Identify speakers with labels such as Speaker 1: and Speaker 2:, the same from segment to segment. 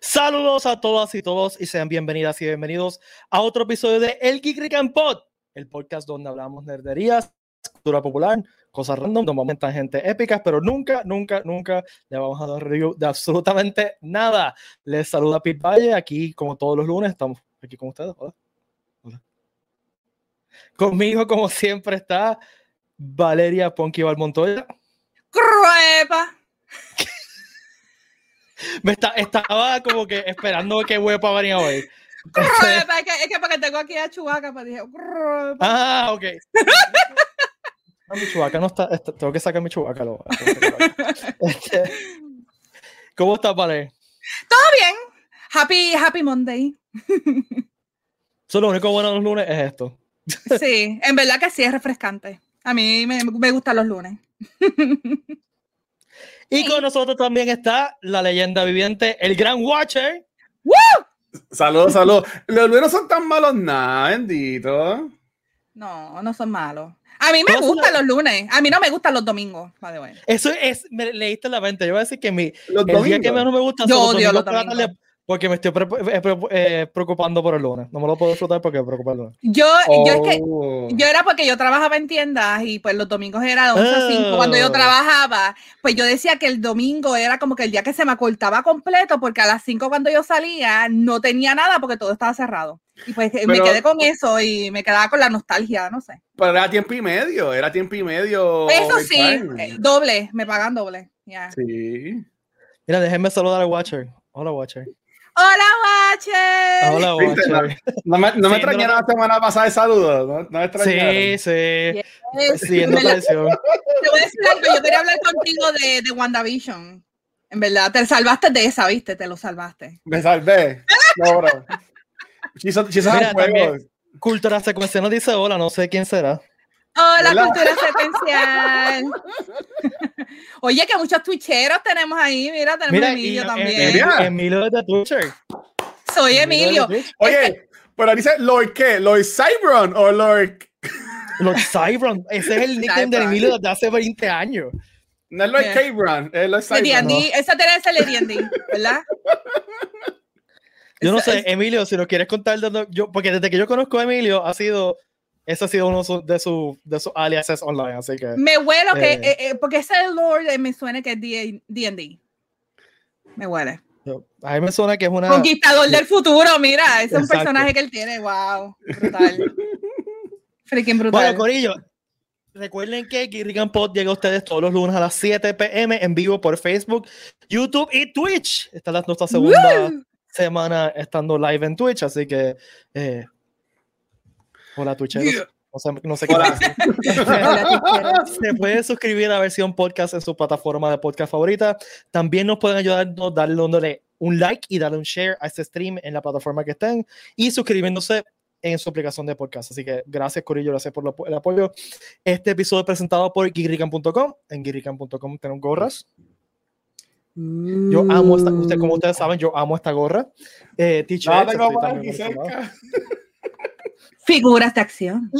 Speaker 1: Saludos a todas y todos y sean bienvenidas y bienvenidos a otro episodio de El Geek Rick and Pod, el podcast donde hablamos nerderías, cultura popular, cosas random, nos vamos a gente épicas, pero nunca, nunca, nunca le vamos a dar review de absolutamente nada. Les saluda Pete Valle, aquí como todos los lunes, estamos aquí con ustedes. Hola. Hola. Conmigo, como siempre, está Valeria Ponky Valmontoya.
Speaker 2: ¡Cruepa!
Speaker 1: Me está- estaba como que esperando que huepa venía hoy.
Speaker 2: ¡Cruepa! Es que, es que porque tengo aquí a Chubaca, pues dije, ¡cruepa!
Speaker 1: Ah, ok. Ah, mi chubaca no está, está- Tengo que sacar mi chubaca. lo- Este, ¿Cómo estás, Vale?
Speaker 2: ¡Todo bien! Happy, happy Monday.
Speaker 1: Eso es lo único bueno de los lunes es esto.
Speaker 2: Sí, en verdad que sí es refrescante. A mí me, me gustan los lunes.
Speaker 1: Y con nosotros también está la leyenda viviente, el gran Watcher.
Speaker 3: Saludos, saludos. Los lunes no son tan malos, nada, bendito.
Speaker 2: No, no son malos. A mí me
Speaker 1: No,
Speaker 2: gustan
Speaker 1: no.
Speaker 2: los lunes. A mí no me gustan los domingos, by the way.
Speaker 1: Eso es, me leíste la mente. Yo voy a decir que mi,
Speaker 3: Los
Speaker 1: el día que
Speaker 3: domingos.
Speaker 1: menos me gusta
Speaker 2: Yo
Speaker 1: son
Speaker 2: odio
Speaker 1: domingos
Speaker 2: los
Speaker 1: por la
Speaker 2: domingos.
Speaker 1: tarde porque me estoy pre- eh, pre- eh, preocupando por el lunes. No me lo puedo disfrutar porque me preocupa el lunes.
Speaker 2: Yo, yo es que
Speaker 3: Oh.
Speaker 2: Yo era porque yo trabajaba en tiendas y pues los domingos era de 11 a 5. Cuando yo
Speaker 1: Oh.
Speaker 2: trabajaba, pues yo decía que el domingo era como que el día que se me acortaba completo porque a las 5 cuando yo salía no tenía nada porque todo estaba cerrado. Y pues que me
Speaker 3: Pero-
Speaker 2: quedé con eso y me quedaba con la nostalgia, no sé.
Speaker 3: Pero era tiempo y medio, era tiempo y
Speaker 1: Oh,
Speaker 3: medio.
Speaker 2: eso sí,
Speaker 3: overtime.
Speaker 2: eh, doble, me pagan doble. ya.
Speaker 3: Sí.
Speaker 1: Mira, déjenme saludar a Watcher. Hola, Watcher.
Speaker 2: Hola, Watcher.
Speaker 1: Hola,
Speaker 3: Sí, te-
Speaker 1: Watcher.
Speaker 3: No me, no me
Speaker 1: Sí,
Speaker 3: extrañaron la semana pasada de saludos. No, no me extrañaron.
Speaker 1: Sí, pues, sí.
Speaker 2: Es-
Speaker 1: Siguiendo
Speaker 2: me la-
Speaker 1: tradición.
Speaker 2: Eh, Te voy a decir algo, yo quería hablar contigo de, de WandaVision. En verdad, te salvaste de esa, viste, te lo salvaste.
Speaker 3: Me salvé. No, bro. Chisos
Speaker 1: Mira,
Speaker 3: al juego.
Speaker 1: también- Cultura secuencial nos dice hola, no sé quién será.
Speaker 2: Hola,
Speaker 3: ¿Verdad?
Speaker 2: Oh, cultura secuencial. Oye, que muchos twitcheros tenemos ahí. Mira, tenemos a
Speaker 1: Mira, y-
Speaker 2: Emilio
Speaker 1: em-
Speaker 2: también.
Speaker 1: em-
Speaker 3: Mira.
Speaker 1: Emilio de Twitcher.
Speaker 2: Soy Emilio.
Speaker 1: de Twitch.
Speaker 3: Oye, pero ahí dice Lord qué? ¿Lord Cybron o Lord.
Speaker 1: Lord Cybron. Ese es el nickname de
Speaker 2: Cybron.
Speaker 1: Emilio desde hace 20 años.
Speaker 3: No es Lord
Speaker 2: Bien.
Speaker 3: Cabron, es Lord
Speaker 2: De
Speaker 3: Cybron.
Speaker 2: D&D. Esa tiene que ser de D&D, ¿verdad?
Speaker 1: Yo no
Speaker 2: Esa-
Speaker 1: sé,
Speaker 2: es-
Speaker 1: Emilio, si nos quieres contar, de dónde- yo, porque desde que yo conozco a Emilio, ha sido, ese ha sido uno su- de sus de sus aliases online, así que...
Speaker 2: me huelo que,
Speaker 1: Eh.
Speaker 2: eh, eh, porque ese Lord eh, me suena que es D&D. D&D. Me huele.
Speaker 1: yo- A mí me suena que es una...
Speaker 2: Conquistador del futuro, mira. Ese es un
Speaker 1: Ah. Exacto.
Speaker 2: personaje que él tiene. Wow. Brutal. Freaking brutal.
Speaker 1: Bueno, Corillo, recuerden que Girrigan Pod llega a ustedes todos los lunes a las 7 pm en vivo por Facebook, YouTube y Twitch. Esta es la- nuestra segunda
Speaker 2: Woo.
Speaker 1: semana estando live en Twitch, así que... eh, hola, Twitcheros. No sé, no sé qué
Speaker 3: Hola.
Speaker 1: más decir.
Speaker 2: Hola, twitchero.
Speaker 1: Se pueden suscribir a la versión podcast en su plataforma de podcast favorita. También nos pueden ayudar no, darle, dándole un like y darle un share a este stream en la plataforma que estén y suscribiéndose en su aplicación de podcast. Así que gracias, Corillo, gracias por lo- el apoyo. Este episodio es presentado por guirrican.com. En guirrican.com tenemos gorras. Yo amo esta, usted, como ustedes saben, yo amo esta gorra. Eh,
Speaker 3: No,
Speaker 1: t-shirts,
Speaker 3: tengo
Speaker 1: estoy
Speaker 3: por
Speaker 1: también
Speaker 3: aquí
Speaker 1: emocionado.
Speaker 3: cerca.
Speaker 2: Figuras de acción.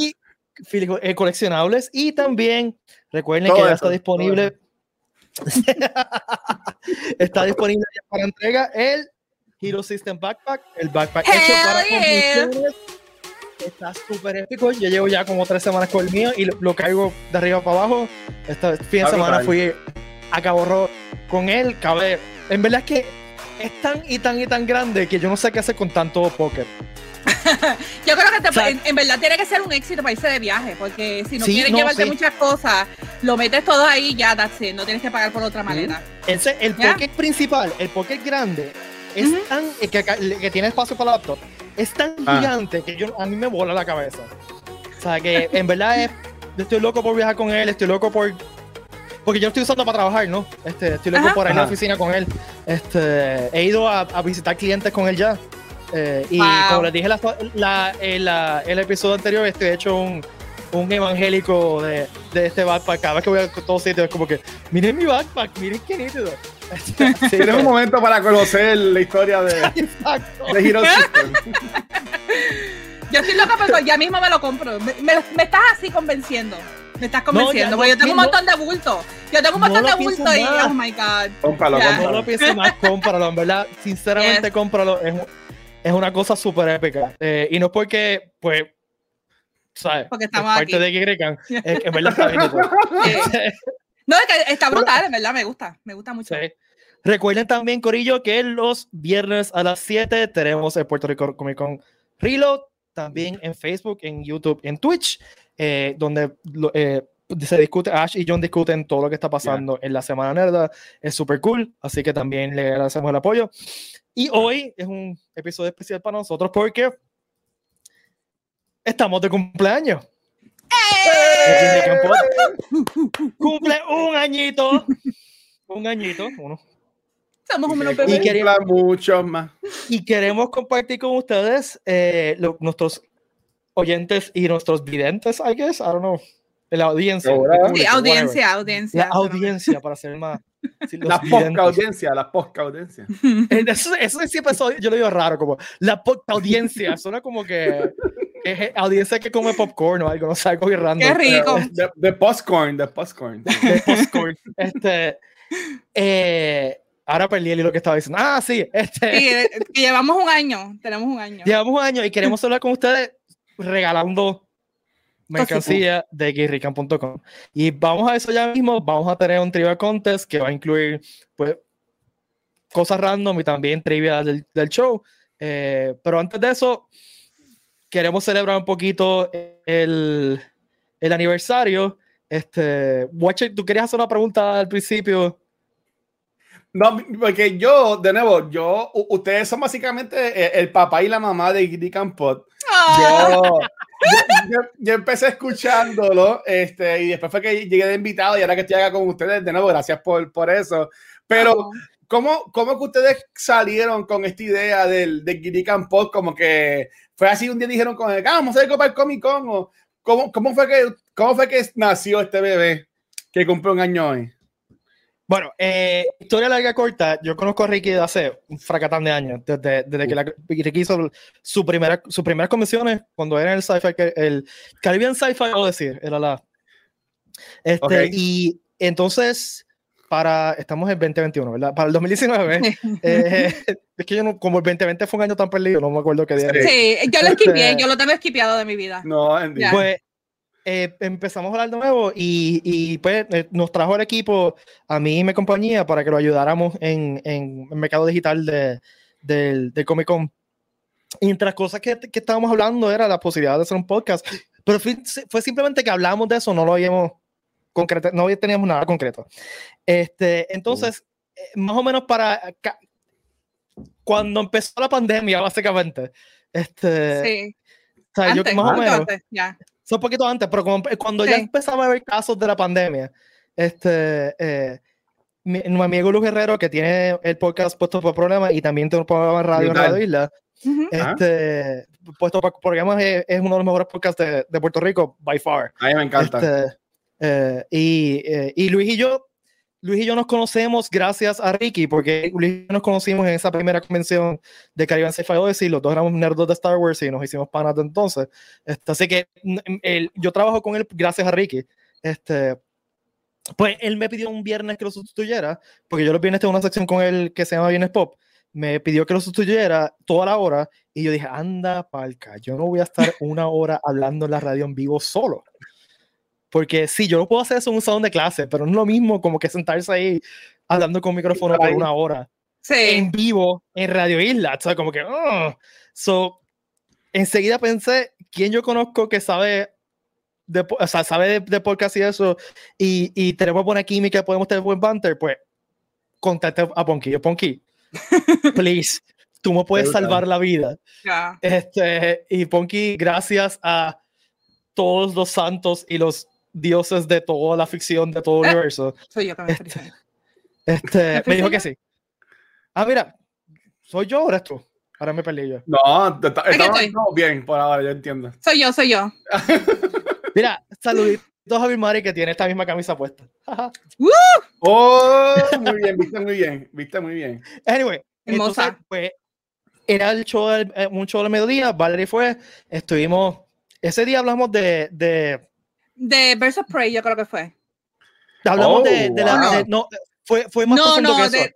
Speaker 1: fili- eh, coleccionables y también recuerden
Speaker 3: Todo
Speaker 1: que ya
Speaker 3: eso,
Speaker 1: está disponible está disponible ya para entrega el Hero System Backpack el backpack hecho
Speaker 2: Hell
Speaker 1: para
Speaker 2: yeah.
Speaker 1: condiciones está súper épico yo llevo ya como tres semanas con el mío y lo, lo caigo de arriba para abajo esta fin de
Speaker 3: Está
Speaker 1: semana
Speaker 3: brutal.
Speaker 1: fui a Cabo Rojo con él cabe en verdad es que es tan y tan y tan grande que yo no sé qué hacer con tanto pocket
Speaker 2: Yo creo que te-
Speaker 1: O sea-
Speaker 2: en, en verdad tiene que ser un éxito para irse de viaje, porque si no
Speaker 1: Sí,
Speaker 2: quieres
Speaker 1: no,
Speaker 2: llevarte
Speaker 1: sí.
Speaker 2: muchas cosas, lo metes todo ahí y ya, that's it, no tienes que pagar por otra maleta.
Speaker 1: Ese, el
Speaker 2: Ya.
Speaker 1: pocket principal, el pocket grande, es
Speaker 2: Ujú.
Speaker 1: tan, eh, que, ca- le- que tiene espacio para la laptop, es tan
Speaker 3: Ah.
Speaker 1: gigante que yo, a mí me vola la cabeza. O sea, que en verdad es- yo estoy loco por viajar con él, estoy loco por... Porque yo lo estoy usando para trabajar, ¿no? Este, estoy loco
Speaker 2: Ajá.
Speaker 1: por ir a la
Speaker 3: Ajá.
Speaker 1: oficina con él. Este, he ido a, a visitar clientes con él ya. Eh, y
Speaker 2: Wow.
Speaker 1: como les dije la, la- en la- el episodio anterior, estoy hecho un, un evangélico de, de este backpack. Cada vez que voy a todos sitios es como que, miren mi backpack, miren qué nítido. Así que-
Speaker 3: Tienes un momento para conocer la historia de,
Speaker 1: Exacto.
Speaker 3: de Hero System.
Speaker 2: Yo estoy loca, pero ya mismo me lo compro. Me, me- me estás así convenciendo. Me estás convenciendo,
Speaker 1: ya,
Speaker 2: porque
Speaker 1: no,
Speaker 2: yo tengo un
Speaker 1: no.
Speaker 2: montón de bulto. Yo tengo un
Speaker 1: No
Speaker 2: montón
Speaker 1: lo
Speaker 2: de
Speaker 1: pienses
Speaker 2: bulto y,
Speaker 1: más.
Speaker 2: oh my God.
Speaker 3: Cómpralo,
Speaker 2: Ya.
Speaker 1: No
Speaker 3: cómpralo.
Speaker 1: lo pienses más, cómpralo, en verdad. Sinceramente,
Speaker 2: Yes.
Speaker 1: cómpralo. Es, un- es una cosa súper épica. Eh, y no es porque, pues, ¿sabes?
Speaker 2: Porque
Speaker 1: Es
Speaker 2: estamos
Speaker 1: parte
Speaker 2: aquí.
Speaker 1: de que crean. Es que en verdad está bien. pues. cool.
Speaker 2: Eh, no, es que está brutal, en verdad, me gusta. Me gusta mucho.
Speaker 1: Sí. Recuerden también, Corillo, que los viernes a las 7 tenemos el Puerto Rico Comic Con Reload, también en Facebook, en YouTube, en Twitch, eh, donde lo- eh, se discute, Ash y John discuten todo lo que está pasando en la Semana Nerda. Es súper cool, así que también le agradecemos el apoyo. Y hoy es un episodio especial para nosotros porque estamos de cumpleaños.
Speaker 2: ¡Eh!
Speaker 1: El Disney Camp Podcast Cumple un añito. Un añito, uno.
Speaker 2: Somos un menú
Speaker 3: Y que
Speaker 1: bebé.
Speaker 2: bebé.
Speaker 3: cumpla mucho más.
Speaker 1: Y queremos compartir con ustedes eh, lo- nuestros oyentes y nuestros videntes, I guess, I don't know, la audiencia. el
Speaker 3: Ahora- Sí,
Speaker 2: Sí,
Speaker 1: público, whatever.
Speaker 2: audiencia, audiencia.
Speaker 1: La audiencia, para ser más. sí, los
Speaker 3: La
Speaker 1: videntes.
Speaker 3: poca audiencia, la poca audiencia.
Speaker 1: Eh, Eso, eso siempre soy- yo lo digo raro, como la poca audiencia, suena como que es audiencia que come popcorn o algo, no sé, algo bien random.
Speaker 2: Qué rico.
Speaker 3: The, the postcorn, the postcorn.
Speaker 1: de postcorn. Este, eh, ahora perdí el hilo que estaba diciendo. Ah, sí, este,
Speaker 2: Sí, eh, que llevamos un año, tenemos un año.
Speaker 1: llevamos un año y queremos hablar con ustedes regalando mercancía de guirrican.com. Y vamos a eso ya mismo. Vamos a tener un trivia contest que va a incluir pues, cosas random y también trivia del, del show. Eh, pero antes de eso, queremos celebrar un poquito el, el aniversario. Este, Watcher, tú querías hacer una pregunta al principio.
Speaker 3: No, porque yo, de nuevo, yo, u- ustedes son básicamente eh, el, el papá y la mamá de Geek and Pod.
Speaker 2: Ah,
Speaker 3: Yo, yo- yo- yo empecé escuchándolo este, y después fue que llegué de invitado y ahora que estoy acá con ustedes, de nuevo, gracias por, por eso. Pero, ¿cómo, ¿cómo que ustedes salieron con esta idea del, de Geek and Pod? Como que fue así, un día dijeron, como, de, "Ah, vamos a ir para el Comic Con. O, ¿cómo, cómo, fue que, ¿Cómo fue que nació este bebé que cumplió un año hoy?
Speaker 1: Bueno, eh, historia larga corta. Yo conozco a Ricky de hace un fracatán de años, desde, desde que la- Ricky hizo su primera, sus primeras convenciones cuando era en el sci-fi, que- el Caribbean Sci-Fi, o decir, era la. Este,
Speaker 3: Ok.
Speaker 1: Y entonces, para. Estamos en 2021, ¿verdad? Para el 2019. eh, es que yo no, como el 2020 fue un año tan perdido, no me acuerdo qué día.
Speaker 3: Sí.
Speaker 1: era.
Speaker 2: Sí, yo lo esquipié,
Speaker 1: Este-
Speaker 2: yo lo tengo esquipiado de mi vida.
Speaker 3: No, Andy.
Speaker 2: Ya.
Speaker 1: Pues eh, empezamos a hablar de nuevo y, y, pues eh, nos trajo el equipo a mí y mi compañía para que lo ayudáramos en, en el mercado digital de, del, del Comic Con. Y entre las cosas que, que estábamos hablando era la posibilidad de hacer un podcast, pero fue, fue simplemente que hablamos de eso, no lo habíamos concreto, no teníamos nada concreto. Este, entonces, eh, más o menos para ca- cuando empezó la pandemia, básicamente. Este,
Speaker 2: Sí,
Speaker 1: o sea, ah, yo
Speaker 2: antes,
Speaker 1: más o menos.
Speaker 2: entonces, ya.
Speaker 1: O sea, un poquito antes, pero como- eh, cuando ya
Speaker 2: Sí.
Speaker 1: empezaba a haber casos de la pandemia, este, eh, mi, mi amigo Luis Guerrero, que tiene el podcast Puesto por Problemas y también tiene un programa en radio en
Speaker 3: Brutal.
Speaker 1: Radio Isla,
Speaker 2: Ujú.
Speaker 3: Ajá.
Speaker 1: este, Puesto por Problemas es, es uno de los mejores podcasts de, de Puerto Rico, by far.
Speaker 3: A mí me encanta.
Speaker 1: Este, eh, y, eh, y Luis y yo, Luis y yo nos conocemos gracias a Ricky, porque Luis y yo nos conocimos en esa primera convención de Caribbean Sci-Fi Odyssey, los dos éramos nerdos de Star Wars y nos hicimos panas de entonces. Este, así que mm, él- yo trabajo con él gracias a Ricky. Este, pues él me pidió un viernes que lo sustituyera, porque yo los viernes tengo una sección con él que se llama Viernes Pop. Me pidió que lo sustituyera toda la hora y yo dije, anda palca, yo no voy a estar una hora hablando en la radio en vivo solo. Porque sí, yo no puedo hacer eso en un salón de clase, pero no es lo mismo como que sentarse ahí hablando con micrófono por
Speaker 3: Ahí.
Speaker 1: una hora en
Speaker 2: Sí,
Speaker 1: vivo en Radio Isla. O sea, como que. "Ugh". So, enseguida pensé, ¿quién yo conozco que sabe de, po- o sea, sabe de, de podcast y eso? Y, y tenemos buena química, podemos tener buen banter. Pues, contacte a Ponky. Yo, Ponky, please, tú me puedes
Speaker 3: Brutal.
Speaker 1: salvar la vida.
Speaker 2: ya.
Speaker 1: Este, y Ponky, gracias a todos los santos y los dioses de toda la ficción de todo el
Speaker 2: Eh.
Speaker 1: universo.
Speaker 2: Soy yo que me friso.
Speaker 1: Este,
Speaker 2: fui
Speaker 1: me dijo
Speaker 2: yo?
Speaker 1: que sí. Ah, mira, ¿soy yo o eres tú? Ahora me perdí yo.
Speaker 3: No, te- te-
Speaker 2: Aquí
Speaker 3: estamos
Speaker 2: estoy.
Speaker 3: todos bien por ahora, yo entiendo.
Speaker 2: Soy yo, soy yo.
Speaker 1: Mira, saluditos a mi madre que tiene esta misma camisa puesta. Ajá.
Speaker 3: Oh, muy bien, viste muy bien, viste muy bien.
Speaker 1: anyway,
Speaker 2: Hermosa.
Speaker 1: entonces, pues, era el show, del- eh, un show del mediodía, Valerie fue, estuvimos, ese día hablamos de, de
Speaker 2: de Versus Prey, yo creo que fue.
Speaker 1: Hablamos
Speaker 3: Oh,
Speaker 1: de, de la.
Speaker 2: wow.
Speaker 1: de- no, fue, fue más
Speaker 2: no,
Speaker 1: profundo
Speaker 2: no,
Speaker 1: que eso.
Speaker 2: de-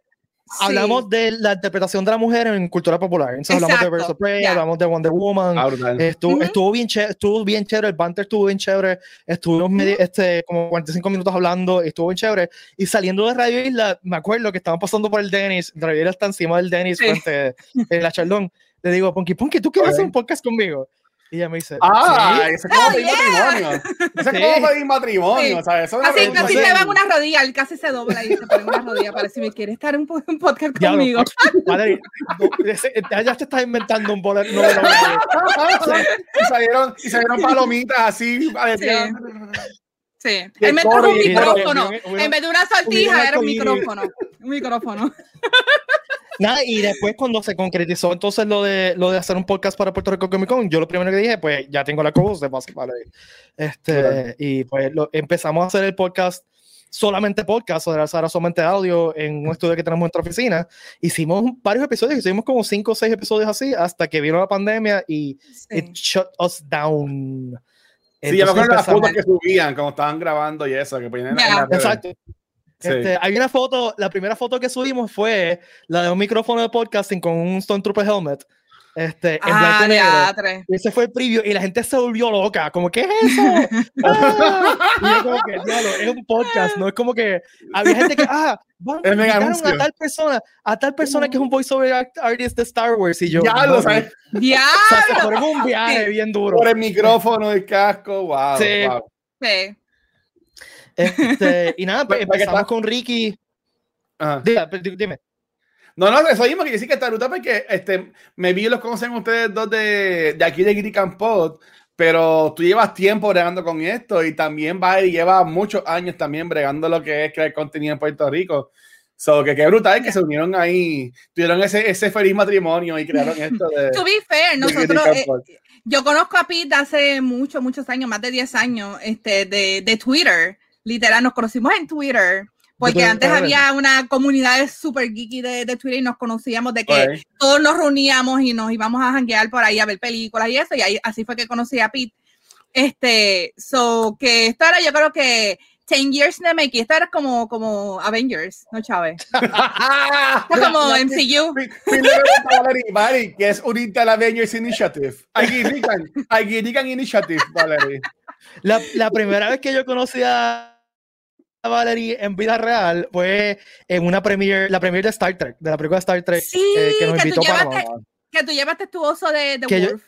Speaker 1: Hablamos de la interpretación de la mujer en cultura popular. Entonces hablamos de
Speaker 2: Exacto,
Speaker 1: Versus Prey,
Speaker 2: ya.
Speaker 1: hablamos de Wonder Woman.
Speaker 3: Ah, brutal.
Speaker 1: Estuvo,
Speaker 2: Ujú.
Speaker 1: estuvo, bien chévere, estuvo bien chévere, el banter estuvo bien chévere, estuvimos medi- este, como 45 minutos hablando, estuvo bien chévere. Y saliendo de Radio Isla, me acuerdo que estaban pasando por el Dennis, Radio Isla está encima del Dennis
Speaker 2: Sí.
Speaker 1: frente en la Charlón. Le digo, Ponky, Ponky, ¿tú quieres hacer un podcast conmigo? Y ella me dice,
Speaker 3: Ah,
Speaker 1: "Sí".
Speaker 3: eso es como
Speaker 2: Oh,
Speaker 3: pedir
Speaker 2: yeah.
Speaker 3: matrimonio. Eso es
Speaker 1: Sí.
Speaker 3: como pedir matrimonio.
Speaker 2: Sí.
Speaker 3: ¿sabes? Eso es una
Speaker 2: Así casi
Speaker 3: pregunta
Speaker 1: no sé.
Speaker 2: se
Speaker 3: seria.
Speaker 2: va en una rodilla, él casi se dobla y se pone en una rodilla para decirme, ¿quiere estar en un, un podcast
Speaker 1: Diablo,
Speaker 2: conmigo?
Speaker 1: Madre, no, ese- ya te estás inventando un boleto. no, no, no.
Speaker 3: y, salieron, y salieron palomitas así. parecían-
Speaker 2: Sí.
Speaker 3: Y
Speaker 2: Él me trajo un
Speaker 3: corre, y corre.
Speaker 2: micrófono.
Speaker 1: Hubiera- hubiera-
Speaker 2: En vez de una
Speaker 1: hubiera
Speaker 2: sortija, era un
Speaker 1: comido.
Speaker 2: micrófono. Un micrófono.
Speaker 1: Nada, y después cuando se concretizó entonces lo de, lo de hacer un podcast para Puerto Rico Comic Con, yo lo primero que dije, pues ya tengo la co-host de Basketball ahí. Este,
Speaker 3: Claro.
Speaker 1: Y pues lo- empezamos a hacer el podcast, solamente podcast, o sea, era solamente audio en un estudio que tenemos en nuestra oficina. Hicimos un- varios episodios, hicimos como cinco o seis episodios así, hasta que vino la pandemia y it shut us down.
Speaker 3: Sí, yo me acuerdo de las
Speaker 1: empezamos-
Speaker 3: fotos que subían cuando estaban grabando y eso, que ponían en la- en la
Speaker 2: Ya.
Speaker 3: red.
Speaker 1: Exacto.
Speaker 3: Sí.
Speaker 1: Este, hay una foto, la primera foto que subimos fue la de un micrófono de podcasting con un Stormtrooper helmet. Este, en blanco
Speaker 2: Ah,
Speaker 1: y
Speaker 2: de
Speaker 1: negro.
Speaker 2: A3.
Speaker 1: Y ese fue el preview y la gente se volvió loca, como, ¿qué es eso? Ah. Y yo como que, "Diablo, es un podcast, no es como que, había gente que, ah, van,
Speaker 3: Es mega
Speaker 1: invitaron a
Speaker 3: anuncio.
Speaker 1: tal persona, a tal persona que es un voiceover act- artist de Star Wars, y yo,
Speaker 3: Ya
Speaker 1: "No,
Speaker 3: lo sabes,
Speaker 1: o sea, se
Speaker 2: ¡Diablo!
Speaker 1: fueron un viaje
Speaker 2: Sí.
Speaker 1: bien duro.
Speaker 3: por el micrófono, el casco, wow.
Speaker 1: Sí.
Speaker 3: wow.
Speaker 2: Sí.
Speaker 1: Este, y nada, pues
Speaker 3: Porque está-
Speaker 1: empezamos con Ricky,
Speaker 3: Ajá.
Speaker 1: dime, dime.
Speaker 3: No, no, eso mismo que decir que está brutal porque este, me vi los conocen ustedes dos de, de aquí de Geek and Pod, pero tú llevas tiempo bregando con esto y también va y lleva muchos años también bregando lo que es crear contenido en Puerto Rico. So, que qué brutal que se unieron ahí, tuvieron ese, ese feliz matrimonio y crearon esto de...
Speaker 2: To be fair,
Speaker 3: de Geek
Speaker 2: nosotros,
Speaker 3: and
Speaker 2: eh,
Speaker 3: Pod.
Speaker 2: Yo conozco a Pete hace muchos, muchos años, más de 10 años, este, de, de Twitter. Literal, nos conocimos en Twitter. Porque
Speaker 1: Twitter,
Speaker 2: antes
Speaker 1: ah,
Speaker 2: había una comunidad super geeky de, de Twitter y nos conocíamos de que
Speaker 3: Ok.
Speaker 2: todos nos reuníamos y nos íbamos a janguear por ahí a ver películas y eso. Y ahí, así fue que conocí a Pete. Este, so que esto era, yo creo que 10 years in the making. Esto era como, como Avengers, ¿no, Chávez?
Speaker 3: Ah,
Speaker 2: Esto es como MCU.
Speaker 3: Primero, Valerie, Valerie, que es unirte a la Avengers Initiative. Aquí digan, aquí digan Initiative, Valerie.
Speaker 1: La, la primera vez que yo conocí a a Valerie en vida real fue en una premiere, la premiere de Star Trek, de la película Star Trek,
Speaker 2: Sí,
Speaker 1: eh, que nos
Speaker 2: que tú
Speaker 1: invitó
Speaker 2: llevaste-
Speaker 1: Paramount.
Speaker 2: Que tú llevaste tu oso de, de
Speaker 1: Que yo-
Speaker 2: Wolf.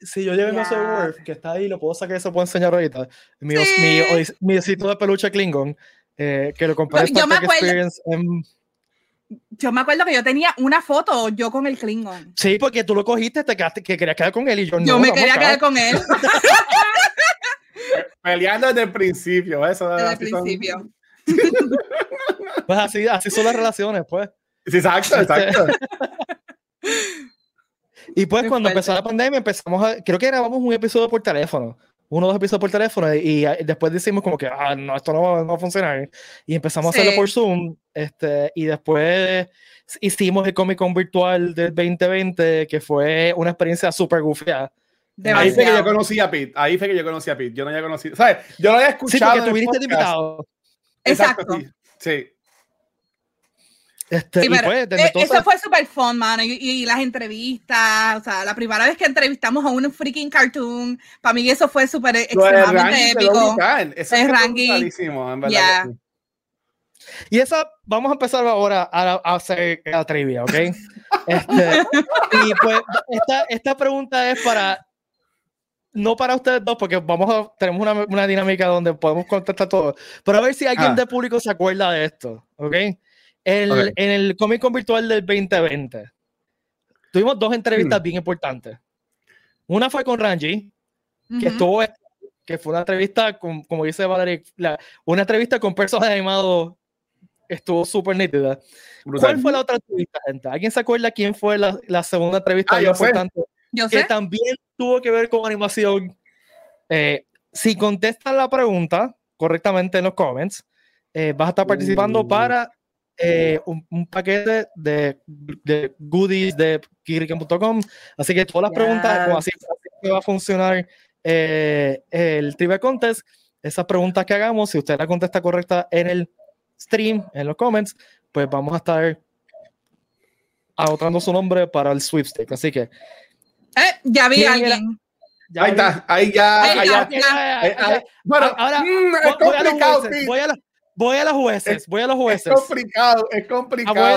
Speaker 1: Si yo llevo mi oso de
Speaker 2: Ya.
Speaker 1: Worf, que está ahí, lo puedo sacar, se lo puedo enseñar ahorita. Mi, os-
Speaker 2: Sí.
Speaker 1: mi, ois- mi osito de peluche Klingon, eh, que lo compré en
Speaker 2: Yo- yo
Speaker 1: Star
Speaker 2: me
Speaker 1: Trek
Speaker 2: acuerdo-
Speaker 1: Experience. en-
Speaker 2: Yo me acuerdo que yo tenía una foto yo con el Klingon.
Speaker 1: sí, porque tú lo cogiste, te quedaste, que querías quedar con él y yo Pues no.
Speaker 2: Yo me
Speaker 1: vamos
Speaker 2: quería
Speaker 1: acá.
Speaker 2: quedar con él
Speaker 3: Peleando desde el principio, eso.
Speaker 2: desde
Speaker 1: Ah,
Speaker 2: el
Speaker 3: así son-
Speaker 2: principio.
Speaker 1: Pues así, así son las relaciones, pues.
Speaker 3: Sí, exacto, exacto.
Speaker 1: Y pues
Speaker 2: Qué
Speaker 1: cuando
Speaker 2: fuerte.
Speaker 1: empezó la pandemia empezamos a, creo que grabamos un episodio por teléfono, uno o dos episodios por teléfono y, eh, después decimos como que, ah, no, esto no va, no va a funcionar. Y empezamos a hacerlo
Speaker 2: Sí.
Speaker 1: por Zoom, este, y después hicimos el Comic Con virtual del 2020, que fue una experiencia súper gufiada.
Speaker 3: Ahí fue que yo
Speaker 2: Demasiado.
Speaker 3: conocí a Pete. Ahí fue que yo conocí a Pete. Yo no había conocido. ¿Sabes? Yo lo había
Speaker 1: Sí,
Speaker 3: escuchado.
Speaker 1: porque
Speaker 3: en el
Speaker 1: tuviste de
Speaker 3: podcast.
Speaker 1: invitado.
Speaker 2: Exacto.
Speaker 3: sí. Sí.
Speaker 1: Este,
Speaker 2: Sí,
Speaker 1: y
Speaker 2: pero,
Speaker 1: pues, desde
Speaker 2: eh,
Speaker 1: entonces,
Speaker 2: eso fue súper fun, mano. Y, y las entrevistas, o sea, la primera vez que entrevistamos a un freaking cartoon, para mí eso fue súper
Speaker 3: Lo de
Speaker 2: extremadamente
Speaker 3: Rangi quedó
Speaker 2: épico.
Speaker 3: brutal. Eso
Speaker 2: Lo de
Speaker 3: es
Speaker 2: Rangi.
Speaker 3: brutalísimo, en verdad.
Speaker 2: Yeah.
Speaker 3: que sí.
Speaker 1: y esa, vamos a empezar ahora a, a hacer la trivia, ¿ok? Este, y pues esta, esta pregunta es para no para ustedes dos porque vamos a tenemos una, una dinámica donde podemos contestar todo pero a ver si alguien
Speaker 3: Ah.
Speaker 1: de público se acuerda de esto ¿ok? El-
Speaker 3: Ok.
Speaker 1: en el Comic Con virtual del 2020 tuvimos dos entrevistas
Speaker 3: Hmm.
Speaker 1: bien importantes una fue con Ranji que
Speaker 2: Ujú.
Speaker 1: estuvo que fue una entrevista con, como dice Valerie la- una entrevista con personajes animados estuvo súper nítida
Speaker 3: Brutal.
Speaker 1: ¿Cuál fue la otra entrevista, gente? ¿Alguien se acuerda quién fue la, la segunda entrevista
Speaker 3: Ah,
Speaker 1: bien
Speaker 3: yo sé.
Speaker 1: importante?
Speaker 2: Yo
Speaker 1: Que
Speaker 2: sé.
Speaker 1: también tuvo que ver con animación. Eh, si contestas la pregunta correctamente en los comments, eh, vas a estar participando
Speaker 3: Uh.
Speaker 1: para eh, un, un paquete de, de goodies de kirikan.com. Así que todas las preguntas, como así, así que va a funcionar eh, el Trivia Contest. Esas preguntas que hagamos, si usted la contesta correcta en el stream, en los comments, pues vamos a estar anotando su nombre para el sweepstake. Así que.
Speaker 2: Eh, ya vi a alguien.
Speaker 3: ahí está, ahí ya.
Speaker 2: Ahí
Speaker 3: ahí
Speaker 2: está,
Speaker 3: Ah, ya.
Speaker 2: ahí está.
Speaker 3: Ahí- ahí- Bueno,
Speaker 1: ahora
Speaker 3: mm, es
Speaker 1: voy- voy a los
Speaker 3: complicado,
Speaker 1: jueces,
Speaker 3: sí.
Speaker 1: voy a la- voy a los jueces, voy a los
Speaker 3: es
Speaker 1: jueces.
Speaker 3: complicado, es
Speaker 1: Ah, voy a la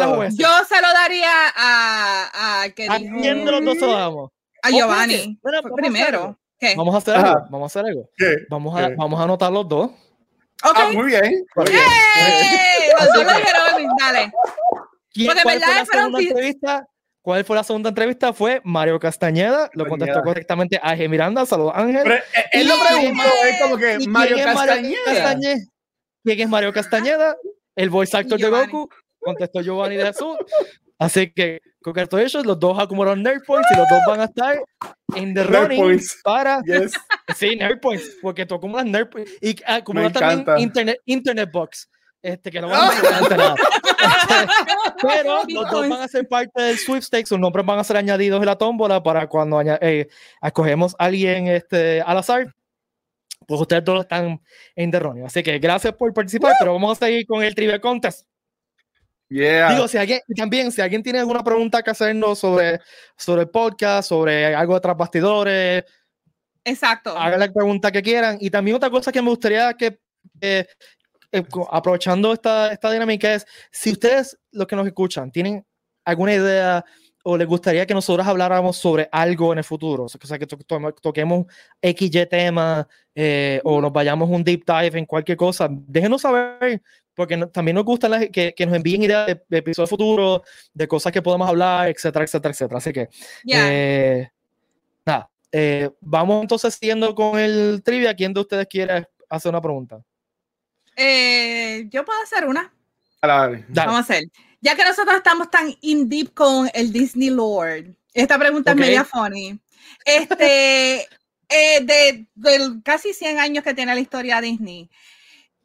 Speaker 3: complicado.
Speaker 1: jueza.
Speaker 2: Yo se lo daría a, a, que
Speaker 1: ¿A
Speaker 2: dijo-
Speaker 1: quién de los dos se lo damos?
Speaker 2: a Giovanni.
Speaker 1: Bueno,
Speaker 2: Fue
Speaker 1: vamos a hacer
Speaker 2: primero. ¿Qué?
Speaker 1: algo. Vamos a hacer
Speaker 3: Eh. Ajá.
Speaker 1: algo. Vamos a hacer algo.
Speaker 3: ¿Qué?
Speaker 1: Vamos a,
Speaker 3: Ok.
Speaker 1: vamos a anotar los dos.
Speaker 2: Ok.
Speaker 3: Ah, muy bien. muy bien.
Speaker 2: ¡Ey! Los dos lo dijeron, Luis, dale.
Speaker 1: ¿Quién-
Speaker 2: Porque
Speaker 1: ¿Cuál
Speaker 2: en
Speaker 1: fue
Speaker 2: verdad
Speaker 1: la
Speaker 2: fueron
Speaker 1: segunda
Speaker 2: fi-
Speaker 1: entrevista? ¿Cuál fue la segunda entrevista? Fue Mario Castañeda, lo contestó
Speaker 3: Castañeda.
Speaker 1: correctamente Ángel Miranda, saludos Ángel.
Speaker 3: Pero, eh, él lo
Speaker 1: ¿Y
Speaker 3: preguntó, es como que
Speaker 1: ¿Y
Speaker 3: Mario
Speaker 1: quién es
Speaker 3: Castañeda.
Speaker 1: Castañe- ¿Quién es Mario Castañeda? El voice actor
Speaker 2: Giovanni.
Speaker 1: de Goku, contestó Giovanni de Jesús. Así que, congratulations, los dos acumularon Nerd Points y los dos van a estar en the
Speaker 3: Nerd
Speaker 1: running
Speaker 3: points.
Speaker 1: para
Speaker 3: Yes.
Speaker 1: Sí, Nerd Points, porque tú acumulas Nerd Points y ah, acumulas también
Speaker 3: encanta.
Speaker 1: Internet, Internet Box. Este, que no van a mencionar ante nada. Pero los dos van a ser parte del sweepstakes, sus nombres van a ser añadidos en la tómbola para cuando aña- eh, escogemos a alguien este, al azar. Pues ustedes dos están en derronio. Así que gracias por participar, pero vamos a seguir con el Trivia Contest.
Speaker 3: Yeah.
Speaker 1: Digo, si alguien, y también, si alguien tiene alguna pregunta que hacernos sobre, sobre el podcast, sobre algo de tras bastidores,
Speaker 2: Exacto.
Speaker 1: hagan la pregunta que quieran. Y también otra cosa que me gustaría que, eh, eh, co- aprovechando esta, esta dinámica es, si ustedes, los que nos escuchan, tienen alguna idea o les gustaría que nosotros habláramos sobre algo en el futuro, o sea, que to- to- toquemos XY tema eh, o nos vayamos un deep dive en cualquier cosa, déjenos saber. Porque no- también nos gusta la- que, que nos envíen ideas de, de episodios futuros, de cosas que podamos hablar, etcétera, etcétera, etcétera. Así que
Speaker 2: Ya.
Speaker 1: eh, nada, eh, vamos entonces siguiendo con el trivia. ¿Quién de ustedes quiere hacer una pregunta?
Speaker 2: Eh, yo puedo hacer una.
Speaker 3: Dale.
Speaker 1: Dale.
Speaker 2: Vamos a hacer. Ya que nosotros estamos tan in deep con el Disney Lord, esta pregunta
Speaker 1: Ok.
Speaker 2: es media funny. Este, eh, de, del casi 100 años que tiene la historia Disney,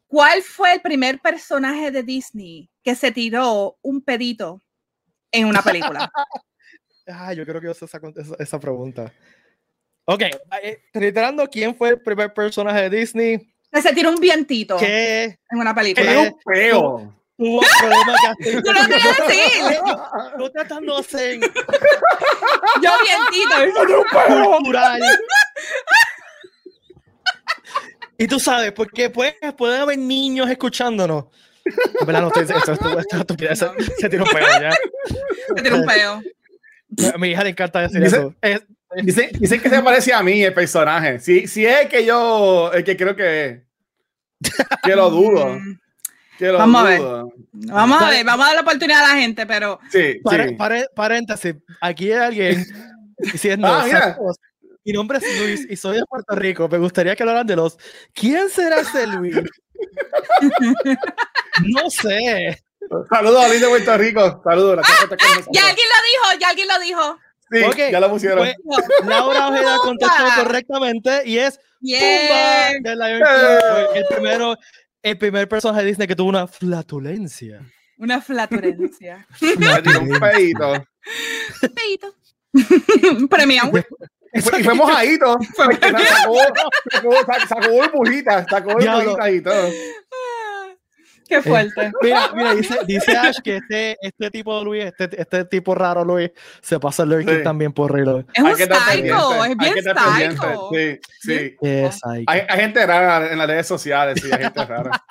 Speaker 2: ¿cuál fue el primer personaje de Disney que se tiró un pedito en una película?
Speaker 1: Ah, yo creo que yo sé esa, con- esa- esa pregunta. Ok, eh, reiterando, ¿quién fue el primer personaje de Disney
Speaker 2: que se tiró un vientito
Speaker 1: que
Speaker 2: en una
Speaker 3: Qué
Speaker 2: película.
Speaker 1: ¿Qué?
Speaker 3: un feo.
Speaker 1: tuvo problemas de
Speaker 2: Yo lo quería decir,
Speaker 1: Yo tratando de ser
Speaker 2: yo vientito.
Speaker 1: cultural. Y tú sabes, porque pues, pueden haber niños escuchándonos. En verdad, no estoy- esto- esto- esto es estupidez, se- se tiró un pedo ya.
Speaker 2: Se tiró un peo.
Speaker 1: A mi hija le encanta decir
Speaker 3: Dice-
Speaker 1: eso. Es-
Speaker 3: Dicen, dicen que se parece a mí el personaje. Si, si es el que yo, el que creo que es. Que lo dudo.
Speaker 2: Mm,
Speaker 3: Que lo
Speaker 2: Vamos a ver.
Speaker 3: dudo.
Speaker 2: Mm, Vamos a ver, vamos a dar la oportunidad a la gente, pero
Speaker 3: Sí,
Speaker 1: Pare-
Speaker 3: sí.
Speaker 1: pare- paréntesis, aquí hay alguien diciendo,
Speaker 3: Ah, mira.
Speaker 1: "Saludos, mi nombre es Luis y soy de Puerto Rico, me gustaría que hablaran de los, ¿quién será ese Luis? no sé.
Speaker 3: Saludos a Luis de Puerto Rico. Saludos. gracias por estar con
Speaker 2: ya
Speaker 3: nosotros.
Speaker 2: alguien lo dijo, ya alguien lo dijo.
Speaker 3: Sí,
Speaker 1: Ok,
Speaker 3: ya lo pusieron.
Speaker 1: pues, Laura Ojeda contestó
Speaker 2: ¡Tumba!
Speaker 1: correctamente y es
Speaker 2: Yeah.
Speaker 1: Pumba de Lion King.
Speaker 3: Eh.
Speaker 1: Fue el primero, el primer personaje de Disney que tuvo una flatulencia.
Speaker 2: Una flatulencia.
Speaker 3: Me tiró un pedito.
Speaker 2: Peito. Premium.
Speaker 3: Y fue, y fue mojadito. porque sacó, sacó, sacó, sacó burbujitas. Sacó
Speaker 1: Diablo.
Speaker 3: burbujitas y todo. Eh,
Speaker 2: Qué fuerte.
Speaker 1: Eh, Mira, mira, dice, dice Ash que este, este tipo de Luis, este, este tipo raro Luis, se pasa el lurking
Speaker 3: Sí.
Speaker 1: también por reloj.
Speaker 2: Es un
Speaker 3: Hay que estar
Speaker 2: psycho,
Speaker 3: pendiente,
Speaker 2: es
Speaker 3: hay
Speaker 2: bien
Speaker 3: que estar pendiente,
Speaker 2: psycho.
Speaker 3: Sí, sí.
Speaker 1: Es ahí.
Speaker 3: Hay, hay gente rara en las redes sociales, sí, hay gente rara.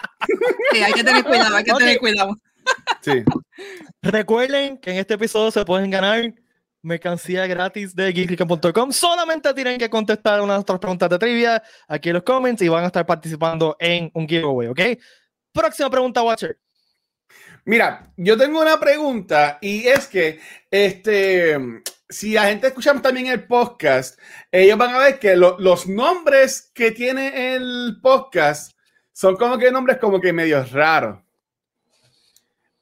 Speaker 2: Sí, hay que tener cuidado, hay que tener cuidado.
Speaker 3: Sí.
Speaker 1: Recuerden que en este episodio se pueden ganar mercancía gratis de geekrican.com. Solamente tienen que contestar una de nuestras preguntas de trivia aquí en los comments y van a estar participando en un giveaway, ¿ok? Próxima pregunta, Watcher.
Speaker 3: Mira, yo tengo una pregunta y es que, este, si la gente escucha también el podcast, ellos van a ver que lo- los nombres que tiene el podcast son como que nombres como que medio raros.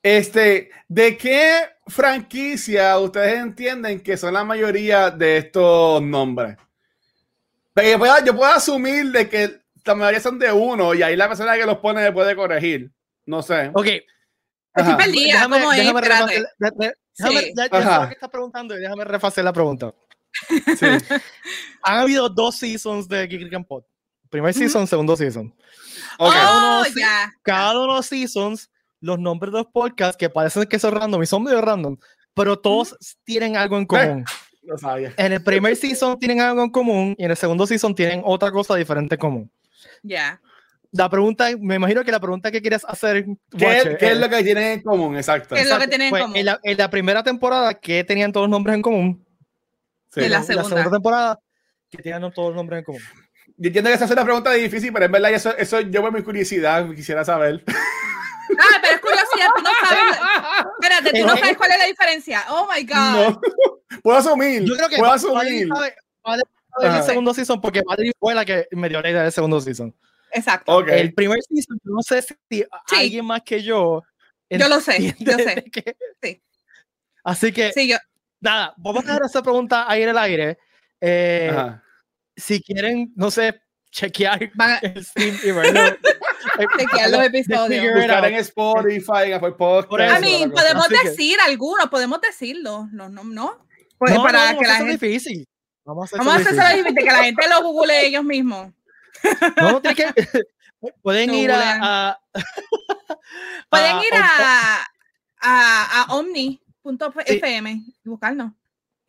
Speaker 3: Este, ¿de qué franquicia ustedes entienden que son la mayoría de estos nombres? Porque yo puedo- yo puedo asumir de que la mayoría son de uno y ahí la persona que los pone le puede corregir. No sé.
Speaker 1: Ok,
Speaker 2: Estoy
Speaker 3: Ajá.
Speaker 2: perdida,
Speaker 1: déjame,
Speaker 2: ¿cómo es?
Speaker 1: déjame
Speaker 2: Espérate.
Speaker 1: refacer, de- de- déjame-
Speaker 2: Sí.
Speaker 1: ya- ya sé
Speaker 3: Ajá.
Speaker 1: lo que estás preguntando y déjame refacer la pregunta.
Speaker 3: Sí.
Speaker 1: Han habido dos seasons de Geek Geek and Pod. Primer season, segundo season.
Speaker 3: Ok.
Speaker 2: Oh,
Speaker 1: Cada uno-
Speaker 2: ya.
Speaker 1: Cada uno de los seasons, los nombres de los podcasts que parecen que son random y son medio random, pero todos tienen algo en común.
Speaker 3: Lo sabía.
Speaker 1: En el primer season tienen algo en común y en el segundo season tienen otra cosa diferente en común.
Speaker 2: Ya.
Speaker 1: La pregunta, me imagino que la pregunta que quieres hacer,
Speaker 3: ¿Qué,
Speaker 1: Watcher,
Speaker 3: qué es lo que tienen en común? Exacto.
Speaker 2: ¿Qué es lo que tienen en
Speaker 1: fue
Speaker 2: común?
Speaker 1: En la, en la primera temporada, ¿qué tenían todos los nombres en común?
Speaker 3: Sí.
Speaker 2: de la
Speaker 1: Y
Speaker 2: segunda.
Speaker 1: temporada, que tenían todos los nombres en común.
Speaker 3: Yo entiendo que esa es una pregunta difícil, pero en verdad eso, eso yo por mi curiosidad quisiera saber.
Speaker 2: Ah, pero es curiosidad, tú no sabes. Espérate, tú no
Speaker 1: Eh,
Speaker 2: sabes cuál es la diferencia. Oh my God.
Speaker 3: No. Puedo asumir.
Speaker 1: Yo creo que
Speaker 3: puedo
Speaker 1: Va-
Speaker 3: asumir.
Speaker 1: Valerie sabe- Valerie sabe
Speaker 3: Ajá.
Speaker 1: el segundo season porque Valerie fue la que me dio la idea del segundo season.
Speaker 2: Exacto.
Speaker 3: Ok.
Speaker 1: El primer season, yo no sé si alguien más que yo.
Speaker 2: Yo lo sé, yo
Speaker 1: entiende
Speaker 2: sé.
Speaker 1: que-
Speaker 2: Sí.
Speaker 1: Así que,
Speaker 2: Sí, yo.
Speaker 1: nada, vamos a dejar esa pregunta ahí en el aire. Eh,
Speaker 3: Ajá.
Speaker 1: si quieren, no sé, chequear
Speaker 2: Van a
Speaker 1: el stream y verlo. Eh,
Speaker 2: chequear los episodios.
Speaker 1: figure it
Speaker 3: Buscar
Speaker 1: out.
Speaker 3: en Spotify, en Apple Podcast.
Speaker 1: Por eso,
Speaker 2: A
Speaker 1: es
Speaker 2: mí,
Speaker 3: toda la cosa.
Speaker 2: podemos
Speaker 1: Así que-
Speaker 2: decir algunos, podemos decirlos. No, no, no. Pues
Speaker 1: No,
Speaker 2: para
Speaker 1: no, no,
Speaker 2: que la
Speaker 1: eso es
Speaker 2: gente.
Speaker 1: difícil. Vamos a hacer
Speaker 2: Vamos a
Speaker 1: eso
Speaker 2: hacer
Speaker 1: difícil.
Speaker 2: eso difícil, que la gente lo google ellos mismos.
Speaker 1: No, no tiene que- Pueden
Speaker 2: No,
Speaker 1: ir
Speaker 2: Julián.
Speaker 1: a. a-
Speaker 2: Pueden
Speaker 1: a-
Speaker 2: ir
Speaker 1: a-
Speaker 2: a, a, a omni.fm y buscarnos.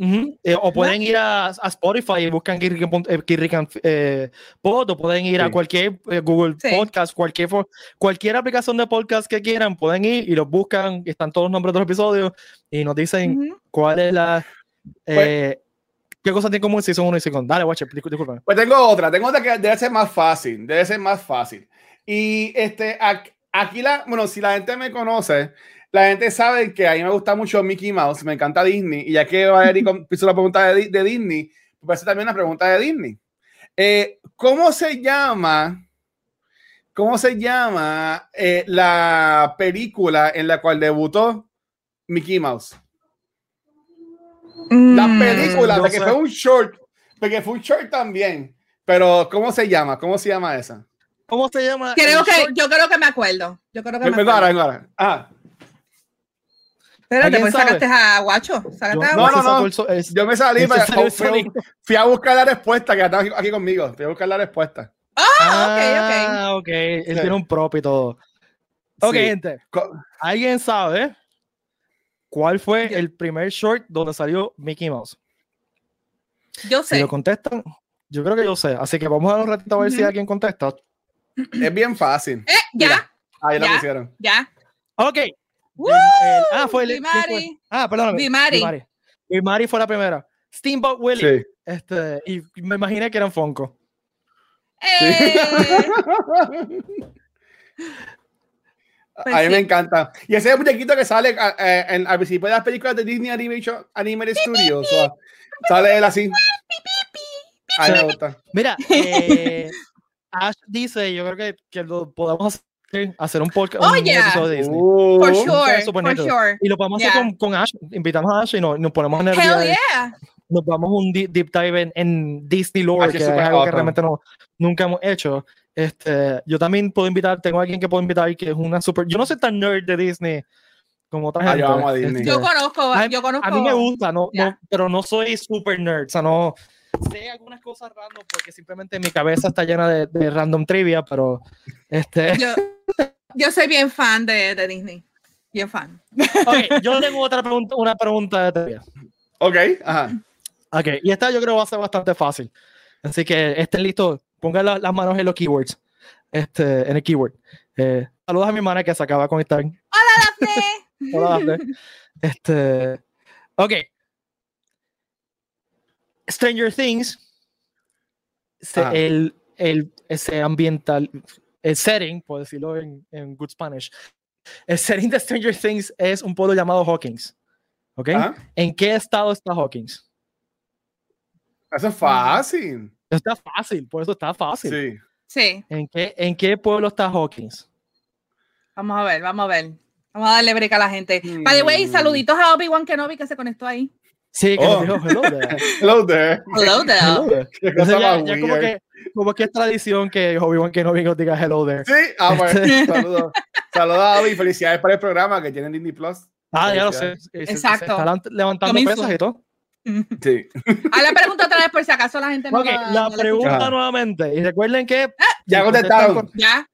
Speaker 1: Ujú, eh, o pueden ir a, a Spotify y buscan Kirrican pun- eh, Kirrican, eh, Pod, o pueden ir a
Speaker 3: Sí.
Speaker 1: cualquier eh, Google
Speaker 2: Sí.
Speaker 1: Podcast, cualquier, fo- cualquier aplicación de podcast que quieran, pueden ir y los buscan, y están todos los nombres de los episodios y nos dicen
Speaker 2: Ujú. Pues
Speaker 1: cuál es la. eh, ¿Qué cosa tiene en común si son uno y segundo? Dale, Watcher, discú- discúlpame.
Speaker 3: Pues tengo otra, tengo otra que debe ser más fácil, debe ser más fácil. Y este, ac- aquí la, bueno, si la gente me conoce, la gente sabe que a mí me gusta mucho Mickey Mouse, me encanta Disney, y ya que Valerie com- hizo la pregunta de, Di- de Disney, pues también una pregunta de Disney. Eh, ¿Cómo se llama, cómo se llama eh, la película en la cual debutó Mickey Mouse? La
Speaker 2: Mm.
Speaker 3: película,
Speaker 1: no
Speaker 3: porque
Speaker 1: sé.
Speaker 3: fue un short, porque fue un short también. Pero, ¿cómo se llama? ¿Cómo se llama esa?
Speaker 1: ¿Cómo se llama?
Speaker 2: Creo
Speaker 1: el
Speaker 2: que,
Speaker 1: short?
Speaker 2: yo creo que me acuerdo. Yo creo que me
Speaker 3: Vengo ahora,
Speaker 2: acuerdo.
Speaker 3: vengo ahora. Ah, Ajá.
Speaker 2: Espérate,
Speaker 1: ¿Alguien
Speaker 2: pues
Speaker 1: sabe?
Speaker 2: sacaste a Guacho. Sacaste
Speaker 1: Yo-
Speaker 2: a Guacho.
Speaker 3: No,
Speaker 1: se
Speaker 3: no,
Speaker 1: sacó
Speaker 3: no.
Speaker 1: el so- el-
Speaker 3: Yo me salí,
Speaker 1: Ese
Speaker 3: pero
Speaker 1: salió el
Speaker 3: fui, a-
Speaker 1: sonido.
Speaker 3: fui a buscar la respuesta, que estaba aquí, aquí conmigo. Fui a buscar la respuesta.
Speaker 2: Ah, ok, ok.
Speaker 1: Ah, ok. Él
Speaker 3: Sí.
Speaker 1: tiene un prop y todo. Ok,
Speaker 3: Sí.
Speaker 1: gente.
Speaker 3: Co-
Speaker 1: ¿Alguien sabe cuál fue
Speaker 2: Yo-
Speaker 1: el primer short donde salió Mickey Mouse?
Speaker 2: Yo
Speaker 1: Si
Speaker 2: sé.
Speaker 1: lo contestan, yo creo que yo sé. Así que vamos a dar un ratito a ver si
Speaker 2: Ujú.
Speaker 1: alguien contesta.
Speaker 3: Es bien fácil.
Speaker 2: Eh, ya,
Speaker 3: Mira. Ahí la
Speaker 2: Ya.
Speaker 3: pusieron.
Speaker 2: ya.
Speaker 1: Ok. Dim-
Speaker 2: ¡Woo!
Speaker 1: el- ah, fue el.
Speaker 2: Bimari.
Speaker 1: Ah, perdóname.
Speaker 2: Bimari.
Speaker 1: Bimari. Bimari fue la primera. Steamboat
Speaker 2: Pues
Speaker 1: Willie.
Speaker 3: Sí.
Speaker 1: Este, y me imaginé que eran Funko.
Speaker 2: Eh, Pues
Speaker 3: a mí
Speaker 2: sí.
Speaker 3: me encanta. Y ese muñequito que sale a- eh, en- al principio de las películas de Disney Animation, Animated Studios. o sea, sale él así. A mí me gusta.
Speaker 1: Mira, eh, Ash dice, yo creo que, que lo podamos hacer, hacer un podcast.
Speaker 2: Oh,
Speaker 1: un
Speaker 2: yeah.
Speaker 1: episodio de Disney.
Speaker 3: Uh.
Speaker 2: For
Speaker 1: Nunca
Speaker 2: sure,
Speaker 1: supo
Speaker 2: for
Speaker 1: nada.
Speaker 2: sure.
Speaker 1: Y lo podemos hacer
Speaker 2: Yeah.
Speaker 1: con, con Ash. Invitamos a Ash y nos, nos ponemos a nerviar.
Speaker 2: Hell yeah.
Speaker 1: Nos vamos un di- deep dive en, en Disney Lore,
Speaker 3: Así
Speaker 1: que
Speaker 3: es
Speaker 1: es
Speaker 3: súper
Speaker 1: algo que
Speaker 3: awesome.
Speaker 1: realmente no, nunca hemos hecho. Este, yo también puedo invitar, tengo a alguien que puedo invitar que es una super. Yo no soy tan nerd de Disney como otra
Speaker 3: Ah,
Speaker 1: gente.
Speaker 3: yo amo a Disney.
Speaker 1: este,
Speaker 2: Yo conozco,
Speaker 1: A mí-
Speaker 2: yo conozco.
Speaker 1: a mí me gusta, no, no-
Speaker 2: Ya.
Speaker 1: pero no soy super nerd. O sea, no sé algunas cosas random porque simplemente mi cabeza está llena de, de random trivia, pero este.
Speaker 2: Yo, yo soy bien fan de, de Disney. Bien fan.
Speaker 1: Ok, yo tengo otra pregunta, una pregunta de trivia.
Speaker 3: Ok, ajá.
Speaker 1: Ok, y esta yo creo va a ser bastante fácil. Así que estén listos, pongan la- las manos en los keywords, este, en el keyword. Eh, saludos a mi hermana que se acaba de conectar.
Speaker 2: Dafne.
Speaker 1: Hola, Dafne. Este, ok. Stranger Things, se-
Speaker 3: Ajá.
Speaker 1: el, el, ese ambiental, el setting, por decirlo en, en good Spanish, el setting de Stranger Things es un pueblo llamado Hawkins. ¿Ok?
Speaker 3: ajá.
Speaker 1: ¿En qué estado está Hawkins?
Speaker 3: Eso es fácil.
Speaker 1: Está fácil, por eso está fácil.
Speaker 3: Sí.
Speaker 2: Sí,
Speaker 1: ¿En qué, ¿En qué pueblo está Hawkins?
Speaker 2: vamos a ver, vamos a ver. Vamos a darle break a la gente. By the way,
Speaker 1: Mm.
Speaker 3: Hmm.
Speaker 2: saluditos a Obi-Wan Kenobi que se conectó ahí.
Speaker 1: Sí, que
Speaker 3: Oh.
Speaker 1: nos dijo hello there,
Speaker 3: Hello there.
Speaker 2: Hello
Speaker 1: hello
Speaker 2: there.
Speaker 1: there".
Speaker 3: Qué
Speaker 1: Entonces
Speaker 3: cosa
Speaker 1: ya,
Speaker 3: más
Speaker 1: ya como,
Speaker 3: weird.
Speaker 1: que, como que es tradición que Obi-Wan Kenobi nos diga hello there.
Speaker 3: Sí,
Speaker 1: Este
Speaker 3: ah, bueno. Saludos. Saludos a Abby. Felicidades por el programa que tiene en Disney Plus.
Speaker 1: Ah, ya lo sé. Eh, se- se
Speaker 2: Exacto.
Speaker 1: está lan- levantando
Speaker 2: Comienzo.
Speaker 1: pesas y todo.
Speaker 3: Sí.
Speaker 2: A Ah, la pregunta otra vez por si acaso la gente no
Speaker 1: Ok,
Speaker 2: la,
Speaker 1: la
Speaker 2: no la
Speaker 1: pregunta
Speaker 3: Ajá.
Speaker 1: nuevamente. Y recuerden que.
Speaker 2: Ah,
Speaker 3: Ya
Speaker 1: contestaron.
Speaker 3: contestaron.
Speaker 2: escucha.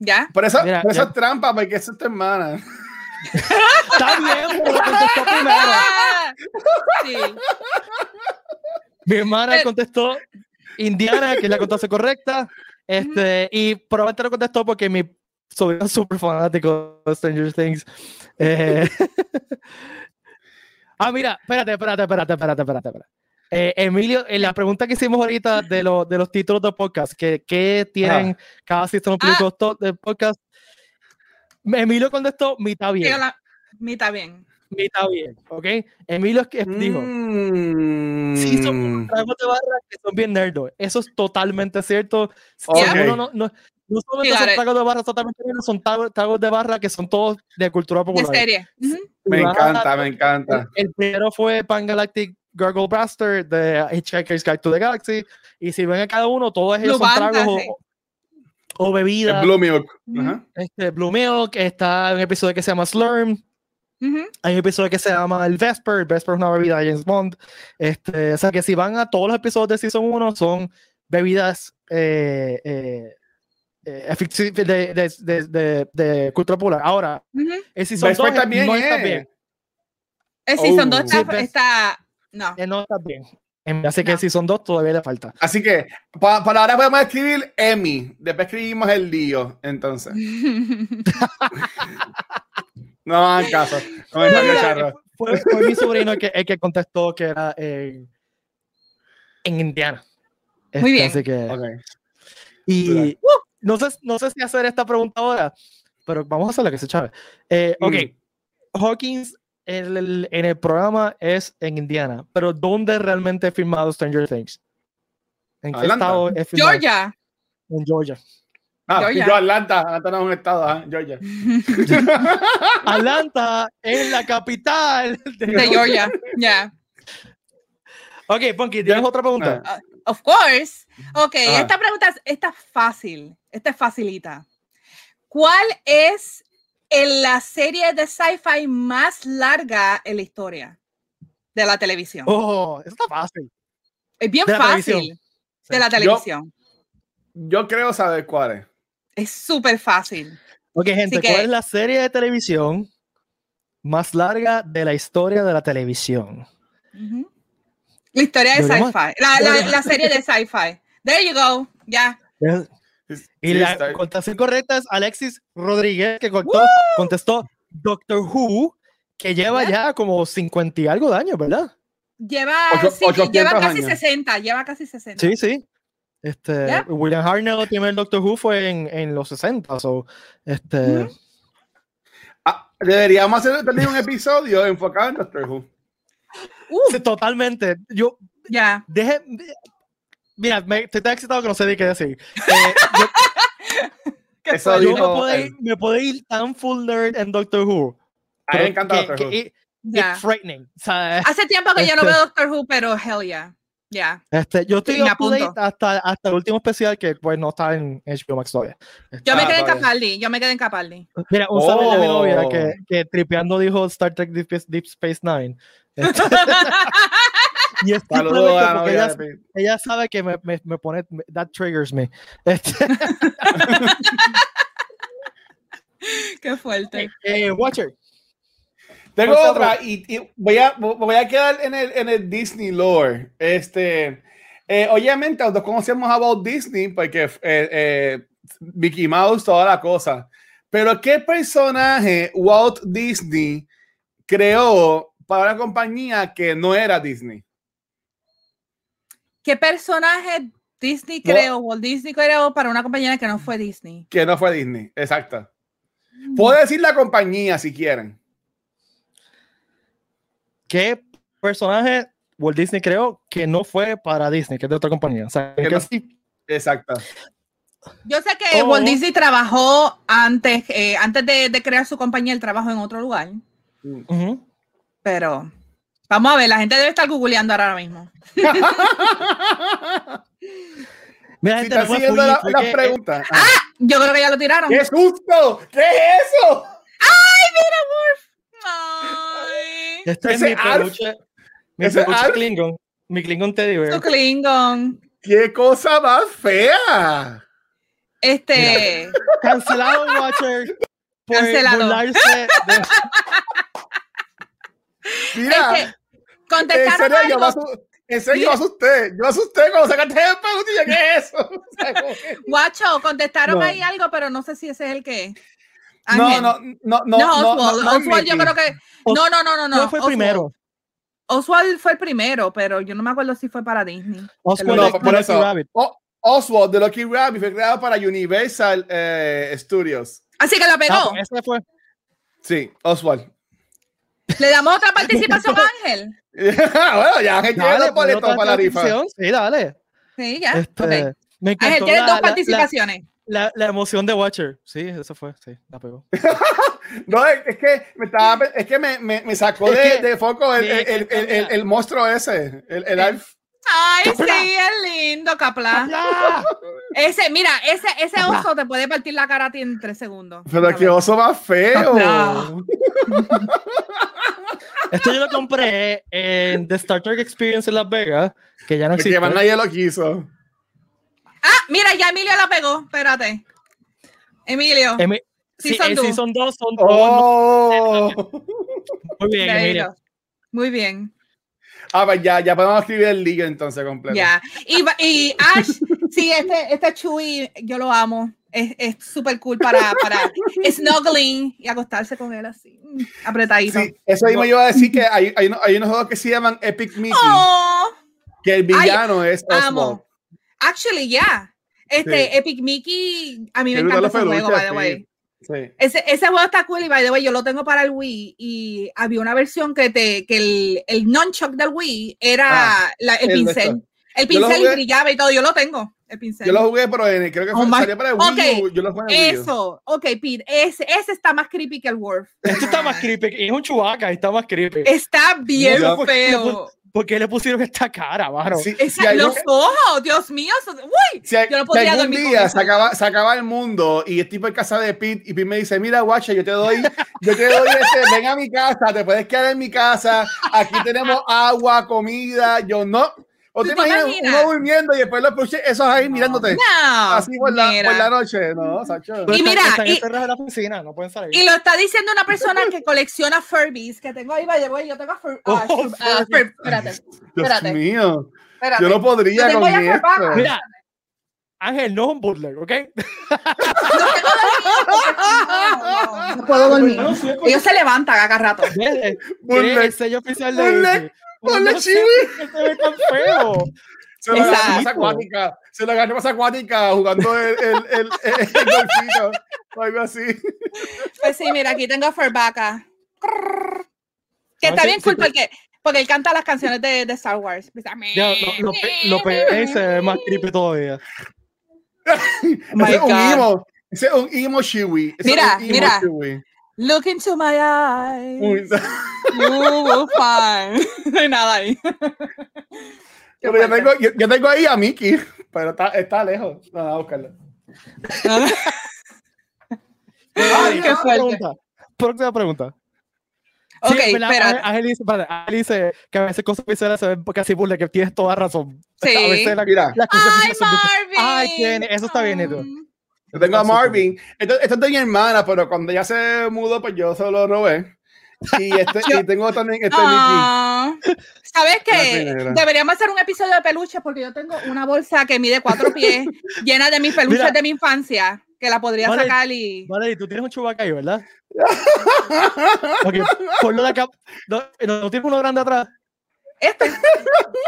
Speaker 2: Ya,
Speaker 3: Por eso,
Speaker 1: Mira,
Speaker 3: por eso
Speaker 1: ya.
Speaker 3: es trampa, porque esa es tu hermana.
Speaker 1: Está bien, pero contestó primero.
Speaker 2: ya. Ah, Sí.
Speaker 1: Mi hermana contestó Indiana, que es la contestación correcta. Este, y probablemente lo contestó porque mi sobrino es súper fanático de Stranger Things. Eh, ah, mira, espérate, espérate, espérate, espérate, espérate. espérate. Eh, Emilio, en la pregunta que hicimos ahorita de, lo- de los títulos de podcast, que, que tienen cada sistema público de podcast, Emilio contestó mitad bien,
Speaker 2: Llega la- Mitad bien.
Speaker 1: mitad bien, ¿ok? Emilio es que Este dijo,
Speaker 3: Mm.
Speaker 1: Sí, son tragos de barra que son bien nerdos. Eso es totalmente cierto. Si
Speaker 3: Ok.
Speaker 1: alguno no, no, no solamente
Speaker 2: Claro.
Speaker 1: son tragos de barra totalmente nerdos, son tra- tragos de barra que son todos de cultura
Speaker 2: De
Speaker 1: popular.
Speaker 2: serie. Ujú.
Speaker 3: Me
Speaker 1: Ujú.
Speaker 3: encanta, me encanta.
Speaker 1: El primero fue Pan Galactic Gargle Blaster de Hitchhiker's Guide to the Galaxy. Y si ven a cada uno, todos ellos
Speaker 2: Blue
Speaker 1: son
Speaker 2: Banda,
Speaker 1: tragos o-
Speaker 2: sí.
Speaker 1: o, bebidas.
Speaker 3: El
Speaker 1: Blue.
Speaker 3: Blue Milk.
Speaker 2: Ujú.
Speaker 3: Ajá.
Speaker 1: Este, Blue Milk, está un episodio que se llama Slurm.
Speaker 2: Ujú.
Speaker 1: Hay un episodio que se llama El Vesper. El Vesper es una bebida de James Bond. Este, o sea que si van a todos los episodios de Season 1, son bebidas eh, eh, eh, afici- de, de, de, de- de cultura popular. Ahora,
Speaker 2: Ujú. Eh,
Speaker 1: el Season 2
Speaker 3: Vesper también,
Speaker 1: no
Speaker 3: eh.
Speaker 1: está bien.
Speaker 2: El season
Speaker 3: Oh.
Speaker 2: 2
Speaker 1: Sí,
Speaker 2: está,
Speaker 1: ves.
Speaker 2: está- No.
Speaker 1: eh, No está bien. Em, Así que
Speaker 2: No.
Speaker 1: el Season 2 todavía le falta.
Speaker 3: Así que, pa- para ahora podemos escribir Emmy. Después escribimos el lío, entonces. No me hagan caso. No me hagan
Speaker 1: Mira,
Speaker 3: charro.
Speaker 1: Fue, fue mi sobrino el que, el que contestó que era eh, en Indiana.
Speaker 2: Muy bien.
Speaker 1: Este, Así que,
Speaker 3: Ok.
Speaker 1: Y
Speaker 3: Claro.
Speaker 1: ¡Uh! no, sé, no sé si hacer esta pregunta ahora, pero vamos a hacerla que se chave. Eh,
Speaker 3: Mm.
Speaker 1: ok, Hawkins el- el- en el programa es en Indiana, pero ¿dónde realmente es filmado Stranger Things? ¿En qué
Speaker 3: Atlanta.
Speaker 1: estado es filmado?
Speaker 2: Georgia.
Speaker 1: En Georgia.
Speaker 3: Ah,
Speaker 2: Georgia.
Speaker 3: yo Atlanta. Atlanta no es un estado, ah, Georgia.
Speaker 1: Atlanta es la capital de,
Speaker 2: De Georgia. Ya.
Speaker 1: Ok, Punky, ¿tienes otra pregunta?
Speaker 3: Ah,
Speaker 2: Of course. Ok,
Speaker 3: Ajá.
Speaker 2: esta pregunta es, esta es fácil, esta es facilita. ¿Cuál es el- la serie de sci-fi más larga en la historia de la televisión?
Speaker 1: Oh, eso está fácil.
Speaker 2: es bien
Speaker 1: de la
Speaker 2: fácil
Speaker 1: televisión.
Speaker 2: de la
Speaker 3: Yo-
Speaker 2: televisión.
Speaker 3: Yo creo saber cuál es.
Speaker 2: Es súper fácil.
Speaker 1: Ok, gente,
Speaker 2: que-
Speaker 1: ¿cuál es la serie de televisión más larga de la historia de la televisión?
Speaker 2: Ujú. La historia de
Speaker 1: Deberíamos-
Speaker 2: sci-fi. La, la- la serie de sci-fi. There you go. Ya.
Speaker 1: Es- Y
Speaker 3: Sí,
Speaker 1: la
Speaker 3: está-
Speaker 1: contestación correcta es Alexis Rodríguez, que contó- contestó Doctor Who, que lleva
Speaker 2: ¿Ya?
Speaker 1: ya como 50 y algo de años, ¿verdad?
Speaker 2: Lleva,
Speaker 3: Ocho-
Speaker 2: sí, lleva
Speaker 3: 800
Speaker 2: casi
Speaker 3: años.
Speaker 2: 60. Lleva casi 60.
Speaker 1: Sí, sí. Este,
Speaker 2: ¿Ya?
Speaker 1: William Hartnell, el primer Doctor Who, fue en, en los 60. So, este,
Speaker 2: Ujú.
Speaker 3: Ah, deberíamos hacer también un episodio enfocado en Doctor Who.
Speaker 2: Uh,
Speaker 1: sí, Totalmente. Yo,
Speaker 2: ya.
Speaker 1: deje. Mira, me, estoy tan excitado que no sé ni qué decir. Eh, yo- yo,
Speaker 3: Eso
Speaker 1: me,
Speaker 3: dijo
Speaker 1: puedo
Speaker 3: él.
Speaker 1: ir, me puedo ir tan full nerd en Doctor Who.
Speaker 3: A mí
Speaker 1: pero
Speaker 3: me encanta
Speaker 1: que-
Speaker 3: Doctor
Speaker 1: que
Speaker 3: Who.
Speaker 1: it-
Speaker 2: ya.
Speaker 1: It's frightening. O sea,
Speaker 2: Hace tiempo que yo no
Speaker 1: Este-
Speaker 2: veo Doctor Who, pero hell yeah. Ya.
Speaker 1: Este, yo estoy
Speaker 2: Sí, me
Speaker 1: up to date
Speaker 2: apunto.
Speaker 1: hasta, hasta el último especial que pues no está en HBO Max todavía.
Speaker 2: Yo me
Speaker 3: Ah,
Speaker 2: quedé en
Speaker 3: está bien.
Speaker 2: Capaldi, yo me quedé en Capaldi.
Speaker 1: Mira, un saludo de mi novia que,
Speaker 3: Oh.
Speaker 1: que tripeando dijo Star Trek Deep, Deep Space Nine. Este, y es
Speaker 3: Saludos
Speaker 1: simplemente
Speaker 3: a la
Speaker 1: porque
Speaker 3: novia
Speaker 1: ella,
Speaker 3: de Pi-
Speaker 1: ella sabe que me, me, me pone, me- that triggers me. Este,
Speaker 2: Qué fuerte.
Speaker 1: eh, Watcher,
Speaker 3: Tengo
Speaker 1: Por favor.
Speaker 3: otra y, y voy, a, voy a quedar en el, en el Disney lore. Este, eh, obviamente, nosotros conocemos a Walt Disney porque eh, eh, Mickey Mouse, toda la cosa. Pero, ¿qué personaje Walt Disney creó para una compañía que no era Disney?
Speaker 2: ¿Qué personaje Disney
Speaker 3: No.
Speaker 2: creó, Walt Disney creó para una compañía que no fue Disney?
Speaker 3: Que no fue Disney, exacto. Puedo decir la compañía si quieren.
Speaker 1: ¿qué personaje Walt Disney creó que no fue para Disney, que es de otra compañía? O sea,
Speaker 3: Que
Speaker 1: que
Speaker 3: no-
Speaker 1: sí.
Speaker 3: Exacto.
Speaker 2: Yo sé que
Speaker 1: Oh.
Speaker 2: Walt Disney trabajó antes, eh, antes de, de crear su compañía, él trabajó en otro lugar,
Speaker 1: Ujú.
Speaker 2: pero vamos a ver, la gente debe estar googleando ahora mismo.
Speaker 1: Mira,
Speaker 3: si
Speaker 1: gente, no
Speaker 3: están
Speaker 1: fue
Speaker 3: siguiendo
Speaker 1: Fuji,
Speaker 3: la-
Speaker 1: fue
Speaker 3: las
Speaker 1: que-
Speaker 3: preguntas.
Speaker 2: Ah. Yo creo que ya lo tiraron.
Speaker 3: ¡Qué es justo! ¿Qué es eso?
Speaker 2: Ay.
Speaker 1: Este es
Speaker 3: Ese
Speaker 1: mi
Speaker 3: Alf.
Speaker 1: este peluche. Mi
Speaker 3: Ese
Speaker 1: peluche
Speaker 3: Alf.
Speaker 1: Klingon. Mi Klingon Teddy
Speaker 2: Su
Speaker 1: Bear.
Speaker 2: Klingon.
Speaker 3: ¡Qué cosa más fea!
Speaker 2: Este.
Speaker 1: Cancelado, Watcher. Por
Speaker 2: Cancelado.
Speaker 1: burlarse de-
Speaker 3: Mira,
Speaker 2: Es
Speaker 3: en
Speaker 2: Contestaron
Speaker 3: serio, yo me
Speaker 2: algo.
Speaker 3: asu- en serio, yo me asusté. Yo me asusté cuando sacaste el peluche y yo, ¿qué es eso? O sea, como que-
Speaker 2: Guacho, contestaron
Speaker 1: No.
Speaker 2: ahí algo, pero no sé si ese es el que.
Speaker 3: No,
Speaker 2: Ángel.
Speaker 3: no, no, no.
Speaker 2: No,
Speaker 3: no,
Speaker 2: Oswald.
Speaker 3: no, no es
Speaker 2: Oswald, yo
Speaker 3: Mickey.
Speaker 2: creo que.
Speaker 1: Os-
Speaker 2: No, no, no, no. no.
Speaker 1: ¿Cuál fue el
Speaker 2: Oswald.
Speaker 1: primero?
Speaker 2: Oswald fue el primero, pero yo no me acuerdo si fue para Disney.
Speaker 1: Oswald
Speaker 2: No,
Speaker 1: X
Speaker 3: por
Speaker 1: Lucky
Speaker 3: eso.
Speaker 1: Rabbit.
Speaker 3: O- Oswald de Lucky Rabbit fue creado para Universal eh, Studios.
Speaker 2: Así que la
Speaker 1: Ah,
Speaker 2: pegó.
Speaker 1: pues ese fue.
Speaker 3: Sí, Oswald.
Speaker 2: Le damos otra participación a Ángel.
Speaker 3: bueno, ya que tiene los
Speaker 1: Dale, ponle
Speaker 3: boletos
Speaker 1: otra
Speaker 3: para la rifa.
Speaker 1: transmisión. Sí, dale.
Speaker 2: Sí, ya.
Speaker 1: Este,
Speaker 2: Ah, ok.
Speaker 1: Me
Speaker 2: Ángel,
Speaker 1: encantó
Speaker 2: tienes
Speaker 1: la-
Speaker 2: dos
Speaker 1: la- la-
Speaker 2: participaciones.
Speaker 1: La, la emoción de Watcher. Sí, esa fue. Sí, la pegó.
Speaker 3: No, es es que me, estaba, es que me, me, me sacó
Speaker 1: Es
Speaker 3: de,
Speaker 1: que-
Speaker 3: de foco el,
Speaker 1: sí,
Speaker 3: el, el, el, el- el monstruo ese, el, el alf.
Speaker 2: Ay,
Speaker 1: Capla.
Speaker 2: sí, es lindo, Capla. Ese, mira, ese, ese
Speaker 1: Capla.
Speaker 2: oso te puede partir la cara a ti en tres segundos. Ah,
Speaker 3: Pero qué oso más feo.
Speaker 2: No.
Speaker 1: Esto yo lo compré en The Star Trek Experience en Las Vegas, que ya no
Speaker 3: Porque
Speaker 1: existe.
Speaker 3: más nadie lo quiso.
Speaker 2: Ah, mira, ya Emilio la pegó. Espérate. Emilio.
Speaker 1: Emi- sí,
Speaker 2: Season
Speaker 1: en
Speaker 2: two.
Speaker 1: Season 2 son todos.
Speaker 3: Oh.
Speaker 1: Muy bien,
Speaker 2: There you
Speaker 1: Emilia.
Speaker 2: go. Muy bien.
Speaker 3: Ah, pues ya, ya podemos escribir el lío entonces completo.
Speaker 2: Ya. Y, va- y Ash, sí, este, este Chuy, yo lo amo. Es es súper cool para, para snuggling y acostarse con él así, mm, apretadito.
Speaker 3: Sí, eso mismo yo iba a decir que hay, hay, uno- hay unos juegos que se llaman Epic Mickey,
Speaker 2: ¡Oh!
Speaker 3: que el villano es Oswald.
Speaker 2: Amo. Actually, ya. Este
Speaker 3: Sí.
Speaker 2: Epic Mickey, a mí me
Speaker 3: Que brutal
Speaker 2: encanta
Speaker 3: los
Speaker 2: ese juego, by
Speaker 3: peluches,
Speaker 2: the
Speaker 3: sí.
Speaker 2: way.
Speaker 3: Sí.
Speaker 2: Ese, ese juego está cool y by the way, yo lo tengo para el Wii y había una versión que te que el, el nunchuck del Wii era
Speaker 3: Ah,
Speaker 2: la- el
Speaker 3: el de
Speaker 2: pincel. El
Speaker 3: Yo lo
Speaker 2: pincel y
Speaker 3: jugué-
Speaker 2: brillaba y todo, yo lo tengo, el pincel.
Speaker 3: Yo lo jugué, pero en, creo que fue,
Speaker 2: Oh my-
Speaker 3: salió para el Wii
Speaker 2: Ok,
Speaker 3: U, Yo lo jugué en el Wii U.
Speaker 2: Eso, ok, Pete, ese, ese está más creepy que el Worf.
Speaker 1: Esto está más creepy. Es un chubaca, está más creepy.
Speaker 2: Está bien
Speaker 3: Yo-
Speaker 2: feo.
Speaker 1: ¿Por qué le pusieron esta cara, mano?
Speaker 3: Si, si
Speaker 2: Esa-
Speaker 3: algún-
Speaker 2: los ojos, Dios mío. son- ¡Uy!
Speaker 3: si al-
Speaker 2: yo no
Speaker 3: si
Speaker 2: podría
Speaker 3: algún
Speaker 2: dormir con
Speaker 3: día
Speaker 2: eso.
Speaker 3: se acaba, se acaba el mundo y estoy por casa de Pete y Pete me dice, mira, guacha, yo te doy, yo te doy este, ven a mi casa, te puedes quedar en mi casa, aquí tenemos agua, comida, yo no. ¿O
Speaker 2: ¿Tú
Speaker 3: te
Speaker 2: te
Speaker 3: imaginas
Speaker 2: imaginas?
Speaker 3: uno durmiendo y después lo escuché, esos ahí mirándote?
Speaker 2: No,
Speaker 3: Así por la, por
Speaker 2: mira.
Speaker 3: la noche, ¿no, Sacho?
Speaker 1: Pero
Speaker 2: Y
Speaker 1: están-
Speaker 2: mira,
Speaker 1: están
Speaker 2: y-
Speaker 1: encerrados en la piscina, no pueden salir.
Speaker 2: Y lo está diciendo una persona que colecciona Furbies, que tengo ahí, vaya, voy, yo tengo a Fur- a
Speaker 1: Oh,
Speaker 2: Fur- a Fur- espérate,
Speaker 3: Dios
Speaker 2: espérate.
Speaker 3: mío.
Speaker 2: espérate.
Speaker 3: Yo no podría
Speaker 2: Yo te
Speaker 3: con
Speaker 2: voy a
Speaker 3: esto.
Speaker 2: preparar.
Speaker 1: Mira, Ángel no es un burler, ¿ok?
Speaker 2: No tengo dormido, no, no, no puedo dormir.
Speaker 1: Pues No, sí, es porque-
Speaker 2: Ellos se levantan a cada rato.
Speaker 1: Ve, eh,
Speaker 3: Burler.
Speaker 1: tiene el sello oficial de
Speaker 3: Burler,
Speaker 1: Disney. Pues
Speaker 3: burler,
Speaker 1: No sé
Speaker 3: chibi.
Speaker 1: por qué se ve tan feo.
Speaker 3: Se lo agarró
Speaker 2: Exacto.
Speaker 3: más acuática. Se lo agarró más acuática jugando el, el, el, el, el golfito o algo así.
Speaker 2: Pues sí, mira, aquí tengo a Furbaca. Que
Speaker 1: No,
Speaker 2: está
Speaker 1: sí,
Speaker 2: bien
Speaker 1: sí,
Speaker 2: cool
Speaker 1: pero-
Speaker 2: porque, porque él canta las canciones de, de Star Wars. Empieza,
Speaker 1: Ya, lo, lo, pe- lo pegué y se ve más creepy todavía.
Speaker 2: my
Speaker 3: Ese es un
Speaker 2: God.
Speaker 3: emo. Ese es un emo shiwi. Ese es
Speaker 2: Mira,
Speaker 3: un emo
Speaker 2: mira.
Speaker 3: shiwi.
Speaker 2: Look into my eyes.
Speaker 3: Uy,
Speaker 2: You will find. No hay nada ahí.
Speaker 3: Pero yo tengo, yo, yo tengo ahí a Mickey, pero está, está lejos. No, no, buscarlo.
Speaker 2: Ay, qué
Speaker 1: Próxima
Speaker 2: fuerte.
Speaker 1: pregunta. Próxima pregunta. Sí,
Speaker 2: Ok,
Speaker 1: ¿verdad? Ángel-
Speaker 2: espérate.
Speaker 1: Ángel dice, espérate, Ángel dice que a veces cosas visuales se ven casi burla, que tienes toda razón. A
Speaker 2: Sí.
Speaker 1: veces la-
Speaker 3: Mira.
Speaker 1: las cosas
Speaker 2: Ay,
Speaker 1: visuales son visuales.
Speaker 2: Marvin.
Speaker 1: Ay, tiene- eso está bien, Edu.
Speaker 2: Mm.
Speaker 3: Yo tengo a
Speaker 1: Está súper bien.
Speaker 3: Marvin. Esto, esto es de mi hermana, pero cuando ella se mudó, pues yo se lo robé. Y, este, y tengo también este Mickey.
Speaker 2: Ah, ¿Sabes qué?
Speaker 3: primera.
Speaker 2: Deberíamos hacer un episodio de peluches porque yo tengo una bolsa que mide cuatro pies llena de mis peluches
Speaker 1: Mira.
Speaker 2: de mi infancia que la podría
Speaker 1: Vale.
Speaker 2: sacar y...
Speaker 1: Vale, y tú tienes un chubaca ahí, ¿verdad? ok, ponlo la cámara. No, no, no tienes uno grande atrás.
Speaker 2: Este-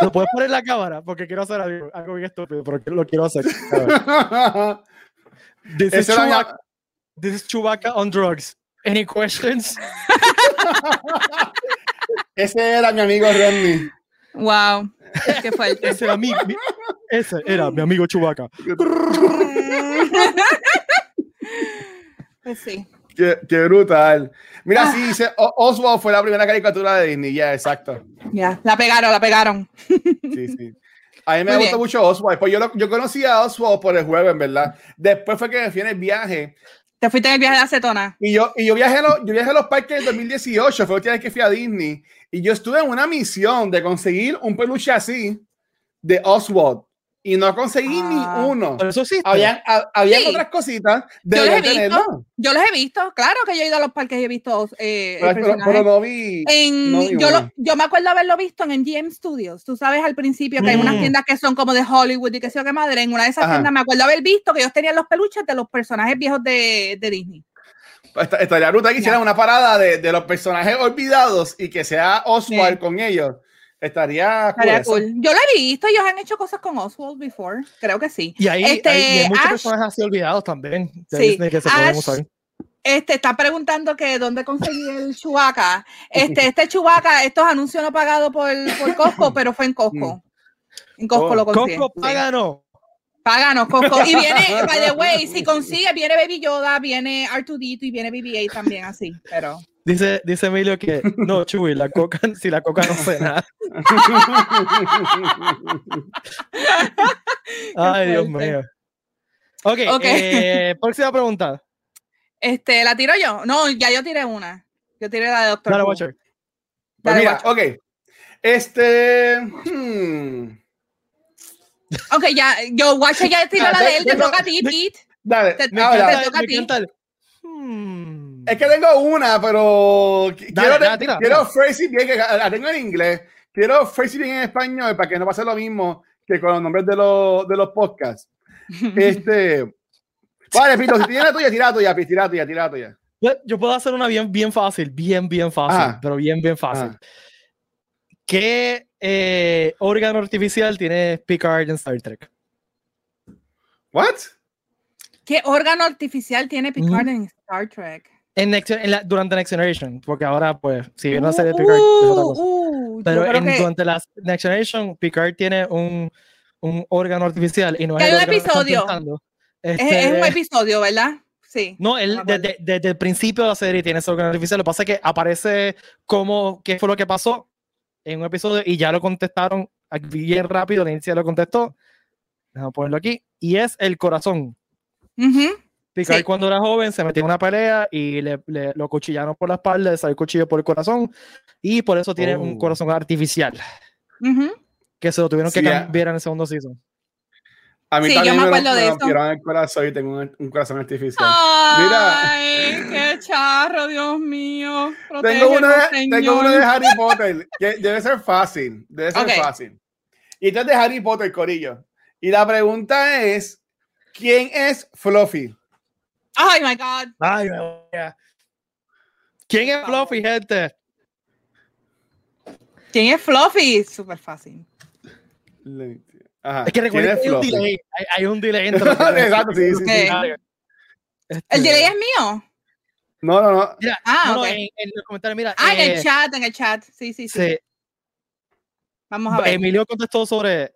Speaker 1: Lo puedes poner en la cámara porque quiero hacer algo, algo bien estúpido, pero que lo quiero hacer. A ver. This, is
Speaker 3: Ese era mi-
Speaker 1: Chewbacca, this is Chewbacca on drugs. Any questions?
Speaker 3: Ese era mi amigo Randy.
Speaker 2: Wow, qué fuerte.
Speaker 1: Ese era mi, mi- ese era mi amigo Chewbacca.
Speaker 2: pues sí.
Speaker 3: Qué, qué brutal.
Speaker 2: Ah.
Speaker 3: Mira, sí, dice "O- Oswald fue la primera caricatura de Disney. Ya, exacto.
Speaker 2: Ya, la pegaron, la pegaron.
Speaker 3: Sí, sí. A mí me
Speaker 2: Muy
Speaker 3: gusta
Speaker 2: bien.
Speaker 3: mucho Oswald. Pues yo, lo- yo conocí a Oswald por el juego, en verdad. Después fue que me fui en el viaje
Speaker 2: Te fuiste en el viaje de acetona.
Speaker 3: Y yo, y yo viajé a los, yo viajé a los parques en 2018, fue la última vez que fui a Disney. Y yo estuve en una misión de conseguir un peluche así de Oswald. Y no conseguí
Speaker 2: Ah.
Speaker 3: ni uno.
Speaker 1: Pero eso
Speaker 2: Oh,
Speaker 1: sí.
Speaker 3: Habían, ha- habían
Speaker 2: Sí.
Speaker 3: otras cositas.
Speaker 2: Yo los, he
Speaker 3: Deberían
Speaker 2: visto,
Speaker 3: tenerlo.
Speaker 2: yo los he visto, claro que yo he ido a los parques y he visto eh,
Speaker 3: Pero, pero-
Speaker 2: personajes.
Speaker 3: pero no vi.
Speaker 2: En-
Speaker 3: no vi
Speaker 2: yo, lo-
Speaker 3: uno.
Speaker 2: yo me acuerdo haberlo visto en MGM Studios. Tú sabes al principio que hay unas
Speaker 1: Mm.
Speaker 2: tiendas que son como de Hollywood y que sé yo qué madre. En una de esas
Speaker 3: Ajá.
Speaker 2: tiendas me acuerdo haber visto que ellos tenían los peluches de los personajes viejos de, de Disney.
Speaker 3: Esta- Estaría bruta que hicieran una parada de, de los personajes olvidados y que sea Oswald
Speaker 2: Sí.
Speaker 3: con ellos. Estaría cool.
Speaker 2: Estaría
Speaker 3: eso.
Speaker 2: cool. Yo lo he visto, ellos han hecho cosas con Oswald before. Creo que sí.
Speaker 1: Y ahí,
Speaker 2: Este,
Speaker 1: hay, y hay muchos
Speaker 2: Ash-
Speaker 1: personajes así olvidados también de
Speaker 2: Sí,
Speaker 1: Disney que se pueden
Speaker 2: Ash-
Speaker 1: usar.
Speaker 2: Este está preguntando que dónde conseguí el Chewbacca. Este, este Chewbacca, estos anuncios no pagados por, por Costco, pero fue en Costco. En Costco
Speaker 3: Mm. Oh,
Speaker 2: lo conseguí.
Speaker 1: Coco,
Speaker 2: sí.
Speaker 1: páganos.
Speaker 2: Páganos, Costco. Y viene, eh, by the way, si consigue, viene Baby Yoda, viene Artudito y viene BB-8 también así, pero...
Speaker 1: Dice, dice Emilio que no, Chuy, la coca, si la coca no hace nada. Ay, Dios
Speaker 2: fuerte.
Speaker 1: mío. Ok,
Speaker 2: Ok.
Speaker 1: eh, próxima pregunta.
Speaker 2: Este, ¿la tiro yo? No, ya yo tiré una. Yo tiré la de Doctor
Speaker 1: Dale,
Speaker 2: Who.
Speaker 1: Watcher.
Speaker 3: Pues
Speaker 2: Dale,
Speaker 3: mira,
Speaker 2: guacho.
Speaker 3: ok. Este. hmm,
Speaker 2: Ok, ya, yo, Watcher, ya tiré la de él, te
Speaker 3: Tengo-
Speaker 2: toca a ti,
Speaker 1: Eh,
Speaker 2: Pete.
Speaker 3: Dale,
Speaker 2: Te- me
Speaker 3: ahora,
Speaker 2: encanta. toca a
Speaker 1: me
Speaker 2: ti.
Speaker 1: encanta el- Hmm.
Speaker 3: Es que tengo una, pero. qui-
Speaker 1: Dale,
Speaker 3: quiero
Speaker 1: dale, tira,
Speaker 3: quiero
Speaker 1: tira.
Speaker 3: phrase it bien, que la la tengo en inglés. Quiero phrase it bien en español para que no pase lo mismo que con los nombres de, los de los podcasts. Este. Vale, Pito, si tienes la tuya, tira la tuya, Pito, tira la tuya, tira la tuya.
Speaker 1: Yo- Yo puedo hacer una bien, bien fácil, bien, bien fácil,
Speaker 2: Ah.
Speaker 3: Ajá.
Speaker 1: pero bien, bien fácil. ¿Qué eh, órgano artificial tiene Picard en Star Trek?
Speaker 3: ¿What?
Speaker 2: ¿Qué órgano artificial tiene Picard
Speaker 1: Ujú.
Speaker 2: en Star Trek?
Speaker 1: En Next- en la- durante Next Generation, porque ahora, pues, si bien la serie de Picard es otra
Speaker 2: Uh,
Speaker 1: cosa.
Speaker 2: uh, yo
Speaker 1: Pero
Speaker 2: creo
Speaker 1: en,
Speaker 2: que-
Speaker 1: durante la Next Generation, Picard tiene un, un órgano artificial y no es
Speaker 2: Que hay
Speaker 1: el
Speaker 2: un
Speaker 1: órgano que están
Speaker 2: episodio.
Speaker 1: pensando.
Speaker 2: es,
Speaker 1: Este,
Speaker 2: es un episodio, ¿verdad? Sí.
Speaker 1: No, él
Speaker 2: Ah, vale.
Speaker 1: desde, desde el principio de la serie tiene ese órgano artificial. Lo que pasa es que aparece como qué fue lo que pasó en un episodio y ya lo contestaron aquí bien rápido. Lindsay lo contestó. Déjame ponerlo aquí. Y es el corazón.
Speaker 2: Ujú.
Speaker 1: Picard
Speaker 2: Sí.
Speaker 1: cuando era joven se metió en una pelea y le, le- lo cuchillaron por la espalda, le salió el cuchillo por el corazón y por eso tiene un
Speaker 3: Oh.
Speaker 1: corazón artificial
Speaker 2: Ujú.
Speaker 1: que se lo tuvieron
Speaker 3: Sí,
Speaker 1: que
Speaker 3: ya.
Speaker 1: cambiar en el segundo season.
Speaker 3: A mí
Speaker 2: Sí, yo
Speaker 3: también
Speaker 2: me
Speaker 3: lo-
Speaker 2: acuerdo de eso.
Speaker 3: rompieron el corazón y tengo un, un corazón artificial.
Speaker 2: Ay, qué charro, Dios mío.
Speaker 3: Tengo uno,
Speaker 2: Protégenos,
Speaker 3: de, tengo uno
Speaker 2: Señor.
Speaker 3: de Harry Potter, que debe ser fácil, debe ser
Speaker 2: Ok.
Speaker 3: fácil. Y esto es de Harry Potter, Corillo. Y la pregunta es, ¿quién es Fluffy?
Speaker 2: Ay, my God.
Speaker 1: Ay, me voy a- ¿Quién es
Speaker 2: Vamos.
Speaker 1: Fluffy, gente?
Speaker 2: ¿Quién es Fluffy? Súper fácil.
Speaker 3: Ajá.
Speaker 1: Es que
Speaker 3: ¿quién
Speaker 1: recuerden
Speaker 3: es
Speaker 1: que hay un
Speaker 3: Fluffy?
Speaker 1: delay. Hay, hay un delay entre lo que tiene-
Speaker 3: Exacto, sí, sí, sí.
Speaker 2: Ok.
Speaker 1: Claro. Este,
Speaker 2: ¿El delay es mío?
Speaker 3: No, no, no.
Speaker 1: mira,
Speaker 2: Ah,
Speaker 1: no, no,
Speaker 2: ok.
Speaker 1: en, en los comentarios, mira.
Speaker 2: Ah, en
Speaker 1: eh,
Speaker 2: el chat, en el chat. Sí, sí, sí.
Speaker 1: se-
Speaker 2: Vamos a ver.
Speaker 1: Emilio contestó sobre.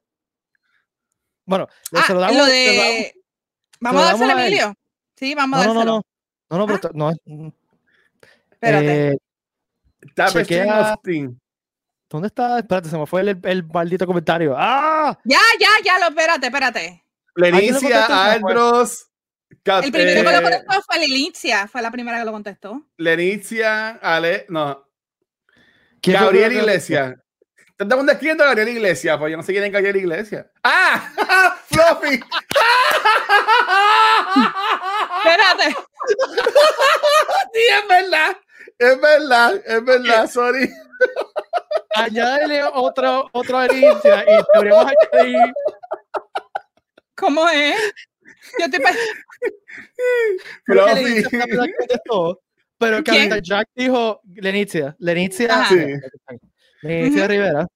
Speaker 1: Bueno, le-
Speaker 2: Ah,
Speaker 1: se lo damos.
Speaker 2: lo
Speaker 1: se lo damos-
Speaker 2: de... Vamos
Speaker 1: se
Speaker 2: a
Speaker 1: lo damos
Speaker 2: dárselo a
Speaker 1: a él.
Speaker 2: Emilio. Sí, vamos a
Speaker 1: No,
Speaker 2: dárselo.
Speaker 1: no, no, no. No, no, pero esto- no, mm,
Speaker 2: Ah. Espérate.
Speaker 1: eh,
Speaker 3: Tapestry
Speaker 1: Chequea.
Speaker 3: of Teen.
Speaker 1: ¿Dónde está? Espérate, se me fue el, el maldito comentario. ¡Ah!
Speaker 2: Ya, ya, ya, lo, espérate, espérate.
Speaker 1: Alguien lo contestó,
Speaker 3: Lenicia,
Speaker 1: se me fue.
Speaker 3: Aldros, Cat-
Speaker 2: El primero que lo
Speaker 3: eh,
Speaker 2: contestó fue Lilicia, fue la primera que lo contestó.
Speaker 3: Lenicia, Ale, no,
Speaker 1: ¿Quién fue el
Speaker 3: Gabriel
Speaker 1: primero que-
Speaker 3: Iglesias. Te estamos describiendo a Gabriel Iglesias, pues yo no sé quién es Gabriel Iglesias. ¡Ah! ¡Fluffy!
Speaker 1: Ah.
Speaker 2: Espérate.
Speaker 3: Sí, es verdad. Es verdad, es verdad, sorry.
Speaker 1: Añádele otro, otro a Alicia y deberíamos añadir.
Speaker 2: ¿Cómo es? Yo estoy pe-
Speaker 1: creo que
Speaker 3: Fluffy.
Speaker 1: Lenicia fue la que contestó, Pero que
Speaker 2: ¿Quién?
Speaker 1: hasta Jack dijo Lenicia. Lenicia.
Speaker 2: Ajá.
Speaker 3: Sí.
Speaker 1: Lenicia
Speaker 2: Ujú.
Speaker 1: Rivera.
Speaker 2: Sí,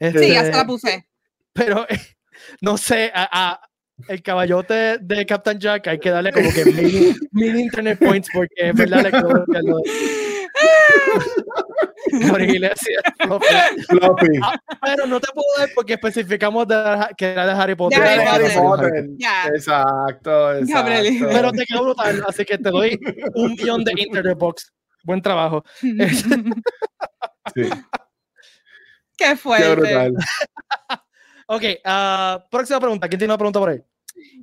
Speaker 1: Este,
Speaker 2: ya se la puse.
Speaker 1: pero no sé, a, a- el caballote de Captain Jack hay que darle como que mil, mil internet points porque es verdad le creo que lo Gabriel Iglesias, no, pero-
Speaker 3: Fluffy.
Speaker 1: Pero no te puedo dar porque especificamos de- que era de Harry Potter.
Speaker 2: De
Speaker 3: Era de
Speaker 2: Harry
Speaker 3: Harry
Speaker 2: Potter.
Speaker 3: Potter.
Speaker 1: Eh.
Speaker 2: Ya.
Speaker 3: Exacto,
Speaker 2: Gabriel
Speaker 3: exacto.
Speaker 1: Pero te quedó brutal, así que te doy un millón de internet box. Buen trabajo.
Speaker 3: Sí,
Speaker 2: Qué
Speaker 3: qué
Speaker 2: fuerte.
Speaker 3: brutal.
Speaker 1: Ok, ah, próxima pregunta. ¿Quién tiene una pregunta por ahí?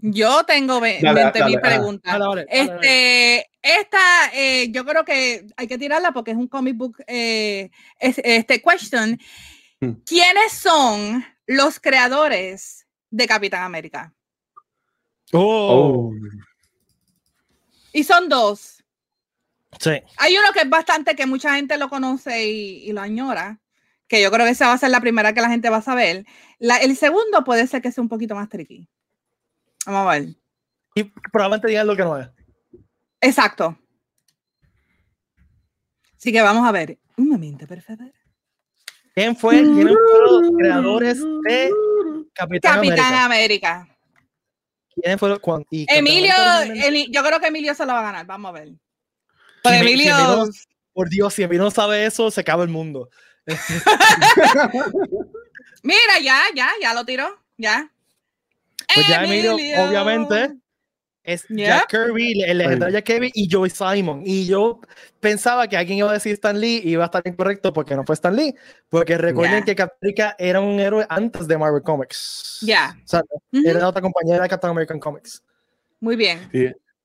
Speaker 2: Yo tengo ve-
Speaker 3: Dale,
Speaker 2: 20 mil
Speaker 3: dale, ah.
Speaker 2: preguntas.
Speaker 1: Dale, dale, dale, dale.
Speaker 2: Este, esta, eh, yo creo que hay que tirarla porque es un comic book, eh, es- este question.
Speaker 3: Hmm.
Speaker 2: ¿Quiénes son los creadores de Capitán América?
Speaker 1: Oh.
Speaker 2: Y son dos.
Speaker 1: Sí.
Speaker 2: Hay uno que es bastante que mucha gente lo conoce y, y lo añora, que yo creo que esa va a ser la primera que la gente va a saber. La- el segundo puede ser que sea un poquito más tricky. Vamos a ver.
Speaker 1: Y probablemente digan lo que no es.
Speaker 2: Exacto. Así que vamos a ver. Un momento, por favor.
Speaker 1: ¿Quién fue? ¿Quiénes fueron los creadores de Capitán,
Speaker 2: Mm. Capitán
Speaker 1: América?
Speaker 2: América.
Speaker 1: ¿Quiénes fueron? cuán- y Capitán
Speaker 2: Emilio,
Speaker 1: América originalmente-
Speaker 2: Eli- yo creo que Emilio se lo va a ganar. Vamos a ver.
Speaker 1: Pues
Speaker 2: Pero
Speaker 1: Si me- si
Speaker 2: Emilio,
Speaker 1: me no- por Dios, si Emilio no sabe eso, se acaba el mundo.
Speaker 2: mira, ya, ya, ya lo tiró. Ya.
Speaker 1: Pues ya Emilio, obviamente, es
Speaker 2: Yeah.
Speaker 1: Jack Kirby, el legendario Jack Kirby y Joey Simon. Y yo pensaba que alguien iba a decir Stan Lee y iba a estar incorrecto porque no fue Stan Lee. Porque recuerden que
Speaker 2: Yeah.
Speaker 1: Capitán América era un héroe antes de Marvel Comics.
Speaker 2: Yeah.
Speaker 1: O sea,
Speaker 2: Ujú,
Speaker 1: era otra compañera de Captain American Comics.
Speaker 2: Muy bien.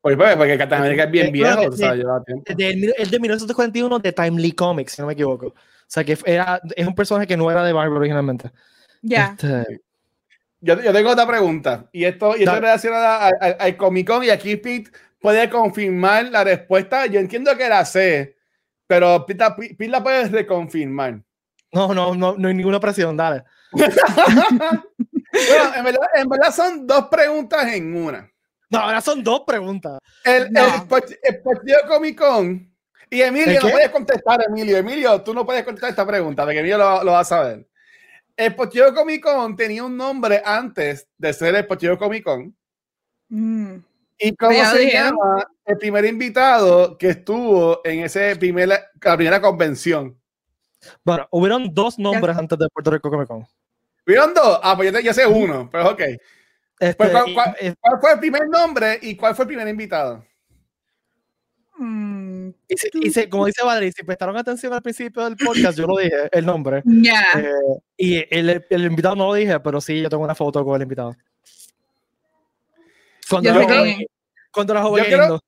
Speaker 3: Oye, pues, porque Capitán América es bien
Speaker 1: Sí, claro
Speaker 3: viejo,
Speaker 1: que
Speaker 3: o sea,
Speaker 1: sí.
Speaker 3: lleva tiempo.
Speaker 1: El de, el de 1941 de Timely Comics, si no me equivoco. O sea, que era, es un personaje que no era de Marvel originalmente.
Speaker 2: Ya.
Speaker 1: Este,
Speaker 3: Yo, yo tengo otra pregunta, y esto, y esto
Speaker 1: Dale.
Speaker 3: relaciona al Comic Con, y aquí Pete puede confirmar la respuesta. Yo entiendo que la sé, pero Pete, la- Pete la puede reconfirmar.
Speaker 1: no, no, no, no hay ninguna presión, dale.
Speaker 3: bueno, en verdad, en verdad son dos preguntas en una.
Speaker 1: No, ahora son dos preguntas.
Speaker 3: El,
Speaker 2: No.
Speaker 3: el pa- el partido Comic Con. Y Emilio,
Speaker 1: ¿El
Speaker 3: no
Speaker 1: qué?
Speaker 3: puedes contestar, Emilio. Emilio, tú no puedes contestar esta pregunta, porque Emilio lo, lo va a saber. El partido Comic Con tenía un nombre antes de ser el partido Comic Con.
Speaker 2: Mm.
Speaker 3: ¿Y cómo
Speaker 2: Ya lo
Speaker 3: se
Speaker 2: dijeron.
Speaker 3: llama el primer invitado que estuvo en ese primer, la primera convención?
Speaker 1: Bueno, hubieron dos nombres antes de Puerto Rico Comic Con.
Speaker 3: ¿Vieron dos? Ah, pues yo, te- yo sé uno, pero ok.
Speaker 1: Este,
Speaker 3: Pues, ¿cuál-
Speaker 1: y-
Speaker 3: cuál-
Speaker 1: es-
Speaker 3: ¿Cuál fue el primer nombre y cuál fue el primer invitado?
Speaker 2: Mm,
Speaker 1: y si- y si- como dice Valerie, si prestaron atención al principio del podcast, yo lo dije, el nombre.
Speaker 2: Ya.
Speaker 1: Eh, y el, el invitado no lo dije, pero sí, yo tengo una foto con el invitado. Cuando
Speaker 2: Yo
Speaker 1: era
Speaker 3: creo-
Speaker 1: joven, cuando era joven
Speaker 3: yo creo-
Speaker 1: lindo.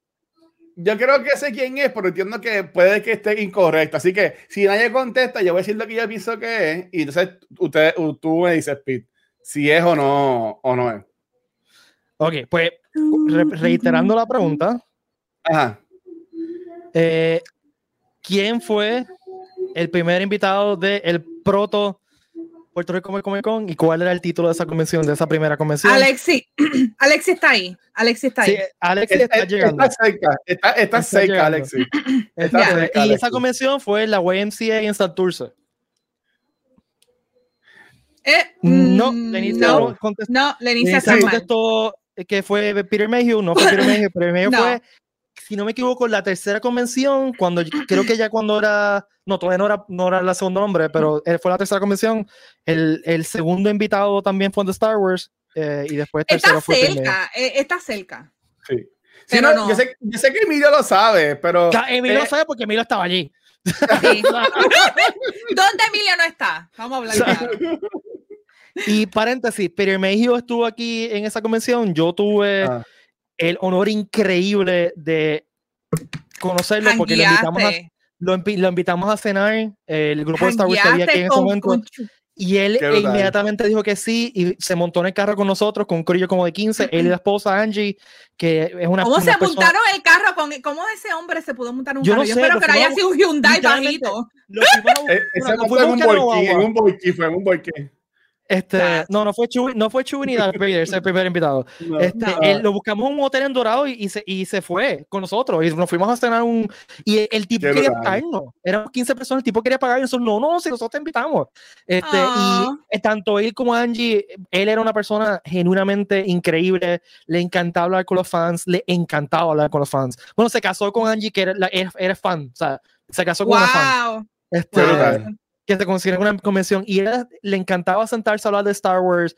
Speaker 3: Yo creo que sé quién es, pero entiendo que puede que esté incorrecto. Así que si nadie contesta, yo voy a decir lo que yo pienso que es. Y entonces usted, u- tú me dices, Pete, si es o no, o no es.
Speaker 1: Ok, pues re- reiterando la pregunta,
Speaker 3: Ajá.
Speaker 1: eh, ¿quién fue el primer invitado del proto Puerto Rico Comic Con y cuál era el título de esa convención, de esa primera convención?
Speaker 2: Mm, Alexi, Alexi está ahí. Alexi está ahí.
Speaker 1: Sí, Alexis
Speaker 3: Está,
Speaker 1: está llegando.
Speaker 3: está cerca, está, está
Speaker 1: Está
Speaker 3: cerca,
Speaker 1: llegando.
Speaker 3: Alexis.
Speaker 1: Está
Speaker 2: Ya.
Speaker 1: cerca, y
Speaker 3: Alexis.
Speaker 1: esa convención fue la YMCA en Santurce.
Speaker 2: Eh,
Speaker 1: No,
Speaker 2: mm,
Speaker 1: Denise
Speaker 2: no,
Speaker 1: no contestó,
Speaker 2: no, Lenicia
Speaker 1: Denise
Speaker 2: está
Speaker 1: no
Speaker 2: mal.
Speaker 1: contestó eh, que fue Peter Mayhew, no fue Peter Mayhew, Peter Mayhew
Speaker 2: No.
Speaker 1: fue, si no me equivoco, la tercera convención, cuando creo que ya cuando era, no, todavía no era, no era el segundo nombre, pero eh, fue la tercera convención, el, el segundo invitado también fue de Star Wars, eh, y después tercero
Speaker 2: Está
Speaker 1: fue Peter Mayhew.
Speaker 2: cerca, eh, está cerca.
Speaker 3: Sí. Sí,
Speaker 2: Pero
Speaker 3: no,
Speaker 2: no.
Speaker 3: Yo, sé, yo sé que Emilio lo sabe, pero.
Speaker 1: Ya, Emilio
Speaker 3: eh,
Speaker 1: sabe porque Emilio estaba allí.
Speaker 2: Sí. ¿Dónde Emilio no está? Vamos a hablar claro.
Speaker 1: Y paréntesis, Peter Mayhew estuvo aquí en esa convención. Yo tuve
Speaker 3: Ah.
Speaker 1: el honor increíble de conocerlo porque lo invitamos, a,
Speaker 2: Jangueaste,
Speaker 1: lo, invi- lo invitamos a cenar, el grupo de Star Wars que había aquí en ese
Speaker 2: jangueaste con-
Speaker 1: momento.
Speaker 2: con Chu-
Speaker 1: Y él e
Speaker 3: Qué brutal.
Speaker 1: inmediatamente dijo que sí y se montó en el carro con nosotros, con un corillo como de 15, él y la esposa Angie, que es una...
Speaker 2: ¿Cómo
Speaker 1: una
Speaker 2: se
Speaker 1: persona-
Speaker 2: montaron el carro? Con, e-, ¿Cómo ese hombre se pudo montar un
Speaker 1: Yo no
Speaker 2: carro? Yo
Speaker 1: sé,
Speaker 2: espero
Speaker 1: lo
Speaker 2: que no
Speaker 1: fuimos
Speaker 2: haya
Speaker 1: a
Speaker 2: sido un Hyundai
Speaker 1: literalmente,
Speaker 2: bajito.
Speaker 1: lo fuimos a
Speaker 3: eh,
Speaker 1: buscar-
Speaker 3: ese
Speaker 1: nos
Speaker 3: fue
Speaker 1: fuimos
Speaker 3: en un
Speaker 1: a buscar en
Speaker 3: boiquín, en
Speaker 1: Guagua.
Speaker 3: un boiquín, fue en un boiquín.
Speaker 1: Este,
Speaker 2: Ah.
Speaker 1: no, no fue Chewie, no fue Chewie ni Darth Vader, ese es el primer invitado.
Speaker 3: No.
Speaker 1: Este,
Speaker 2: No.
Speaker 1: él- lo buscamos en un hotel en Dorado y, y se, y se fue con nosotros. Y nos fuimos a cenar un. Y el, el tipo
Speaker 3: Qué
Speaker 1: quería
Speaker 3: brutal.
Speaker 1: pagarnos. Éramos 15 personas, el tipo quería pagar. Y nosotros, no, no, si nosotros te invitamos. Este, y
Speaker 2: Ah.
Speaker 1: eh, tanto él como Angie, él era una persona genuinamente increíble. Le encantaba hablar con los fans, le encantaba hablar con los fans. Bueno, se casó con Angie, que era, la- era- era fan, o sea, se casó con una fan.
Speaker 2: ¡Wow!
Speaker 1: Este,
Speaker 3: Qué brutal.
Speaker 1: que se consiguió en una convención y era- le encantaba sentarse a hablar de Star Wars,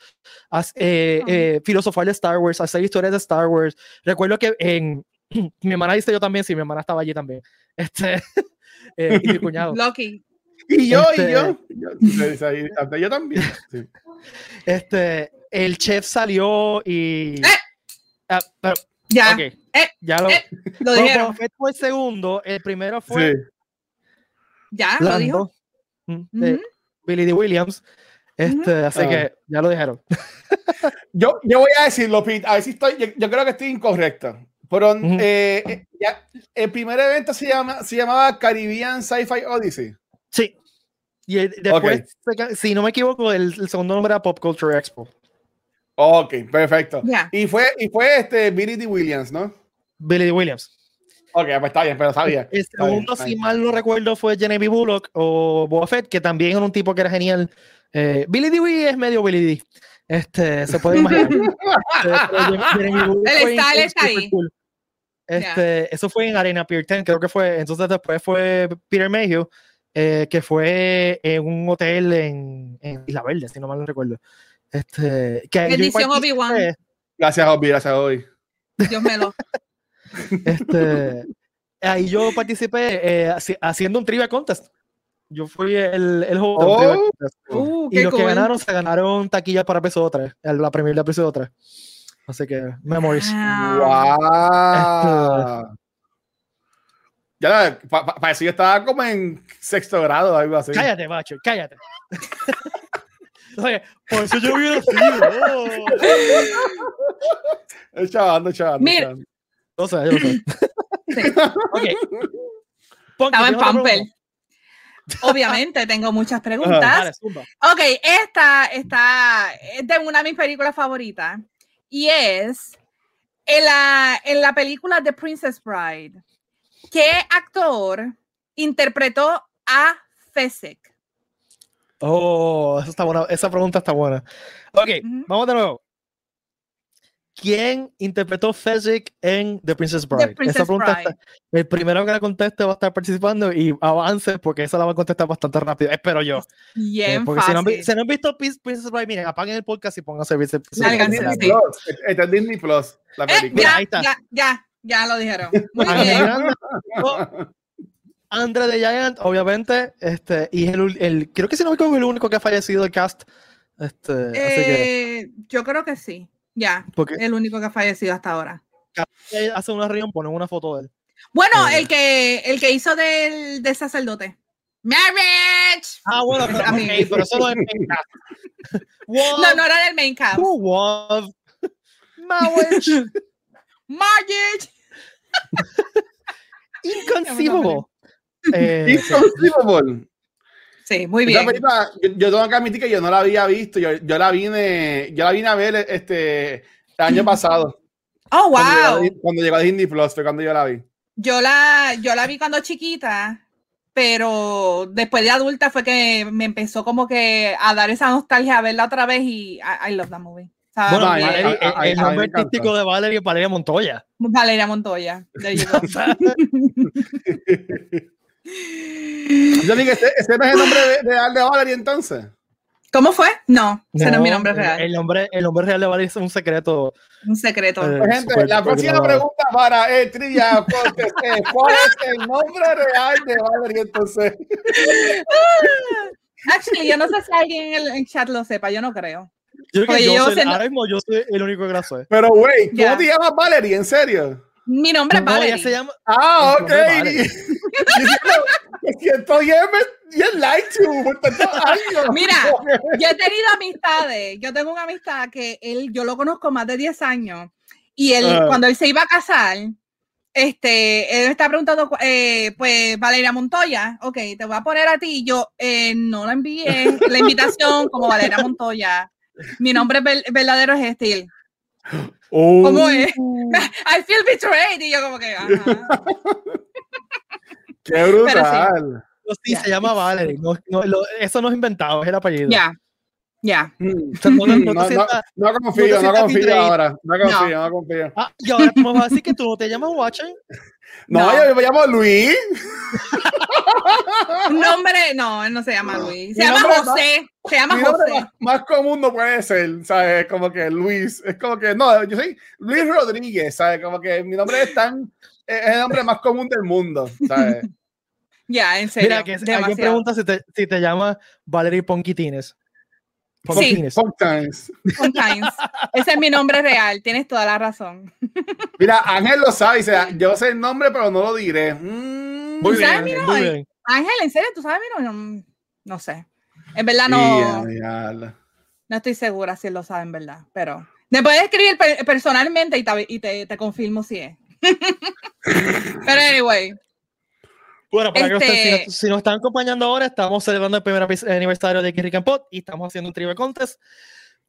Speaker 1: a- eh,
Speaker 2: Ah.
Speaker 1: eh, filosofar de Star Wars, hacer historias de Star Wars. Recuerdo que en, mi hermana dice yo también, sí, mi hermana estaba allí también. Este, eh, y mi cuñado.
Speaker 2: Lucky.
Speaker 3: Y yo,
Speaker 1: Este-
Speaker 3: y yo. Yo, se dice ahí, hasta yo también. sí.
Speaker 1: Este, el chef salió y
Speaker 2: ¡Eh!
Speaker 1: Ah, pero,
Speaker 2: Ya,
Speaker 1: ok,
Speaker 2: eh,
Speaker 1: ya lo,
Speaker 2: eh, lo
Speaker 1: Bueno, pues,
Speaker 2: dijeron.
Speaker 1: Boba Fett fue el segundo, el primero fue
Speaker 3: Sí.
Speaker 2: ya, Ah, lo dijo.
Speaker 1: Lando, mm, de
Speaker 2: Ujú.
Speaker 1: Billy D. Williams. Este, Así
Speaker 3: Ah.
Speaker 1: que ya lo dijeron.
Speaker 3: Yo, yo voy a decirlo, Pete. A ver si estoy. Yo, yo creo que estoy incorrecto. Pero
Speaker 1: Ujú.
Speaker 3: eh, eh, ya- el primer evento se, llama, se llamaba Caribbean Sci-Fi Odyssey.
Speaker 1: Sí. Y el- después, se ca- si no me equivoco, el, el segundo nombre era Pop Culture Expo.
Speaker 3: Ok, perfecto.
Speaker 2: Ya.
Speaker 3: Y fue, y fue este Billy D. Williams, ¿no?
Speaker 1: Billy D. Williams.
Speaker 3: Ok, pues está bien, pero sabía.
Speaker 1: El
Speaker 3: Está bien,
Speaker 1: segundo,
Speaker 3: está
Speaker 1: si
Speaker 3: bien.
Speaker 1: mal no recuerdo, fue Genevieve Bullock o Boba Fett, que también era un tipo que era genial. Eh, Billy Dewey es medio Billy D. Este, se puede imaginar. Eh, pero Gen- Genevieve Bullock
Speaker 2: El
Speaker 1: fue
Speaker 2: style
Speaker 1: in-
Speaker 2: está ahí.
Speaker 1: super cool. Este, Eso fue en Arena Pier 10, creo que fue. Entonces después fue Peter Mayhew, eh, que fue en un hotel en, en Isla Verde, si no mal no recuerdo. Este, que yo
Speaker 2: Edición
Speaker 1: participé,
Speaker 2: Obi-Wan.
Speaker 3: Gracias, Obi, gracias, Obi.
Speaker 2: Dios me lo.
Speaker 1: Este, ahí yo participé eh, haci- haciendo un trivia contest. Yo fui el, el host de un trivia
Speaker 3: Oh.
Speaker 1: contest.
Speaker 2: Uh,
Speaker 1: Y
Speaker 2: qué
Speaker 1: los que
Speaker 2: cool.
Speaker 1: ganaron se ganaron taquillas para episodio 3, el- la primera de episodio 3. Así que, memories.
Speaker 2: Wow.
Speaker 3: ¡Wow! Ya, eh, pa- pa- parecía que estaba como en sexto grado o algo así.
Speaker 1: Cállate, macho, cállate. Oye, por eso yo hubiera sido. oh.
Speaker 3: Chavando, chavando.
Speaker 2: Mira.
Speaker 3: chavando.
Speaker 1: No sé, yo no sé. Ok. Ponky,
Speaker 2: Estaba
Speaker 1: ¿tienes
Speaker 2: en
Speaker 1: otra
Speaker 2: Pamper.
Speaker 1: pregunta?
Speaker 2: Obviamente, tengo muchas
Speaker 1: Dale,
Speaker 2: preguntas.
Speaker 1: zumba.
Speaker 2: Ok, esta, esta es de una de mis películas favoritas. Y es en la, en la película The Princess Bride. ¿Qué actor interpretó a Fezzik?
Speaker 1: Oh, eso está buena- esa pregunta está buena. Ok,
Speaker 2: Ujú.
Speaker 1: vamos de nuevo. ¿Quién interpretó Fezzik en The Princess Bride?
Speaker 2: The Princess
Speaker 1: esa pregunta está-
Speaker 2: Bride.
Speaker 1: el primero que la conteste va a estar participando y avance porque esa la va a contestar bastante rápido. Espero yo. Eh,
Speaker 2: Bien
Speaker 1: porque si no, han vi-
Speaker 2: fácil.
Speaker 1: si no han visto Prin- Princess Bride, miren, apaguen el podcast y pónganse a ver.
Speaker 3: Está en
Speaker 2: Sálganse,
Speaker 3: Disney
Speaker 2: sí.
Speaker 3: Plus. Está en Disney Plus, la
Speaker 2: Eh,
Speaker 3: película.
Speaker 2: ya,
Speaker 1: Ahí está.
Speaker 2: ya, ya, ya lo dijeron. Muy
Speaker 1: Ana
Speaker 2: bien.
Speaker 1: Miranda, oh, Andre the Giant, obviamente, este, y es el, ul- el- creo que si no me equivoco, el único que ha fallecido del cast. Este, así que,
Speaker 2: Eh, yo creo que sí. Ya,
Speaker 1: porque
Speaker 2: el único que ha fallecido hasta ahora.
Speaker 1: eh, hace una reunión, ponen una foto de él.
Speaker 2: Bueno,
Speaker 1: Eh.
Speaker 2: el que, el que hizo del, del sacerdote. Marriage.
Speaker 1: Ah, bueno,
Speaker 2: pero- ok,
Speaker 1: pero eso no es Oh.
Speaker 2: No, no era del main cast.
Speaker 1: Marriage.
Speaker 2: Marriage.
Speaker 1: Inconceivable. Eh,
Speaker 3: Inconceivable.
Speaker 2: Sí, muy
Speaker 3: Esa
Speaker 2: bien.
Speaker 3: película, yo, yo tengo que admitir que yo no la había visto. Yo, yo la vine, yo la vine a ver este el año pasado.
Speaker 2: Oh,
Speaker 3: Cuando, llegó a,
Speaker 2: wow.
Speaker 3: Di- cuando llegó a Disney Plus, fue cuando yo la vi.
Speaker 2: Yo la, yo la vi cuando chiquita, pero después de adulta fue que me empezó como que a dar esa nostalgia a verla otra vez y I, I love that movie. O sea,
Speaker 1: bueno, eh,
Speaker 3: No, y-
Speaker 1: Valerie,
Speaker 3: a- a-
Speaker 1: el, el
Speaker 3: a- a mí me
Speaker 1: nombre
Speaker 3: encanta.
Speaker 1: artístico de Valerie es Valeria Montoya.
Speaker 2: Valeria Montoya. There you go.
Speaker 1: O sea,
Speaker 3: Yo dije, ¿ese, ese no es el nombre de- real de Valerie entonces?
Speaker 2: ¿Cómo fue? No, ese no es mi
Speaker 1: no, eh,
Speaker 2: nombre real.
Speaker 1: El nombre, el nombre real de Valerie es un secreto.
Speaker 2: Un secreto.
Speaker 1: eh,
Speaker 3: Pues, gente,
Speaker 1: súper
Speaker 3: la próxima
Speaker 1: grabado.
Speaker 3: pregunta para el Trivia Contest es, ¿Cuál es el nombre real de Valerie entonces?
Speaker 2: Actually, yo no sé si alguien en el en chat lo sepa, yo no creo.
Speaker 1: Yo creo que
Speaker 2: Oye,
Speaker 1: yo
Speaker 2: yo
Speaker 1: soy-
Speaker 2: siendo-
Speaker 1: ahora mismo yo soy el único que la sé.
Speaker 3: Pero, güey, ¿cómo
Speaker 2: Ya.
Speaker 3: te llamas Valerie? ¿En serio?
Speaker 2: Mi nombre es
Speaker 1: No, ella
Speaker 2: Valerie.
Speaker 1: se llama.
Speaker 3: Ah,
Speaker 1: No
Speaker 3: ok.
Speaker 1: me vale.
Speaker 3: Y siento- Me siento bien, me- bien light to por tantos años.
Speaker 2: Mira, yo he tenido amistades. Yo tengo una amistad que él, yo lo conozco más de 10 años. Y él,
Speaker 3: Ah.
Speaker 2: cuando él se iba a casar, este, él me está preguntando, cu- eh, pues, Valeria Montoya, ok, te voy a poner a ti. Y yo, eh, no la envié la invitación como Valeria Montoya. Mi nombre ver- verdadero es este. y él, ¿Cómo es? I feel betrayed. Y yo, como que, ajá.
Speaker 3: Qué brutal.
Speaker 1: No, sí,
Speaker 2: Ya.
Speaker 1: se llama Valerie. No, no, lo- eso no es inventado, es el apellido.
Speaker 2: Ya, ya.
Speaker 3: Mm.
Speaker 1: O sea, no, no- no
Speaker 3: No,
Speaker 1: te
Speaker 3: no,
Speaker 1: sientas-
Speaker 3: no
Speaker 1: no
Speaker 3: confío,
Speaker 1: te
Speaker 3: no
Speaker 1: sientas
Speaker 3: confío
Speaker 1: betrayed.
Speaker 3: ahora. No confío, no, confío.
Speaker 1: Ah, y ahora tú me vas a decir que tú no te llamas Watcher.
Speaker 3: No,
Speaker 2: No.
Speaker 3: yo me llamo Luis.
Speaker 2: Un nombre, no, él no se llama Luis. Se
Speaker 3: Mi
Speaker 2: llama
Speaker 3: nombre es
Speaker 2: José. Se llama
Speaker 3: Mi nombre
Speaker 2: José.
Speaker 3: más, más común no puede ser, ¿sabes? Como que Luis. Es como que, no, yo soy Luis Rodríguez, ¿sabes? Como que mi nombre es tan. Es el nombre más común del mundo, ¿sabes?
Speaker 2: Ya, en serio.
Speaker 1: Mira, que si- alguien
Speaker 2: demasiado.
Speaker 1: pregunta si te, si te llama Valerie Ponquitines. Pumpkines.
Speaker 3: Sometimes.
Speaker 2: Sometimes. Ese es mi nombre real, tienes toda la razón.
Speaker 3: Mira, Ángel lo sabe, dice, yo sé el nombre, pero no lo diré. Mm.
Speaker 1: Muy
Speaker 2: ¿Y
Speaker 1: bien,
Speaker 2: sabes mi
Speaker 1: Ángel,
Speaker 2: nombre?
Speaker 1: muy bien.
Speaker 2: Ángel, ¿en serio? ¿Tú sabes mi nombre? No, no sé. En verdad no,
Speaker 3: Sí, ya, ya.
Speaker 2: no estoy segura si él lo sabe, en verdad, pero... Me puedes escribir per- personalmente y, te, y te- te confirmo si es. pero anyway,
Speaker 1: Bueno, para que ustedes, si nos-
Speaker 2: Este-
Speaker 1: si, nos están acompañando ahora, estamos celebrando el primer apis- aniversario de Kirrican Pod y estamos haciendo un trivia contest.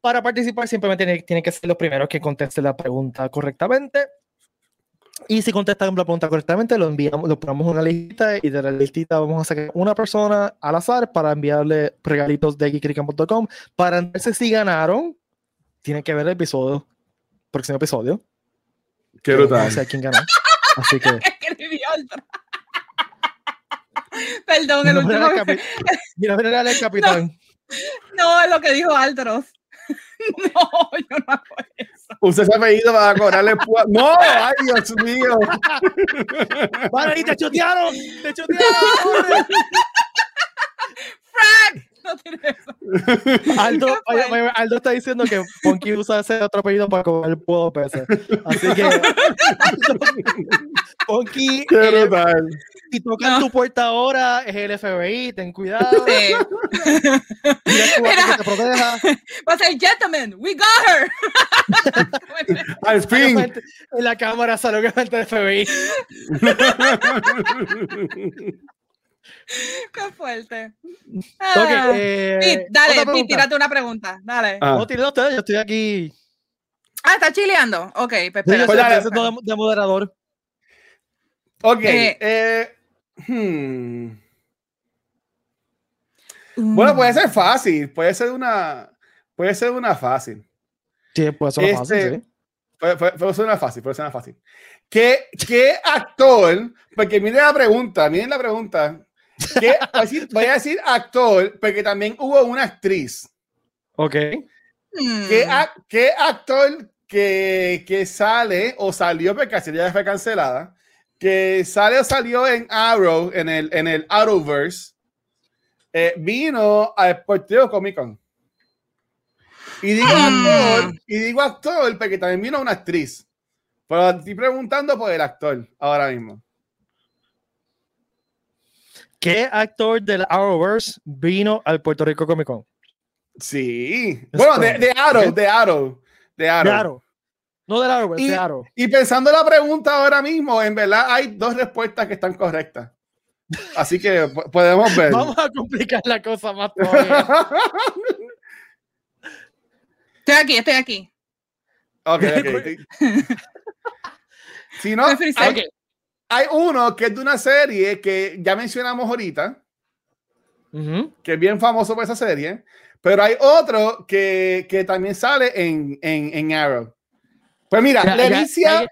Speaker 1: Para participar, simplemente tienen, tienen que ser los primeros que contesten la pregunta correctamente. Y si contestan la pregunta correctamente, lo enviamos, lo ponemos en una lista y de la listita vamos a sacar una persona al azar para enviarle regalitos de geekricam.com para entonces si ganaron, tienen que ver el episodio, próximo episodio.
Speaker 3: Qué
Speaker 1: que
Speaker 3: brutal.
Speaker 1: No sé quién ganó. Así que
Speaker 2: escribió otro. Perdón, el
Speaker 1: mira, mira,
Speaker 2: último.
Speaker 1: el capi- mira, mira el capitán.
Speaker 2: No, es lo que dijo Aldros. No, yo no hago eso.
Speaker 3: Usted se ha pedido para cobrarle pu- ¡No! ¡Ay, Dios mío!
Speaker 1: ¡Vale, y te chotearon! ¡Te chotearon!
Speaker 2: No tiene eso.
Speaker 1: Aldo,
Speaker 2: ¿Qué fue?
Speaker 1: oye, oye, Aldo está diciendo que Ponky usa ese otro apellido para cobrar el puedo peso. Así que. Ponky,
Speaker 3: ¡Qué
Speaker 1: eh,
Speaker 3: brutal!
Speaker 1: si tocan
Speaker 2: No.
Speaker 1: tu puerta ahora, es el FBI, ten cuidado.
Speaker 2: Sí.
Speaker 1: Mira a Cuba
Speaker 2: Mira.
Speaker 1: que te proteja.
Speaker 2: Va a ser gentlemen, we got her.
Speaker 3: ¡Al
Speaker 1: pues,
Speaker 3: fin!
Speaker 1: En la cámara salió que falta el FBI.
Speaker 2: Qué fuerte.
Speaker 1: Ok,
Speaker 2: Ah.
Speaker 1: eh,
Speaker 2: Pete, dale,
Speaker 1: otra
Speaker 2: Pete,
Speaker 1: pregunta.
Speaker 2: tírate una pregunta. Dale. Ah,
Speaker 3: Ah,
Speaker 1: No, tírenla ustedes, yo estoy aquí.
Speaker 2: está chileando. Ok, pues
Speaker 1: Yo
Speaker 2: espérate.
Speaker 1: estoy
Speaker 3: dale.
Speaker 1: haciendo de- de moderador.
Speaker 3: ok.
Speaker 2: Eh.
Speaker 3: eh, hmm.
Speaker 2: Mm.
Speaker 3: Bueno, puede ser fácil. Puede ser una... Puede ser una fácil.
Speaker 1: Sí, pues eso es fácil,
Speaker 3: Este,
Speaker 1: sí.
Speaker 3: Puede, puede- puede ser una fácil, puede ser una fácil. ¿Qué, qué actor? Porque miren la pregunta, miren la pregunta. ¿Qué- voy, a decir, voy a decir actor, porque también hubo una actriz.
Speaker 1: Ok.
Speaker 2: Mm.
Speaker 3: ¿Qué, ac- qué actor que, que sale o salió, porque así ya fue cancelada, que sale o salió en Arrow, en el, en el Arrowverse, eh, vino al Puerto Comic Con? Y digo,
Speaker 2: Hmm.
Speaker 3: actor, y digo actor porque también vino una actriz. Pero estoy preguntando por el actor ahora mismo.
Speaker 1: ¿Qué actor del Arrowverse vino al Puerto Rico Comic Con?
Speaker 3: Sí. Bueno, de, de Arrow, de Arrow. De Arrow.
Speaker 1: De Arrow. No del Arrowverse,
Speaker 3: Y-
Speaker 1: de Arrow.
Speaker 3: Y pensando la pregunta ahora mismo, en verdad hay dos respuestas que están correctas. Así que po- podemos ver.
Speaker 1: Vamos a complicar la cosa más todavía.
Speaker 2: Estoy aquí, estoy aquí.
Speaker 3: Ok, ok. si no,
Speaker 2: Estoy frisado.
Speaker 3: hay, hay uno que es de una serie que ya mencionamos ahorita,
Speaker 1: Ujú.
Speaker 3: que es bien famoso por esa serie, pero hay otro que, que también sale en, en, en Arrow. Pues mira,
Speaker 1: Ya, ya,
Speaker 3: Lenicia,
Speaker 1: ya.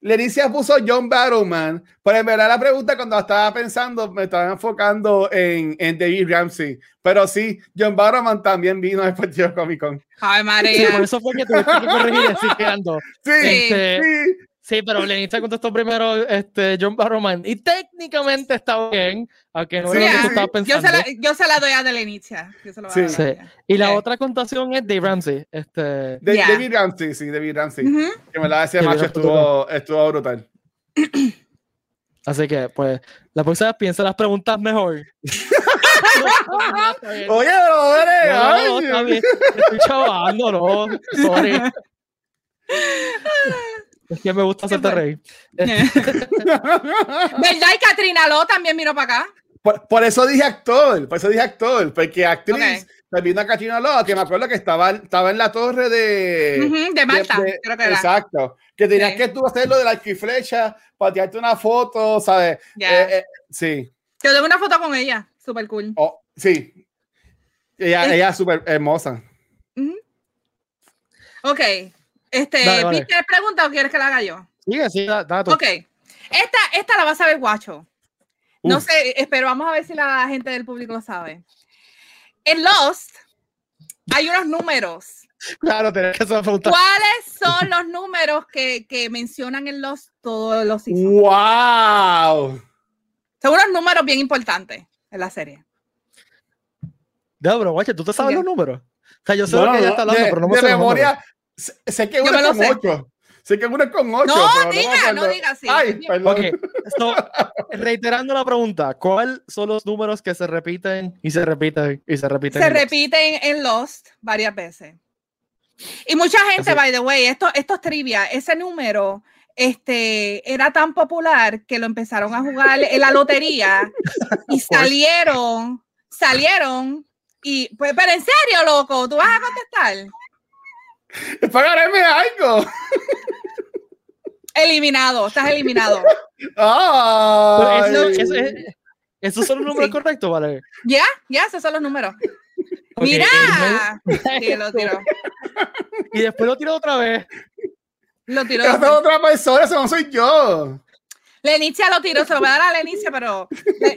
Speaker 3: Lenicia puso John Barrowman, pero en verdad la pregunta cuando la estaba pensando me estaba enfocando en, en David Ramsey, pero sí, John Barrowman también vino al partido Comic Con.
Speaker 2: Ay,
Speaker 1: Sí, pues,
Speaker 2: María.
Speaker 1: por eso fue que tuviste que corregir y decir que ando.
Speaker 3: Sí,
Speaker 1: Este,
Speaker 3: sí.
Speaker 1: sí, pero Lenita contestó primero este, John Barrowman. Y técnicamente está bien, aunque no
Speaker 3: Sí,
Speaker 1: era lo que
Speaker 2: sí,
Speaker 1: tú estabas
Speaker 2: Yo
Speaker 1: pensando.
Speaker 2: se, la, yo se la doy a Delenicia. Yo se la voy a
Speaker 3: Sí.
Speaker 2: dar a ella.
Speaker 1: Y la
Speaker 2: Sí.
Speaker 1: otra contación es Dave Ramsey. Este,
Speaker 3: De-
Speaker 2: Ya.
Speaker 3: David Ramsey, sí, David Ramsey.
Speaker 2: Ujú.
Speaker 3: Que me la ese
Speaker 1: David
Speaker 3: macho
Speaker 1: Ramsey.
Speaker 3: estuvo, estuvo brutal.
Speaker 1: así que, pues, la próxima vez piensa las preguntas mejor. Está bien.
Speaker 3: Oye, brother,
Speaker 1: No, no, no,
Speaker 3: ay,
Speaker 1: está bien. Estoy chavando, no. Sorry. Es que me gusta hacerte
Speaker 2: bueno.
Speaker 1: reír.
Speaker 2: ¿Verdad? Y Katrina Lo también vino para acá.
Speaker 3: Por, por eso dije actor, por eso dije actor, porque actriz también a Katrina Loa, que me acuerdo que estaba, estaba en la torre de.
Speaker 2: Ujú, de Malta,
Speaker 3: de-
Speaker 2: creo que era.
Speaker 3: Exacto. Que tenías
Speaker 2: Sí.
Speaker 3: que tú hacer lo de la arco y flecha, patearte una foto, ¿sabes?
Speaker 2: Ya.
Speaker 3: Eh, eh, sí.
Speaker 2: Yo tengo una foto con ella. Súper cool.
Speaker 3: Oh, sí. Ella,
Speaker 2: Es-
Speaker 3: ella es súper hermosa.
Speaker 2: Ok. Este,
Speaker 1: Dale, dale.
Speaker 2: Pete, ¿tienes pregunta o quieres que la haga yo?
Speaker 1: Sigue, sí, da- dato.
Speaker 2: Ok. Esta, esta la vas a ver, guacho. No
Speaker 3: Uf.
Speaker 2: sé, espero vamos a ver si la gente del público lo sabe. En Lost hay unos números.
Speaker 1: Claro, tenés que hacer la pregunta.
Speaker 2: ¿Cuáles son los números que, que mencionan en Lost todos los seasons?
Speaker 3: ¡Wow!
Speaker 2: Son unos números bien importantes en la serie.
Speaker 1: No, pero guacha, tú te sabes
Speaker 2: Ya.
Speaker 1: los números. O sea, yo sé
Speaker 3: No,
Speaker 1: lo que ella
Speaker 3: no,
Speaker 1: está hablando,
Speaker 3: de,
Speaker 1: pero no me
Speaker 3: de
Speaker 1: sé los
Speaker 3: memoria, sé, sé que
Speaker 2: Yo
Speaker 3: una
Speaker 2: me lo
Speaker 3: es con
Speaker 2: sé.
Speaker 3: ocho. Sé que una es con ocho. pero
Speaker 2: No,
Speaker 3: me
Speaker 2: diga, no
Speaker 3: acuerdo.
Speaker 2: diga así.
Speaker 3: Ay, perdón.
Speaker 1: números. Ok, so, reiterando la pregunta, ¿cuáles son los números que se repiten y se repiten y se repiten?
Speaker 2: se
Speaker 1: en los-
Speaker 2: repiten en Lost varias veces. Y mucha gente,
Speaker 1: Así-
Speaker 2: by the way, esto, esto es trivia, ese número este, era tan popular que lo empezaron a jugar en la lotería y salieron, salieron. Y, pues, pero en serio, loco, tú vas a contestar.
Speaker 3: Págame algo.
Speaker 2: Eliminado, estás eliminado.
Speaker 1: Pero
Speaker 3: Ay.
Speaker 1: eso- eso es- ¿Esos son los números
Speaker 2: Sí.
Speaker 1: correctos, vale?
Speaker 2: Ya, ya, esos son los números.
Speaker 1: Ok,
Speaker 2: ¡Mira! Sí, lo tiró.
Speaker 1: Y después lo tiro otra vez.
Speaker 2: Lo tiró.
Speaker 3: Esa es otra persona, eso no soy yo.
Speaker 2: Lenicia lo tiró, se lo voy a dar a Lenicia, pero, le-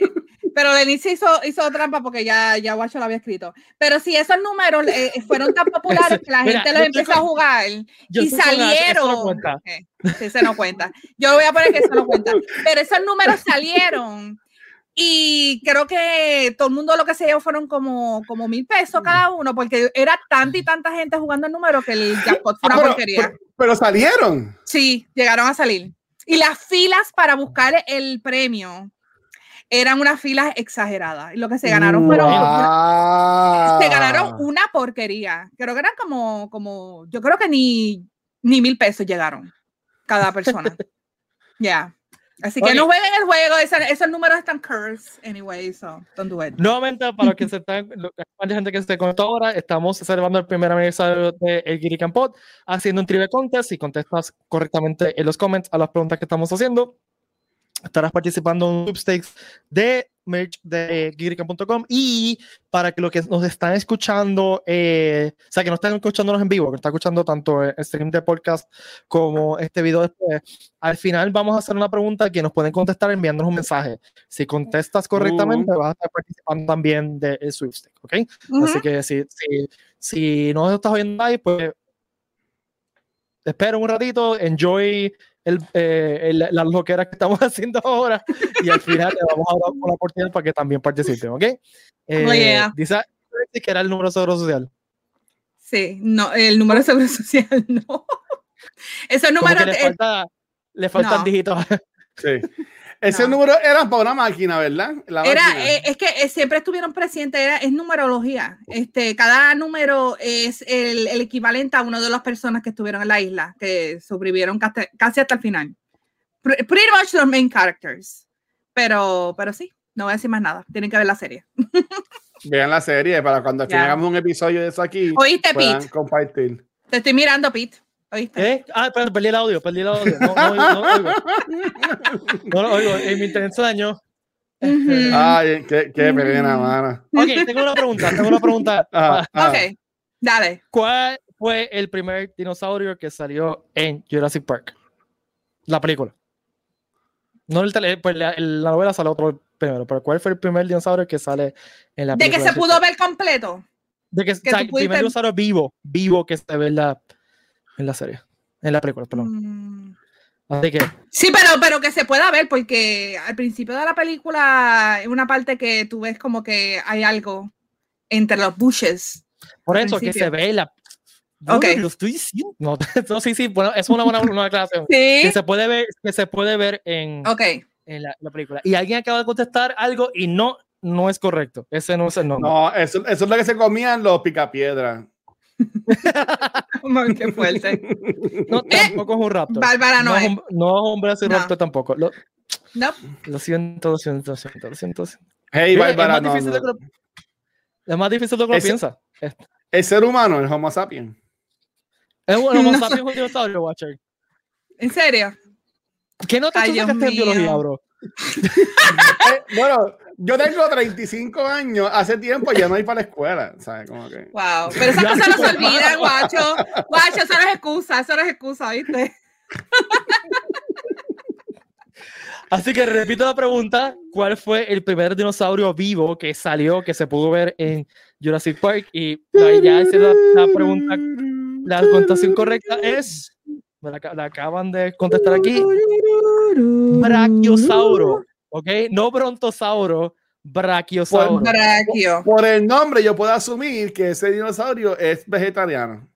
Speaker 2: pero Lenicia hizo, hizo trampa porque ya, ya Guacho lo había escrito. Pero si esos números eh, fueron tan populares que la
Speaker 1: Mira,
Speaker 2: gente
Speaker 1: yo
Speaker 2: los
Speaker 1: estoy
Speaker 2: empezó a
Speaker 1: con-
Speaker 2: jugar
Speaker 1: Yo
Speaker 2: y
Speaker 1: estoy con Ash, eso no
Speaker 2: salieron.
Speaker 1: cuenta.
Speaker 2: Eh, sí, se no cuenta. Yo voy a poner que eso no cuenta. Pero esos números salieron y creo que todo el mundo lo que se llevó fueron como, como mil pesos cada uno porque era tanta y tanta gente jugando el número que el jackpot fue
Speaker 3: Ah,
Speaker 2: una
Speaker 3: pero,
Speaker 2: porquería.
Speaker 3: pero- pero salieron.
Speaker 2: Sí, llegaron a salir. Y las filas para buscar el premio eran unas filas exageradas. Y lo que se ganaron fueron. una-
Speaker 3: Wow.
Speaker 2: Se
Speaker 1: Ah.
Speaker 2: ganaron una porquería. Creo que eran como, como, yo creo que ni, ni mil pesos llegaron cada persona. Ya. Así que
Speaker 1: Oye.
Speaker 2: no jueguen el juego. Esos, esos números están cursed anyway, so don't do it.
Speaker 1: Nuevamente, para los que se están, lo- para la gente que se conectó ahora, estamos celebrando el primer aniversario de El Girican Pod, haciendo un trivia contest y contestas correctamente en los comments a las preguntas que estamos haciendo. Estarás participando en un sweepstakes de merch de girican.com y para que los que nos están escuchando, eh, o sea, que no están escuchándonos en vivo, que están escuchando tanto eh, el stream de podcast como este video después, al final vamos a hacer una pregunta que nos pueden contestar enviándonos un mensaje. Si contestas correctamente, vas a estar participando también del de eh, sweepstakes, ¿ok? Así
Speaker 2: Ujú.
Speaker 1: que si, si, si no estás oyendo ahí, pues espera un ratito, enjoy el, eh, el- las loqueras que estamos haciendo ahora y al final te vamos a dar una oportunidad para que también participen, ¿ok? Eh,
Speaker 2: yeah.
Speaker 1: Dice Alexis que era el número de seguro social.
Speaker 2: Sí, no, el número de seguro social no. Esos
Speaker 1: Como
Speaker 2: números.
Speaker 1: que le
Speaker 2: eh,
Speaker 1: falta, le faltan
Speaker 2: no.
Speaker 1: dígitos.
Speaker 3: Sí. Ese
Speaker 2: No.
Speaker 3: número era para una máquina, ¿verdad? La máquina.
Speaker 2: Era, eh, es que eh, siempre estuvieron presentes, era, es numerología. Este, cada número es el, el equivalente a una de las personas que estuvieron en la isla, que sobrevivieron casi, casi hasta el final. Pre- Pretty much los main characters. Pero, pero sí, no voy a decir más nada. Tienen que ver la serie.
Speaker 3: Vean la serie para cuando al fin
Speaker 2: Ya.
Speaker 3: hagamos un episodio de eso aquí.
Speaker 2: ¿Oíste,
Speaker 3: puedan
Speaker 2: Pete?
Speaker 3: compartir.
Speaker 2: Te estoy mirando, Pete. ¿Oíste?
Speaker 1: ¿Eh? Ah, espera, perdí el audio, perdí el audio. No, no, oigo, no, oigo. no lo oigo, en mi intenso daño.
Speaker 2: Ujú.
Speaker 3: Ay, qué, qué
Speaker 2: Mm.
Speaker 3: pena, mano.
Speaker 1: Ok, tengo una pregunta, tengo una pregunta.
Speaker 3: Ah, ah.
Speaker 2: Ok, dale.
Speaker 1: ¿Cuál fue el primer dinosaurio que salió en Jurassic Park? La película. No el tele, pues la, el- la novela sale otro primero, pero ¿cuál fue el primer dinosaurio que sale en la película?
Speaker 2: De que se
Speaker 1: Jurassic
Speaker 2: pudo
Speaker 1: Park?
Speaker 2: ver completo.
Speaker 1: De que, o
Speaker 2: que
Speaker 1: sea,
Speaker 2: tú
Speaker 1: el
Speaker 2: pudiste-
Speaker 1: primer dinosaurio vivo, vivo que se ve en la, en la serie, en la película, perdón.
Speaker 2: Mm.
Speaker 1: Así que,
Speaker 2: Sí, pero, pero que se pueda ver, porque al principio de la película hay una parte que tú ves como que hay algo entre los bushes.
Speaker 1: por
Speaker 2: Al
Speaker 1: eso que
Speaker 2: principio.
Speaker 1: se ve en la... No,
Speaker 2: Ok.
Speaker 1: Lo estoy diciendo. No, no, sí, sí, bueno, es una buena una aclaración.
Speaker 2: Sí.
Speaker 1: Que se puede ver, que se puede ver en,
Speaker 2: Ok.
Speaker 1: en la, la película. Y alguien acaba de contestar algo y no, no es correcto. Ese no es el nombre.
Speaker 3: No, eso, eso es lo que se comían los picapiedras.
Speaker 2: Ay, Qué fuerte.
Speaker 1: No, tampoco es un raptor.
Speaker 2: Bárbara no
Speaker 1: es
Speaker 2: es.
Speaker 1: un, no es un velociraptor
Speaker 2: No.
Speaker 1: tampoco. Lo,
Speaker 2: No.
Speaker 1: lo siento, lo siento, lo siento, lo siento. lo siento.
Speaker 3: Hey,
Speaker 1: Mira,
Speaker 3: Bárbara,
Speaker 1: es, más
Speaker 3: no,
Speaker 1: difícil de
Speaker 3: no.
Speaker 1: lo que lo- es más difícil de lo que lo
Speaker 3: Ese-
Speaker 1: piensa. Es,
Speaker 3: El ser humano, el Homo sapiens.
Speaker 1: es un homo
Speaker 2: No.
Speaker 1: sapiens es un dinosaurio, Watcher.
Speaker 2: En serio.
Speaker 1: ¿Qué no te
Speaker 2: Ay, Dios
Speaker 1: sacaste en biología,
Speaker 2: mío.
Speaker 1: bro?
Speaker 3: Eh, bueno, yo tengo 35 años, hace tiempo ya no hay para la escuela, ¿sabes? Como que...
Speaker 2: Wow. Pero esas
Speaker 1: Ya,
Speaker 2: cosas no se
Speaker 1: hermano.
Speaker 2: olvidan, guacho. Guacho, eso no es excusa. Eso no es excusa, ¿viste?
Speaker 1: Así que repito la pregunta: ¿Cuál fue el primer dinosaurio vivo que salió, que se pudo ver en Jurassic Park? Y la- ya esa es la- la pregunta La contestación correcta es. me la, ac- la acaban de contestar aquí. Brachiosauro. ¿Ok? No brontosauro. Brachiosauro.
Speaker 2: Por Brachio.
Speaker 3: Por el nombre, yo puedo asumir que ese dinosaurio es vegetariano.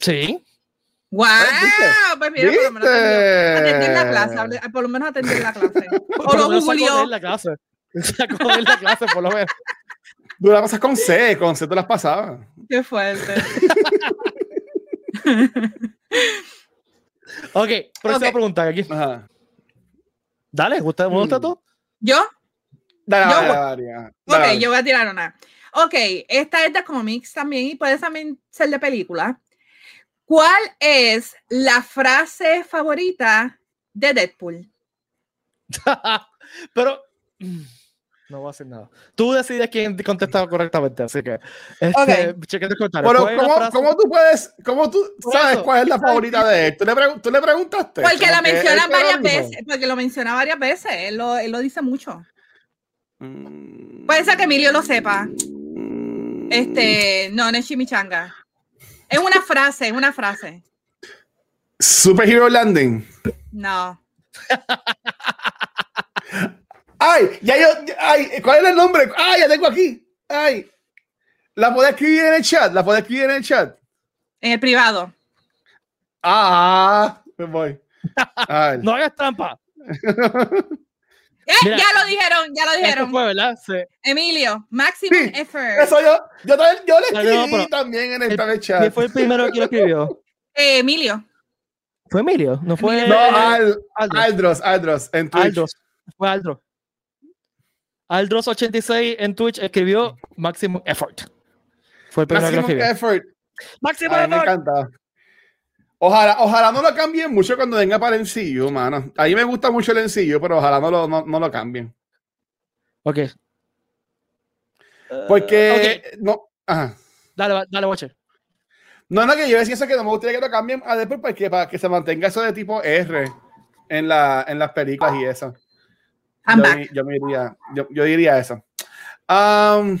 Speaker 1: Sí.
Speaker 2: ¡Wow!
Speaker 3: ¿Viste?
Speaker 2: Pues mira, por lo menos
Speaker 3: ¿Viste?
Speaker 2: atendió- atendió en la clase. hable- Por lo menos atendió en la clase. O
Speaker 1: Por
Speaker 2: lo
Speaker 1: menos sacó de
Speaker 2: googleó.
Speaker 1: él la clase. Sacó de él la clase, por lo menos.
Speaker 3: Tú las pasas con C, con C te las pasabas.
Speaker 2: Qué fuerte.
Speaker 1: Ok, próxima
Speaker 2: Ok.
Speaker 1: pregunta. Aquí. Mm.
Speaker 3: Ajá.
Speaker 1: Dale, ¿usted uno
Speaker 3: Hmm.
Speaker 1: está tú?
Speaker 2: ¿Yo?
Speaker 3: Dale,
Speaker 2: Yo
Speaker 3: dale,
Speaker 2: voy.
Speaker 3: dale, dale,
Speaker 2: Ok,
Speaker 3: dale.
Speaker 2: yo voy a tirar una. Ok, esta es de cómics también y puede también ser de película. ¿Cuál es la frase favorita de Deadpool?
Speaker 1: Pero mm, no voy a hacer nada. Tú decides quién contesta correctamente, así que este, chequen los comentarios.
Speaker 3: Pero,
Speaker 1: ¿Cuál es la
Speaker 3: ¿cómo,
Speaker 1: frase?
Speaker 3: cómo tú puedes, cómo tú
Speaker 1: Por
Speaker 3: sabes
Speaker 1: eso.
Speaker 3: cuál es la favorita de él? ¿Tú le, pregun- tú le preguntaste?
Speaker 2: Porque la
Speaker 3: Pues Como que
Speaker 2: menciona
Speaker 3: él te lo
Speaker 2: varias
Speaker 3: dijo.
Speaker 2: veces, porque lo menciona varias veces, él lo, él lo dice mucho.
Speaker 3: Mm.
Speaker 2: Puede ser que Emilio lo sepa. Este, no, no es chimichanga. Es una frase, es una frase.
Speaker 3: Superhero Landing.
Speaker 2: No.
Speaker 3: Ay, ya yo, ay, ¿cuál es el nombre? Ay, ya tengo aquí. Ay. La puedo escribir en el chat, la puedo escribir en el chat.
Speaker 2: En el privado.
Speaker 3: Ah, me voy. Ay.
Speaker 1: No hagas trampa.
Speaker 2: ¡Eh!
Speaker 1: Mira.
Speaker 2: ya lo dijeron, ya lo
Speaker 1: Esto
Speaker 2: dijeron.
Speaker 1: fue, ¿verdad? Sí.
Speaker 2: Emilio, maximum
Speaker 3: Sí,
Speaker 2: effort.
Speaker 3: Eso yo, yo, también- yo le
Speaker 1: Dale, no,
Speaker 3: escribí
Speaker 1: pero-
Speaker 3: también en
Speaker 1: el-
Speaker 3: el, en
Speaker 1: ¿Quién
Speaker 3: el chat.
Speaker 1: fue el primero que lo escribió?
Speaker 2: Eh, Emilio.
Speaker 1: ¿Fue Emilio? ¿No fue
Speaker 3: No, ah, Al-
Speaker 1: Aldo?
Speaker 3: Aldros, Aldros, en Twitch.
Speaker 1: Aldros. Fue Aldros. Aldros86 en Twitch escribió Maximum Effort. Fue el primero que lo
Speaker 3: Maximum
Speaker 1: escribió.
Speaker 3: effort.
Speaker 1: ¡Maximum
Speaker 3: Ay, me
Speaker 1: Effort!
Speaker 3: encanta. Ojalá, ojalá no lo cambien mucho cuando venga para el ensillo, mano. A mí me gusta mucho el ensillo, pero ojalá no lo, no, no lo cambien.
Speaker 1: Ok.
Speaker 3: Porque no. Ajá.
Speaker 1: Dale, va- dale, Watcher.
Speaker 3: No, no, que yo decía eso que no me gustaría que lo cambien a Deadpool para que, para que se mantenga eso de tipo R en, la, en las películas y eso.
Speaker 2: I'm
Speaker 3: yo,
Speaker 2: back.
Speaker 3: di- yo me diría, yo, yo diría eso. Am,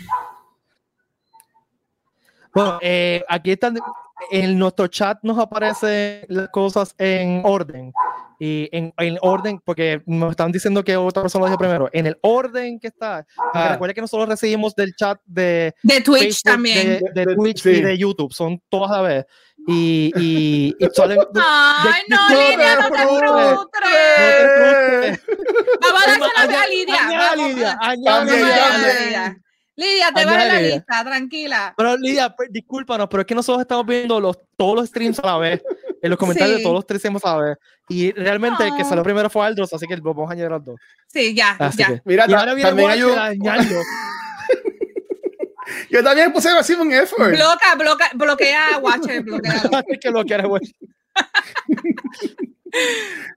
Speaker 1: Bueno, eh, aquí están. En nuestro chat nos aparecen las cosas en orden. Y en, en orden, porque nos están diciendo que otra persona lo dijo primero. En el orden que está. Porque
Speaker 3: Ah.
Speaker 1: Recuerda que nosotros recibimos del chat de,
Speaker 2: De Twitch
Speaker 1: Facebook,
Speaker 2: también.
Speaker 1: de- De,
Speaker 3: De-
Speaker 1: Twitch
Speaker 3: sí.
Speaker 1: y de YouTube. Son todas a la vez. Y, y, y salen-
Speaker 2: Ay,
Speaker 1: de-
Speaker 2: no,
Speaker 1: de-
Speaker 2: Lidia, no te
Speaker 1: no,
Speaker 2: frustres.
Speaker 3: eh,
Speaker 2: Vamos a
Speaker 1: Añade-
Speaker 2: dársela a Lidia.
Speaker 1: añade a
Speaker 2: vamos,
Speaker 1: Lidia,
Speaker 2: vamos,
Speaker 1: añade a
Speaker 2: vamos a
Speaker 3: Lidia.
Speaker 2: darle a Lidia. Lidia, te
Speaker 1: Añade
Speaker 2: vas en la
Speaker 1: a Lidia.
Speaker 2: lista, tranquila.
Speaker 1: Pero Lidia, per- discúlpanos, pero es que nosotros estamos viendo los, todos los streams a la vez. En los comentarios
Speaker 2: Sí.
Speaker 1: de todos los streams a la vez. Y realmente el que
Speaker 2: No.
Speaker 1: salió primero fue Aldros, así que vamos a añadir a los dos.
Speaker 2: Ah, Sí, ya,
Speaker 1: Así
Speaker 2: ya.
Speaker 1: que.
Speaker 3: Mira,
Speaker 1: y
Speaker 3: ta-
Speaker 1: ahora viene
Speaker 3: también hay
Speaker 1: Watcher
Speaker 3: un-
Speaker 1: a dañarlo.
Speaker 3: yo también puse Maximum Effort.
Speaker 2: Bloca, bloca, bloquea a Watcher, bloquea.
Speaker 1: Es que lo que era, güey.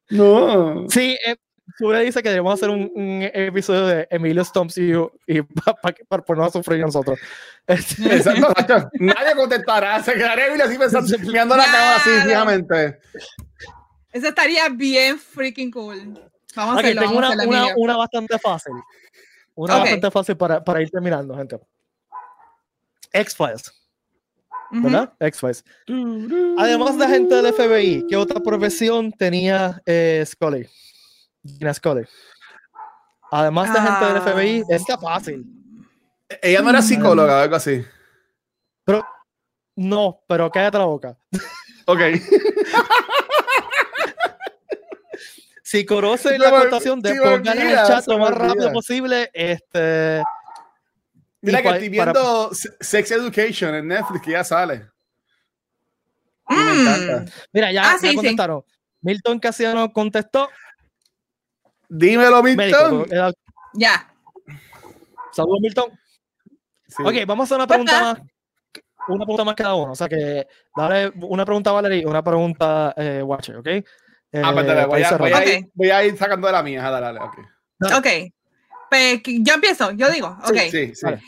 Speaker 3: No.
Speaker 1: Sí, eh, Sura dice que debemos hacer un, un episodio de Emilio Stomps y, yo- y para ponernos a sufrir nosotros. Este,
Speaker 3: Exacto, exacto. Nadie contestará. Se quedaría Emilio así pensando, mirando la cámara así
Speaker 2: Claro.
Speaker 3: fijamente.
Speaker 2: Eso estaría bien freaking cool. Vamos a
Speaker 1: ok,
Speaker 2: hacerlo,
Speaker 1: tengo
Speaker 2: vamos a
Speaker 1: una,
Speaker 2: hacerlo,
Speaker 1: una-
Speaker 2: Lidia.
Speaker 1: una bastante fácil. Una
Speaker 2: Ok.
Speaker 1: bastante fácil para, para ir terminando, gente. X-Files,
Speaker 2: Ujú.
Speaker 1: ¿verdad? X-Files. Además de agente del FBI, ¿qué otra profesión tenía eh, Scully? Gina Scully. Además de agente del
Speaker 2: Ah.
Speaker 1: FBI, está fácil.
Speaker 3: Ella no era psicóloga o algo así.
Speaker 1: Pero, no, pero cállate la boca.
Speaker 3: Ok.
Speaker 1: Si conocen
Speaker 3: Se
Speaker 1: la
Speaker 3: me-
Speaker 1: contestación, de
Speaker 3: se me
Speaker 1: pongan en el
Speaker 3: olvida,
Speaker 1: chat
Speaker 3: se
Speaker 1: lo
Speaker 3: me
Speaker 1: más rápido
Speaker 3: olvida.
Speaker 1: posible. Este,
Speaker 3: Mira
Speaker 1: Y
Speaker 3: que
Speaker 1: pa-
Speaker 3: estoy
Speaker 1: para-
Speaker 3: viendo Se- Sex Education en Netflix, que ya sale. Y me
Speaker 2: Mm.
Speaker 3: encanta.
Speaker 1: mira, ya,
Speaker 2: Ah,
Speaker 1: ya
Speaker 2: sí, sí.
Speaker 1: contestaron. Milton Casiano contestó.
Speaker 3: Dímelo,
Speaker 1: Médico.
Speaker 3: Milton.
Speaker 1: era-
Speaker 2: Ya.
Speaker 1: Saludos, Milton.
Speaker 3: Sí.
Speaker 1: Ok, vamos a hacer una
Speaker 2: Pues
Speaker 1: pregunta
Speaker 2: nada.
Speaker 1: más. Una pregunta más cada uno. O sea que, dale una pregunta a Valerie y una pregunta eh, Watcher, ¿ok?
Speaker 3: Ah, pues
Speaker 1: Eh, para ir
Speaker 3: dale, voy a, voy,
Speaker 1: cerrando.
Speaker 3: a
Speaker 2: cerrar.
Speaker 3: ir, voy a ir sacando de la mía. Dale, dale, ok.
Speaker 1: Dale.
Speaker 2: Ok. Pues, yo empiezo, yo digo. Ok.
Speaker 3: Sí, sí.
Speaker 1: Vale.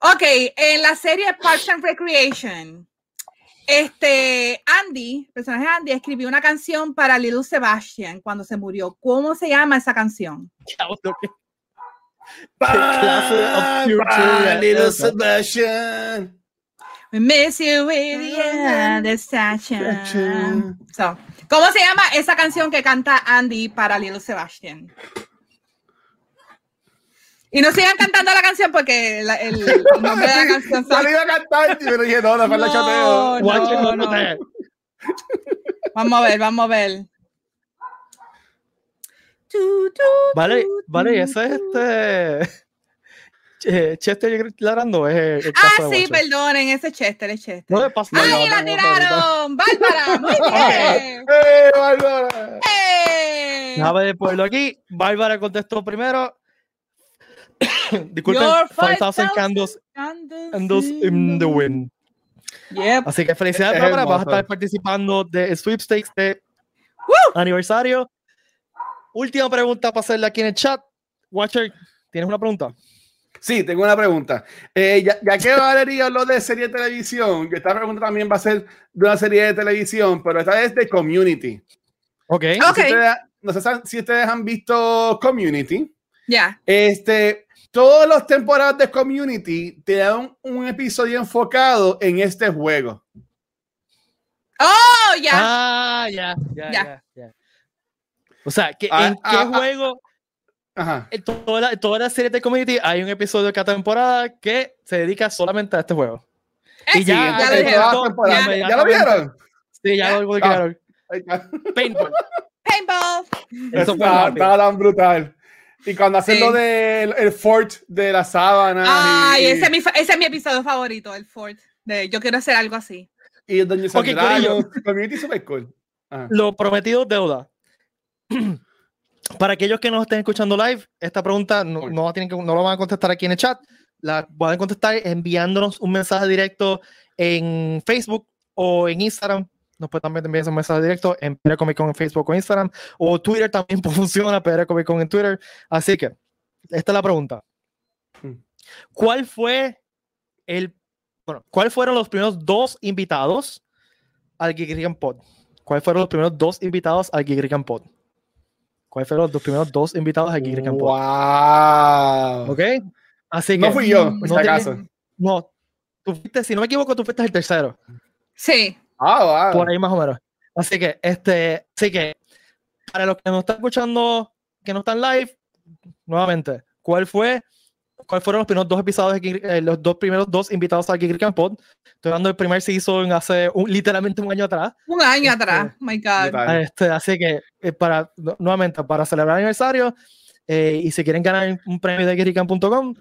Speaker 2: Ok, en la serie Parks and Recreation, este Andy, personaje Andy, escribió una canción para Little Sebastian cuando se murió. ¿Cómo se llama esa canción?
Speaker 1: Chao, ok. clase
Speaker 3: Bye,
Speaker 1: of future
Speaker 3: bye,
Speaker 1: es
Speaker 3: little
Speaker 1: esa?
Speaker 3: Sebastian.
Speaker 2: We miss you with the other Sebastian. So, ¿Cómo se llama esa canción que canta Andy para Little Sebastian? Y no sigan cantando la canción porque la- el, el nombre de la canción
Speaker 3: Yo le
Speaker 2: sale.
Speaker 3: iba a cantar, pero dije, no, no fue la
Speaker 2: No,
Speaker 3: chateo.
Speaker 1: Watch
Speaker 2: no,
Speaker 1: it,
Speaker 2: no. Vamos a ver, vamos a ver. Tu, tu,
Speaker 1: Vale,
Speaker 2: tu,
Speaker 1: vale,
Speaker 2: tu,
Speaker 1: ese es
Speaker 2: tu.
Speaker 1: este. Che- Chester Larando es el, el caso
Speaker 2: Ah,
Speaker 1: de
Speaker 2: sí,
Speaker 1: Watcher.
Speaker 2: perdonen, ese es Chester, es Chester.
Speaker 1: No le pasa nada.
Speaker 2: ¡Ay, la
Speaker 1: no, no, no, no.
Speaker 2: tiraron! ¡Bárbara! ¡Muy bien!
Speaker 3: ¡Eh, Bárbara!
Speaker 2: ¡Eh!
Speaker 1: Déjame ver el pueblo aquí. Bárbara contestó primero. Disculpen,
Speaker 2: Your
Speaker 1: 5000
Speaker 2: 5,000
Speaker 1: candles,
Speaker 2: Candles
Speaker 1: candles in the wind.
Speaker 2: Yep.
Speaker 1: Así que felicidades,
Speaker 3: Es
Speaker 1: Bárbara. Vas a
Speaker 3: hermoso.
Speaker 1: estar participando de el sweepstakes de aniversario. Última pregunta para hacerle aquí en el chat. Watcher, ¿tienes una pregunta?
Speaker 3: Sí, tengo una pregunta. Eh, ya, ya que Valeria habló de serie de televisión, que esta pregunta también va a ser de una serie de televisión, pero esta es de Community.
Speaker 1: Ok.
Speaker 3: No
Speaker 2: Ok.
Speaker 3: sé si ustedes- no sé si ustedes han visto Community.
Speaker 2: Ya.
Speaker 3: Este, todas las temporadas de Community te dan un, un episodio enfocado en este juego.
Speaker 2: ¡Oh, ya!
Speaker 1: Ah, ya, ya,
Speaker 2: Ya.
Speaker 1: ya, ya. O sea, que
Speaker 3: Ah,
Speaker 1: ¿en qué
Speaker 3: ah, ah.
Speaker 1: juego,
Speaker 3: Ajá.
Speaker 1: en toda la, toda la serie de Community, hay un episodio cada temporada que se dedica solamente a este juego?
Speaker 2: Eh,
Speaker 1: Y ya,
Speaker 2: sí, ya lo dijeron.
Speaker 3: en todas las
Speaker 1: ya,
Speaker 3: temporadas.
Speaker 1: ya,
Speaker 3: ¿Ya lo vieron?
Speaker 1: Sí, ya lo olvidaron.
Speaker 3: Ahí está.
Speaker 1: Paintball.
Speaker 2: Paintball.
Speaker 1: Eso fue
Speaker 3: Estaba-
Speaker 1: rápido.
Speaker 3: estaba tan brutal. Y cuando hacen
Speaker 2: Sí.
Speaker 3: lo del el fort de la sábana.
Speaker 2: Ay,
Speaker 3: y,
Speaker 2: ese es, mi, fa- ese es mi episodio favorito, el Ford. De, yo quiero hacer algo así.
Speaker 3: y Dungeons and
Speaker 1: Ok,
Speaker 3: Dragons. Community super cool. Ajá.
Speaker 1: Lo prometido es deuda. Para aquellos que nos estén escuchando live, esta pregunta no,
Speaker 3: Uy.
Speaker 1: no, la tienen que- no la van a contestar aquí en el chat. La van a contestar enviándonos un mensaje directo en Facebook o en Instagram. Nos pueden también enviar un mensaje directo en PR Comic Con en Facebook o Instagram. O Twitter también funciona, PR Comic Con en Twitter. Así que, esta es la pregunta.
Speaker 3: Hmm.
Speaker 1: ¿Cuál fue el... Bueno, ¿cuáles fueron los primeros dos invitados al Gigrican Pod? ¿Cuáles fueron los primeros dos invitados al Gigrican Pod? ¿Cuáles fueron los dos primeros dos invitados al Gigrican Pod?
Speaker 3: Wow.
Speaker 1: ¿Ok? Así que,
Speaker 3: No fui
Speaker 2: Mm,
Speaker 3: yo,
Speaker 1: No
Speaker 3: por si
Speaker 1: te-
Speaker 3: acaso.
Speaker 1: no, tú fuiste, si no me equivoco, tú fuiste el tercero,
Speaker 2: Sí.
Speaker 3: Ah, wow.
Speaker 1: por ahí más o menos. Así que, este, así que, para los que nos están escuchando, que no están live, nuevamente, ¿cuál fue? ¿Cuáles fueron los primeros dos episodios, de Geek- eh, los dos primeros dos invitados al Gigrican Pod? Estoy dando el primer season hace un- literalmente un año atrás.
Speaker 2: Un año
Speaker 1: Este,
Speaker 2: atrás. My God.
Speaker 3: Brutal.
Speaker 1: Este, así que, eh, para, nu- nuevamente, para celebrar el aniversario, eh, y si quieren ganar un premio de guerrican.com,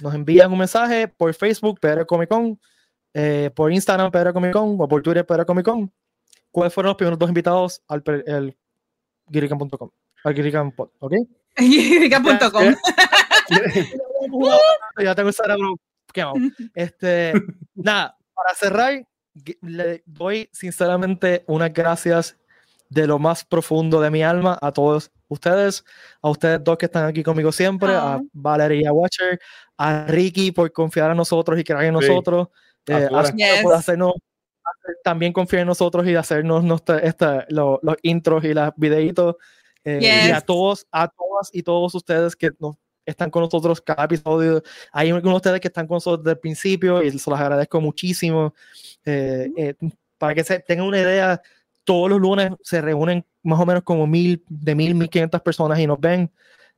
Speaker 1: nos envían un mensaje por Facebook, Pedro Comic Con, eh, por Instagram, Pedro Comic Con, o por Twitter, Pedro Comic Con. ¿Cuáles fueron los primeros dos invitados al pre- el guerrican.com? Al guerrican pod, ¿ok?
Speaker 2: Guirica.com.
Speaker 1: ya tengo el cerebro quemado. Este, nada, para cerrar, gu- le doy sinceramente unas gracias de lo más profundo de mi alma a todos ustedes, a ustedes dos que están aquí conmigo siempre, a
Speaker 2: Ah.
Speaker 1: Valeria Watcher, a Ricky por confiar en nosotros y creer en
Speaker 3: Sí.
Speaker 1: nosotros, eh, a
Speaker 3: Afuera.
Speaker 1: Sara por
Speaker 2: Yes.
Speaker 1: hacernos hacer- también confiar en nosotros y hacernos nuestra- esta- lo- los intros y los videitos eh, y a
Speaker 2: Yes.
Speaker 1: todos, a todas y todos ustedes que nos están con nosotros cada episodio. Hay algunos de ustedes que están con nosotros desde el principio y se los agradezco muchísimo. Eh, eh, para que se tengan una idea, todos los lunes se reúnen más o menos como mil, de mil, mil quinientas personas y nos ven.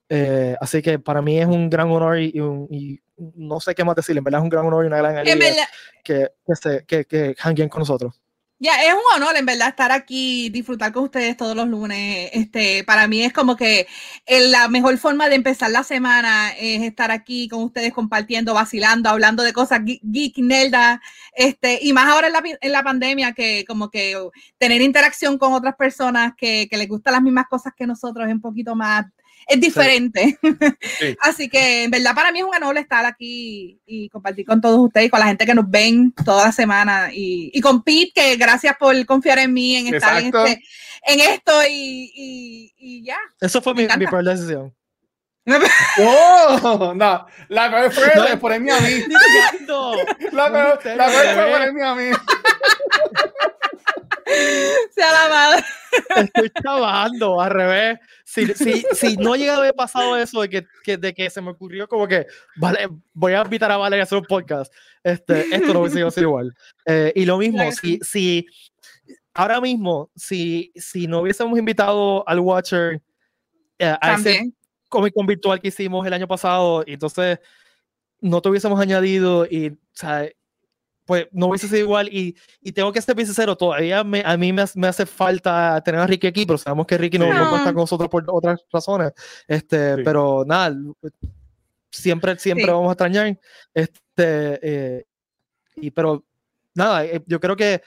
Speaker 1: Eh, así que para mí es un gran honor y, y un- y no sé qué más decir, en verdad es un gran honor y una gran
Speaker 2: En
Speaker 1: alegría
Speaker 2: verdad-
Speaker 1: que, que, se, que, que hanguen con nosotros.
Speaker 2: Ya, es un honor en verdad estar aquí, disfrutar con ustedes todos los lunes. Este, para mí es como que eh, la mejor forma de empezar la semana es estar aquí con ustedes compartiendo, vacilando, hablando de cosas ge- geek, nelda, este, y más ahora en la, pi- en la pandemia que como que uh, tener interacción con otras personas que, que les gustan las mismas cosas que nosotros es un poquito más, es diferente.
Speaker 3: Sí.
Speaker 2: Así que en verdad para mí es un honor estar aquí y compartir con todos ustedes y con la gente que nos ven toda la semana. Y, y con Pete, que gracias por confiar en mí, en estar en,
Speaker 3: Exacto.
Speaker 2: este- en esto y, y- y ya.
Speaker 1: Eso fue mi, mi
Speaker 2: encanta.
Speaker 1: peor decisión.
Speaker 3: Oh, no, la peor fue
Speaker 1: No.
Speaker 3: de ponerme a mí. La
Speaker 1: No,
Speaker 3: peor,
Speaker 1: usted
Speaker 3: la
Speaker 1: no
Speaker 3: peor
Speaker 1: se
Speaker 3: fue
Speaker 1: ve.
Speaker 3: ponerme a mí.
Speaker 2: Sea la madre.
Speaker 1: Te estoy chavando, al revés. Si, si, si no llega a haber pasado eso de que, que- de que se me ocurrió como que, vale, voy a invitar a Valeria a hacer un podcast, este, esto no hubiese sido así igual. Eh, y lo mismo,
Speaker 2: Claro que
Speaker 1: si, si ahora mismo, si, si no hubiésemos invitado al Watcher eh, a ese
Speaker 2: También.
Speaker 1: Comic Con virtual que hicimos el año pasado, y entonces no te hubiésemos añadido y, o sea, pues no hubiese sido igual. Y, y tengo que ser sincero, todavía me, a mí me, me, hace falta tener a Ricky aquí, pero sabemos que Ricky no,
Speaker 2: Sí.
Speaker 1: no puede estar con nosotros por otras razones. Este,
Speaker 3: Sí.
Speaker 1: Pero nada, siempre, siempre
Speaker 2: Sí.
Speaker 1: vamos a extrañar. Este, eh, y, pero nada, eh, yo creo que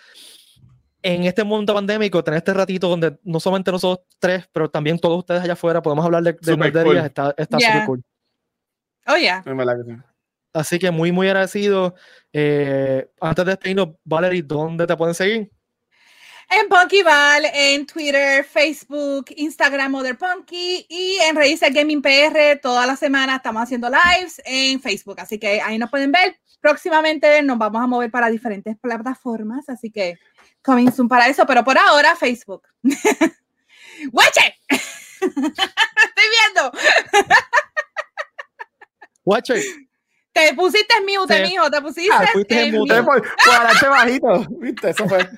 Speaker 1: en este mundo pandémico, tener este ratito donde no solamente nosotros tres, pero también todos ustedes allá afuera podemos hablar de, de
Speaker 3: Súper
Speaker 1: nerderías,
Speaker 3: cool.
Speaker 1: está, está
Speaker 2: Yeah.
Speaker 1: súper cool.
Speaker 2: Oh, yeah.
Speaker 3: En verdad que sí.
Speaker 1: Así que muy, muy agradecido. Eh, antes de despedirnos, Valerie, ¿dónde te pueden seguir?
Speaker 2: En Punkyval, en Twitter, Facebook, Instagram, Mother Punky y en Raíces Gaming PR. Todas las semanas estamos haciendo lives en Facebook, así que ahí nos pueden ver. Próximamente nos vamos a mover para diferentes plataformas, así que coming soon para eso, pero por ahora Facebook. ¡Weche! Estoy viendo.
Speaker 1: Watcher,
Speaker 2: Te pusiste en mute,
Speaker 1: Sí.
Speaker 2: mijo. Te pusiste.
Speaker 1: Ah, fuiste en mute.
Speaker 3: Ustedes por, por hablarse bajito, ¿viste? Eso fue.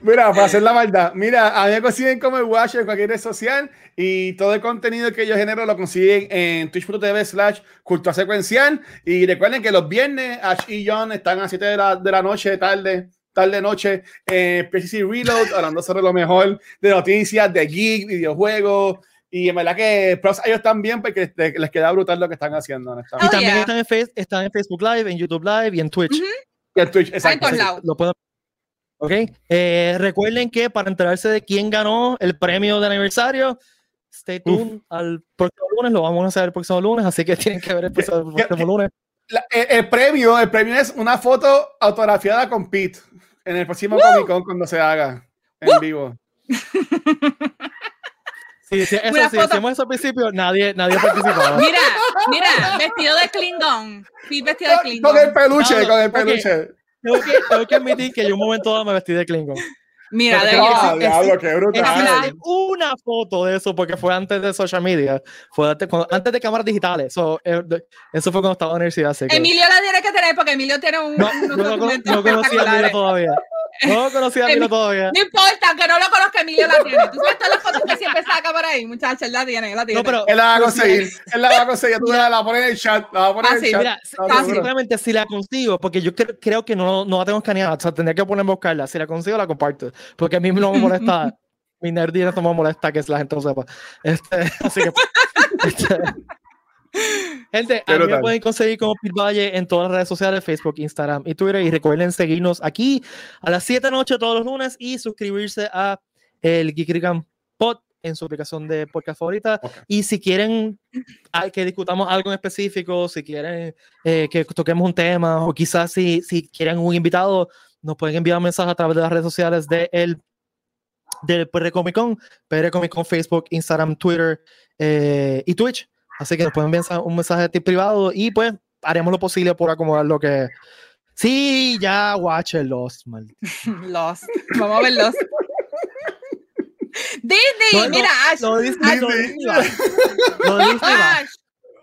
Speaker 3: Mira, para hacer la maldad. Mira, a mí me consiguen como el Watcher en cualquier red social y todo el contenido que yo genero lo consiguen en twitch.tv slash cultura secuencial. Y recuerden que los viernes Ash y John están a 7 de la, de la noche, tarde, tarde, noche, eh, PC Reload, hablando sobre lo mejor de noticias, de geek, videojuegos. Y en verdad que props a ellos también, porque les, les queda brutal lo que están
Speaker 1: y
Speaker 3: haciendo, honestamente.
Speaker 2: Oh,
Speaker 1: también
Speaker 2: yeah.
Speaker 1: están, en Face- están en Facebook Live, en YouTube Live y en Twitch.
Speaker 2: Ujú.
Speaker 3: Y en Twitch,
Speaker 2: Está en
Speaker 3: exacto.
Speaker 2: todos lados.
Speaker 1: Lo pueden- Ok. Eh, recuerden que para enterarse de quién ganó el premio de aniversario, stay tuned al próximo lunes. Lo vamos a hacer el próximo lunes, así que tienen que ver el próximo,
Speaker 3: Ya-
Speaker 1: próximo lunes.
Speaker 3: La- el, el premio, el premio es una foto autografiada con Pete en el próximo
Speaker 2: ¡Woo!
Speaker 3: Comic Con cuando se haga en
Speaker 2: ¡Woo!
Speaker 3: vivo.
Speaker 1: Sí, sí, eso,
Speaker 2: Una
Speaker 1: sí,
Speaker 2: foto-
Speaker 1: hicimos eso al principio, nadie, nadie participaba.
Speaker 2: Mira, mira, vestido de Klingon. Fui vestido de
Speaker 3: Ah, Con el
Speaker 2: Klingon.
Speaker 3: peluche,
Speaker 1: No,
Speaker 3: con el
Speaker 1: ok.
Speaker 3: peluche.
Speaker 1: tengo, que, tengo que admitir que yo un momento dado me vestí de Klingon.
Speaker 2: Mira,
Speaker 1: Porque-
Speaker 2: de verdad.
Speaker 3: Ah,
Speaker 1: es-
Speaker 3: diablo, qué brutal.
Speaker 2: hablar.
Speaker 1: Existe una foto de eso porque fue antes de social media, fue antes, cuando- antes de cámaras digitales. So, eh, de- eso fue cuando estaba en la universidad. así que-
Speaker 2: Emilio la tiene que tener porque Emilio tiene un.
Speaker 1: no, no,
Speaker 2: unos
Speaker 1: lo cono-
Speaker 2: documentos
Speaker 1: no conocía a Milo
Speaker 2: espectaculares.
Speaker 1: todavía. No conocía a Milo
Speaker 2: Emilio-
Speaker 1: todavía.
Speaker 2: No importa, que no lo conozca, Emilio la tiene. Tú sabes todas las fotos que siempre saca por ahí, muchachos, él la tiene, él la tiene.
Speaker 1: No, pero
Speaker 3: Él la va a conseguir. Él la va a conseguir. Tú la, la pones en el chat. La va a poner
Speaker 2: Ah,
Speaker 3: en
Speaker 2: sí,
Speaker 3: el chat.
Speaker 1: mira,
Speaker 3: No,
Speaker 2: fácil.
Speaker 3: seguro.
Speaker 1: simplemente si la consigo, porque yo cre- creo que no, no la tengo escaneada, o sea, tendría que ponerme a buscarla. Si la consigo, la comparto, porque a mí no me molesta, mi nerdiness no me molesta que la gente lo sepa. Este, así que. este, gente, a mí me
Speaker 3: brutal.
Speaker 1: pueden conseguir como Pil Valle en todas las redes sociales: Facebook, Instagram y Twitter. Y recuerden seguirnos aquí a las 7 de la noche todos los lunes y suscribirse a el Geekrigam Pod en su aplicación de podcast favorita.
Speaker 3: Ok.
Speaker 1: Y si quieren ah, que discutamos algo en específico, si quieren eh, que toquemos un tema o quizás si, si quieren un invitado, nos pueden enviar mensajes a través de las redes sociales de el, del PR Comic Con, PR Comic Con, Facebook, Instagram, Twitter eh, y Twitch. Así que nos pueden enviar un mensaje de ti privado y pues haremos lo posible por acomodar lo que... Sí, ya, Watcher Lost, maldito.
Speaker 2: Lost. Vamos a ver Lost. Disney,
Speaker 1: No, no,
Speaker 2: mira, Ash.
Speaker 1: Lo de Disney,
Speaker 3: Ay,
Speaker 1: lo de
Speaker 3: sí.
Speaker 1: Disney va. Lo de Disney va.
Speaker 2: Ash.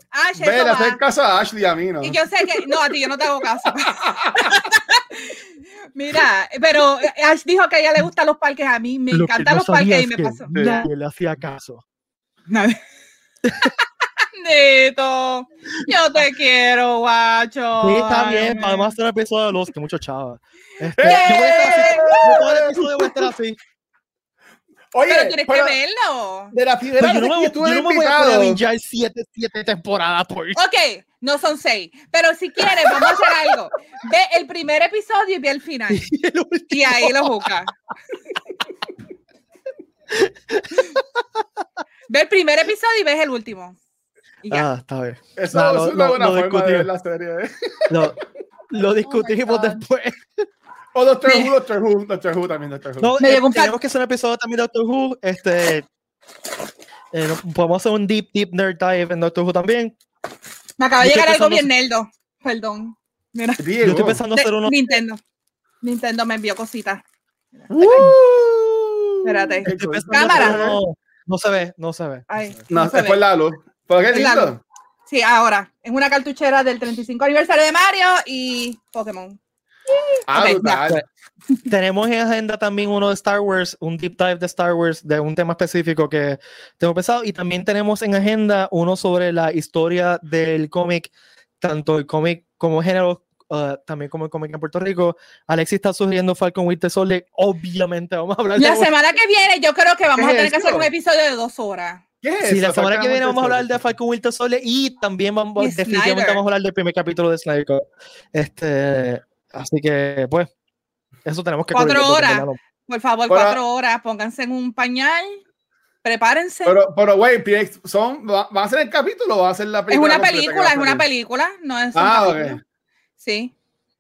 Speaker 2: Ash,
Speaker 3: Ve,
Speaker 2: eso
Speaker 3: le
Speaker 2: va.
Speaker 3: haces caso a Ashley y a mí, ¿no? Eh,
Speaker 2: Y yo sé que, no, a ti yo no te hago caso. Mira, pero eh, Ash dijo que a ella le gustan los parques, a mí me
Speaker 1: Lo que
Speaker 2: encantan
Speaker 1: no
Speaker 2: los parques
Speaker 1: sabía
Speaker 2: y
Speaker 1: es
Speaker 2: me
Speaker 1: que
Speaker 2: pasó.
Speaker 1: Nadie le hacía caso.
Speaker 2: Neto, yo te quiero, guacho.
Speaker 1: Ah. Sí, está bien,
Speaker 2: Ay,
Speaker 1: vamos a hacer un episodio de los que mucho chava. Este,
Speaker 3: ¡Eh!
Speaker 1: yo voy a estar así, yo todo el episodio voy a estar así.
Speaker 3: Oye,
Speaker 2: Pero tienes
Speaker 3: pero
Speaker 2: que verlo.
Speaker 3: de la primera
Speaker 1: Pero Pues, yo
Speaker 3: vez
Speaker 1: no
Speaker 3: que
Speaker 1: me,
Speaker 3: estuve
Speaker 1: yo no me voy a
Speaker 3: invitado,
Speaker 1: poner a bingear siete, siete temporadas por
Speaker 2: Ok, no son seis, pero si quieres, vamos a hacer algo. Ve el primer episodio y ve el final.
Speaker 1: el último.
Speaker 2: Y ahí lo buscas. Ve el primer episodio y ves el último. Y ya.
Speaker 1: Ah, está bien.
Speaker 3: eso
Speaker 1: No, lo-
Speaker 3: es una
Speaker 1: lo-
Speaker 3: buena
Speaker 1: lo
Speaker 3: forma de
Speaker 1: discutimos.
Speaker 3: ver la serie. ¿eh?
Speaker 1: Lo, lo discutimos
Speaker 2: Oh God.
Speaker 1: después.
Speaker 3: O Doctor
Speaker 2: Me-
Speaker 3: Who, Doctor Who, Doctor Who también, Doctor Who.
Speaker 1: No,
Speaker 2: Me
Speaker 1: eh,
Speaker 2: llegó un
Speaker 1: tenemos que hacer un episodio también de Doctor Who. Este, eh, no- podemos hacer un deep, deep nerd dive en Doctor Who también.
Speaker 2: Me acaba
Speaker 1: yo estoy
Speaker 2: de llegar
Speaker 1: pensando-
Speaker 2: algo bien nerdo. Perdón. Mira.
Speaker 1: Yo
Speaker 3: Diego.
Speaker 1: estoy pensando
Speaker 2: De-
Speaker 1: hacer uno.
Speaker 2: Nintendo. Nintendo me envió cositas.
Speaker 3: Uh,
Speaker 2: Espérate.
Speaker 3: qué
Speaker 1: Estoy
Speaker 3: cosa.
Speaker 1: pensando
Speaker 2: Cámara.
Speaker 1: hacer uno- No se ve, no se ve.
Speaker 2: Ay,
Speaker 3: No,
Speaker 2: no se
Speaker 3: es por
Speaker 2: ve.
Speaker 3: la luz. ¿Por qué
Speaker 2: Es la
Speaker 3: lindo?
Speaker 2: luz. Sí, ahora. En una cartuchera del 35 aniversario de Mario y Pokémon.
Speaker 3: Ah,
Speaker 2: Ok, pues.
Speaker 3: brutal.
Speaker 1: Tenemos en agenda también uno de Star Wars, un deep dive de Star Wars de un tema específico que tengo pensado. Y también tenemos en agenda uno sobre la historia del cómic, tanto el cómic como género, uh, también como el cómic en Puerto Rico. Alexis está sugiriendo Falcon Winter Soldier. Obviamente vamos a hablar
Speaker 2: La
Speaker 1: de
Speaker 2: semana que viene yo creo que vamos a
Speaker 3: ¿Qué es
Speaker 2: tener que hacer
Speaker 3: eso?
Speaker 2: un episodio de dos horas.
Speaker 3: ¿Qué es
Speaker 1: Sí, la
Speaker 3: eso?
Speaker 1: semana que viene vamos a
Speaker 3: Exactamente
Speaker 1: hablar de
Speaker 3: eso.
Speaker 1: Falcon Winter Soldier y también vamos,
Speaker 2: Y
Speaker 1: definitivamente
Speaker 2: Snyder.
Speaker 1: vamos a hablar del primer capítulo de Snyder Cut. Este, así que, pues, eso tenemos que
Speaker 2: Cuatro
Speaker 1: cubrirlo, porque
Speaker 2: horas.
Speaker 1: en verdad no-
Speaker 2: Por favor,
Speaker 3: Ahora-
Speaker 2: cuatro horas, pónganse en un pañal, prepárense.
Speaker 3: Pero, pero, güey, Piex, son, ¿va- ¿van a ser el capítulo o va a ser la
Speaker 2: es una
Speaker 3: película? completa que va
Speaker 2: película,
Speaker 3: a
Speaker 2: es una
Speaker 3: salir?
Speaker 2: película, no es un
Speaker 3: Ah,
Speaker 2: capítulo.
Speaker 3: ok.
Speaker 2: Sí.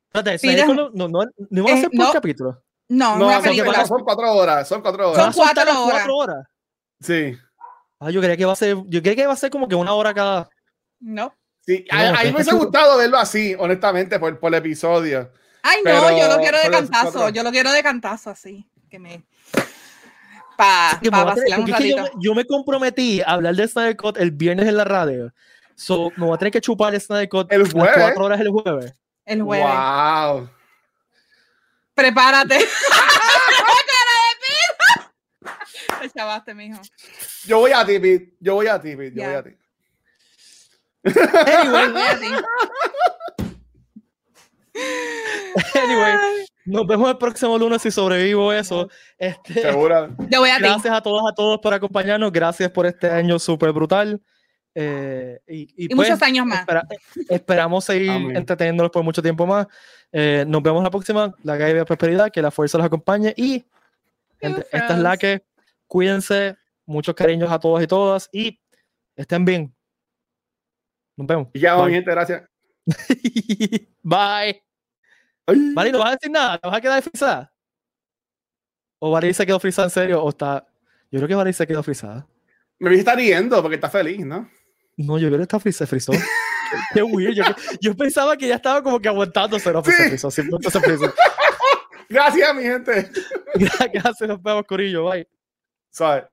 Speaker 1: Espérate, Snyder
Speaker 2: Mira.
Speaker 1: Cut no, no, no, no va a
Speaker 2: Eh,
Speaker 1: ser por
Speaker 2: no.
Speaker 1: capítulo.
Speaker 2: No,
Speaker 3: No,
Speaker 2: una
Speaker 3: son-
Speaker 2: película.
Speaker 3: son cuatro horas, son
Speaker 1: ¿Van a
Speaker 3: cuatro horas.
Speaker 2: Son
Speaker 1: soltar
Speaker 2: cuatro
Speaker 1: las cuatro horas.
Speaker 3: Sí.
Speaker 1: Ah, yo creía que va a ser, yo creía que iba a ser como que una hora cada.
Speaker 2: No.
Speaker 3: sí.
Speaker 1: No, este
Speaker 3: A, a mí me
Speaker 1: está
Speaker 3: hubiese
Speaker 1: chulo.
Speaker 3: gustado verlo así, honestamente, por, por el episodio.
Speaker 2: Ay, no,
Speaker 3: Pero-
Speaker 2: yo lo quiero de
Speaker 3: pero son
Speaker 2: cantazo,
Speaker 3: cuatro.
Speaker 2: yo lo quiero de cantazo así, que me para
Speaker 1: Que me
Speaker 2: pa
Speaker 1: va a tener-
Speaker 2: Ah, vacilar un
Speaker 1: porque es que yo,
Speaker 2: ratito.
Speaker 1: me- yo me comprometí a hablar de Snyder Cut el viernes en la radio. So, me voy a tener que chupar el Snyder Cut
Speaker 3: El
Speaker 1: las
Speaker 3: jueves.
Speaker 1: cuatro horas el jueves.
Speaker 2: El jueves.
Speaker 3: Wow.
Speaker 2: Prepárate. ¡Cara de pizza! Te chavaste, mijo.
Speaker 3: Yo voy a ti, Pete. Yo voy a ti, Pete. Yo
Speaker 2: Ya.
Speaker 3: voy a ti.
Speaker 1: Anyway,
Speaker 2: Voy a ti.
Speaker 1: anyway. Nos vemos el próximo lunes si sobrevivo eso. Este,
Speaker 3: Segura.
Speaker 2: Yo voy a ti.
Speaker 1: gracias a todos, a todos por acompañarnos. Gracias por este año súper brutal. Eh, y, y,
Speaker 2: Y
Speaker 1: pues,
Speaker 2: muchos años más.
Speaker 1: espera- esperamos seguir
Speaker 3: Amén.
Speaker 1: entreteniéndolos por mucho tiempo más. Eh, nos vemos la próxima. La calle de prosperidad, que la fuerza los acompañe. Y gente, esta es la
Speaker 2: friends.
Speaker 1: que cuídense. Muchos cariños a todos y todas. Y estén bien. Nos vemos.
Speaker 3: Y ya, mi
Speaker 1: Bye.
Speaker 3: gente, gracias.
Speaker 1: Bye.
Speaker 3: Ay.
Speaker 1: Mari, ¿no vas a decir nada? ¿Te vas a quedar frisada? ¿O Mari se quedó frisada en serio? ¿O está.? Yo creo que Mari se quedó frisada.
Speaker 3: Me vi estar riendo porque está feliz, ¿no?
Speaker 1: No, yo creo que está frisada, se frizó. Qué weird. Yo, yo pensaba que ya estaba como que aguantándose. No, pues se
Speaker 3: Sí.
Speaker 1: frizó. Siempre se frizó.
Speaker 3: Gracias, mi gente.
Speaker 1: Gracias, nos vemos, Corillo. Bye.
Speaker 3: Sorry.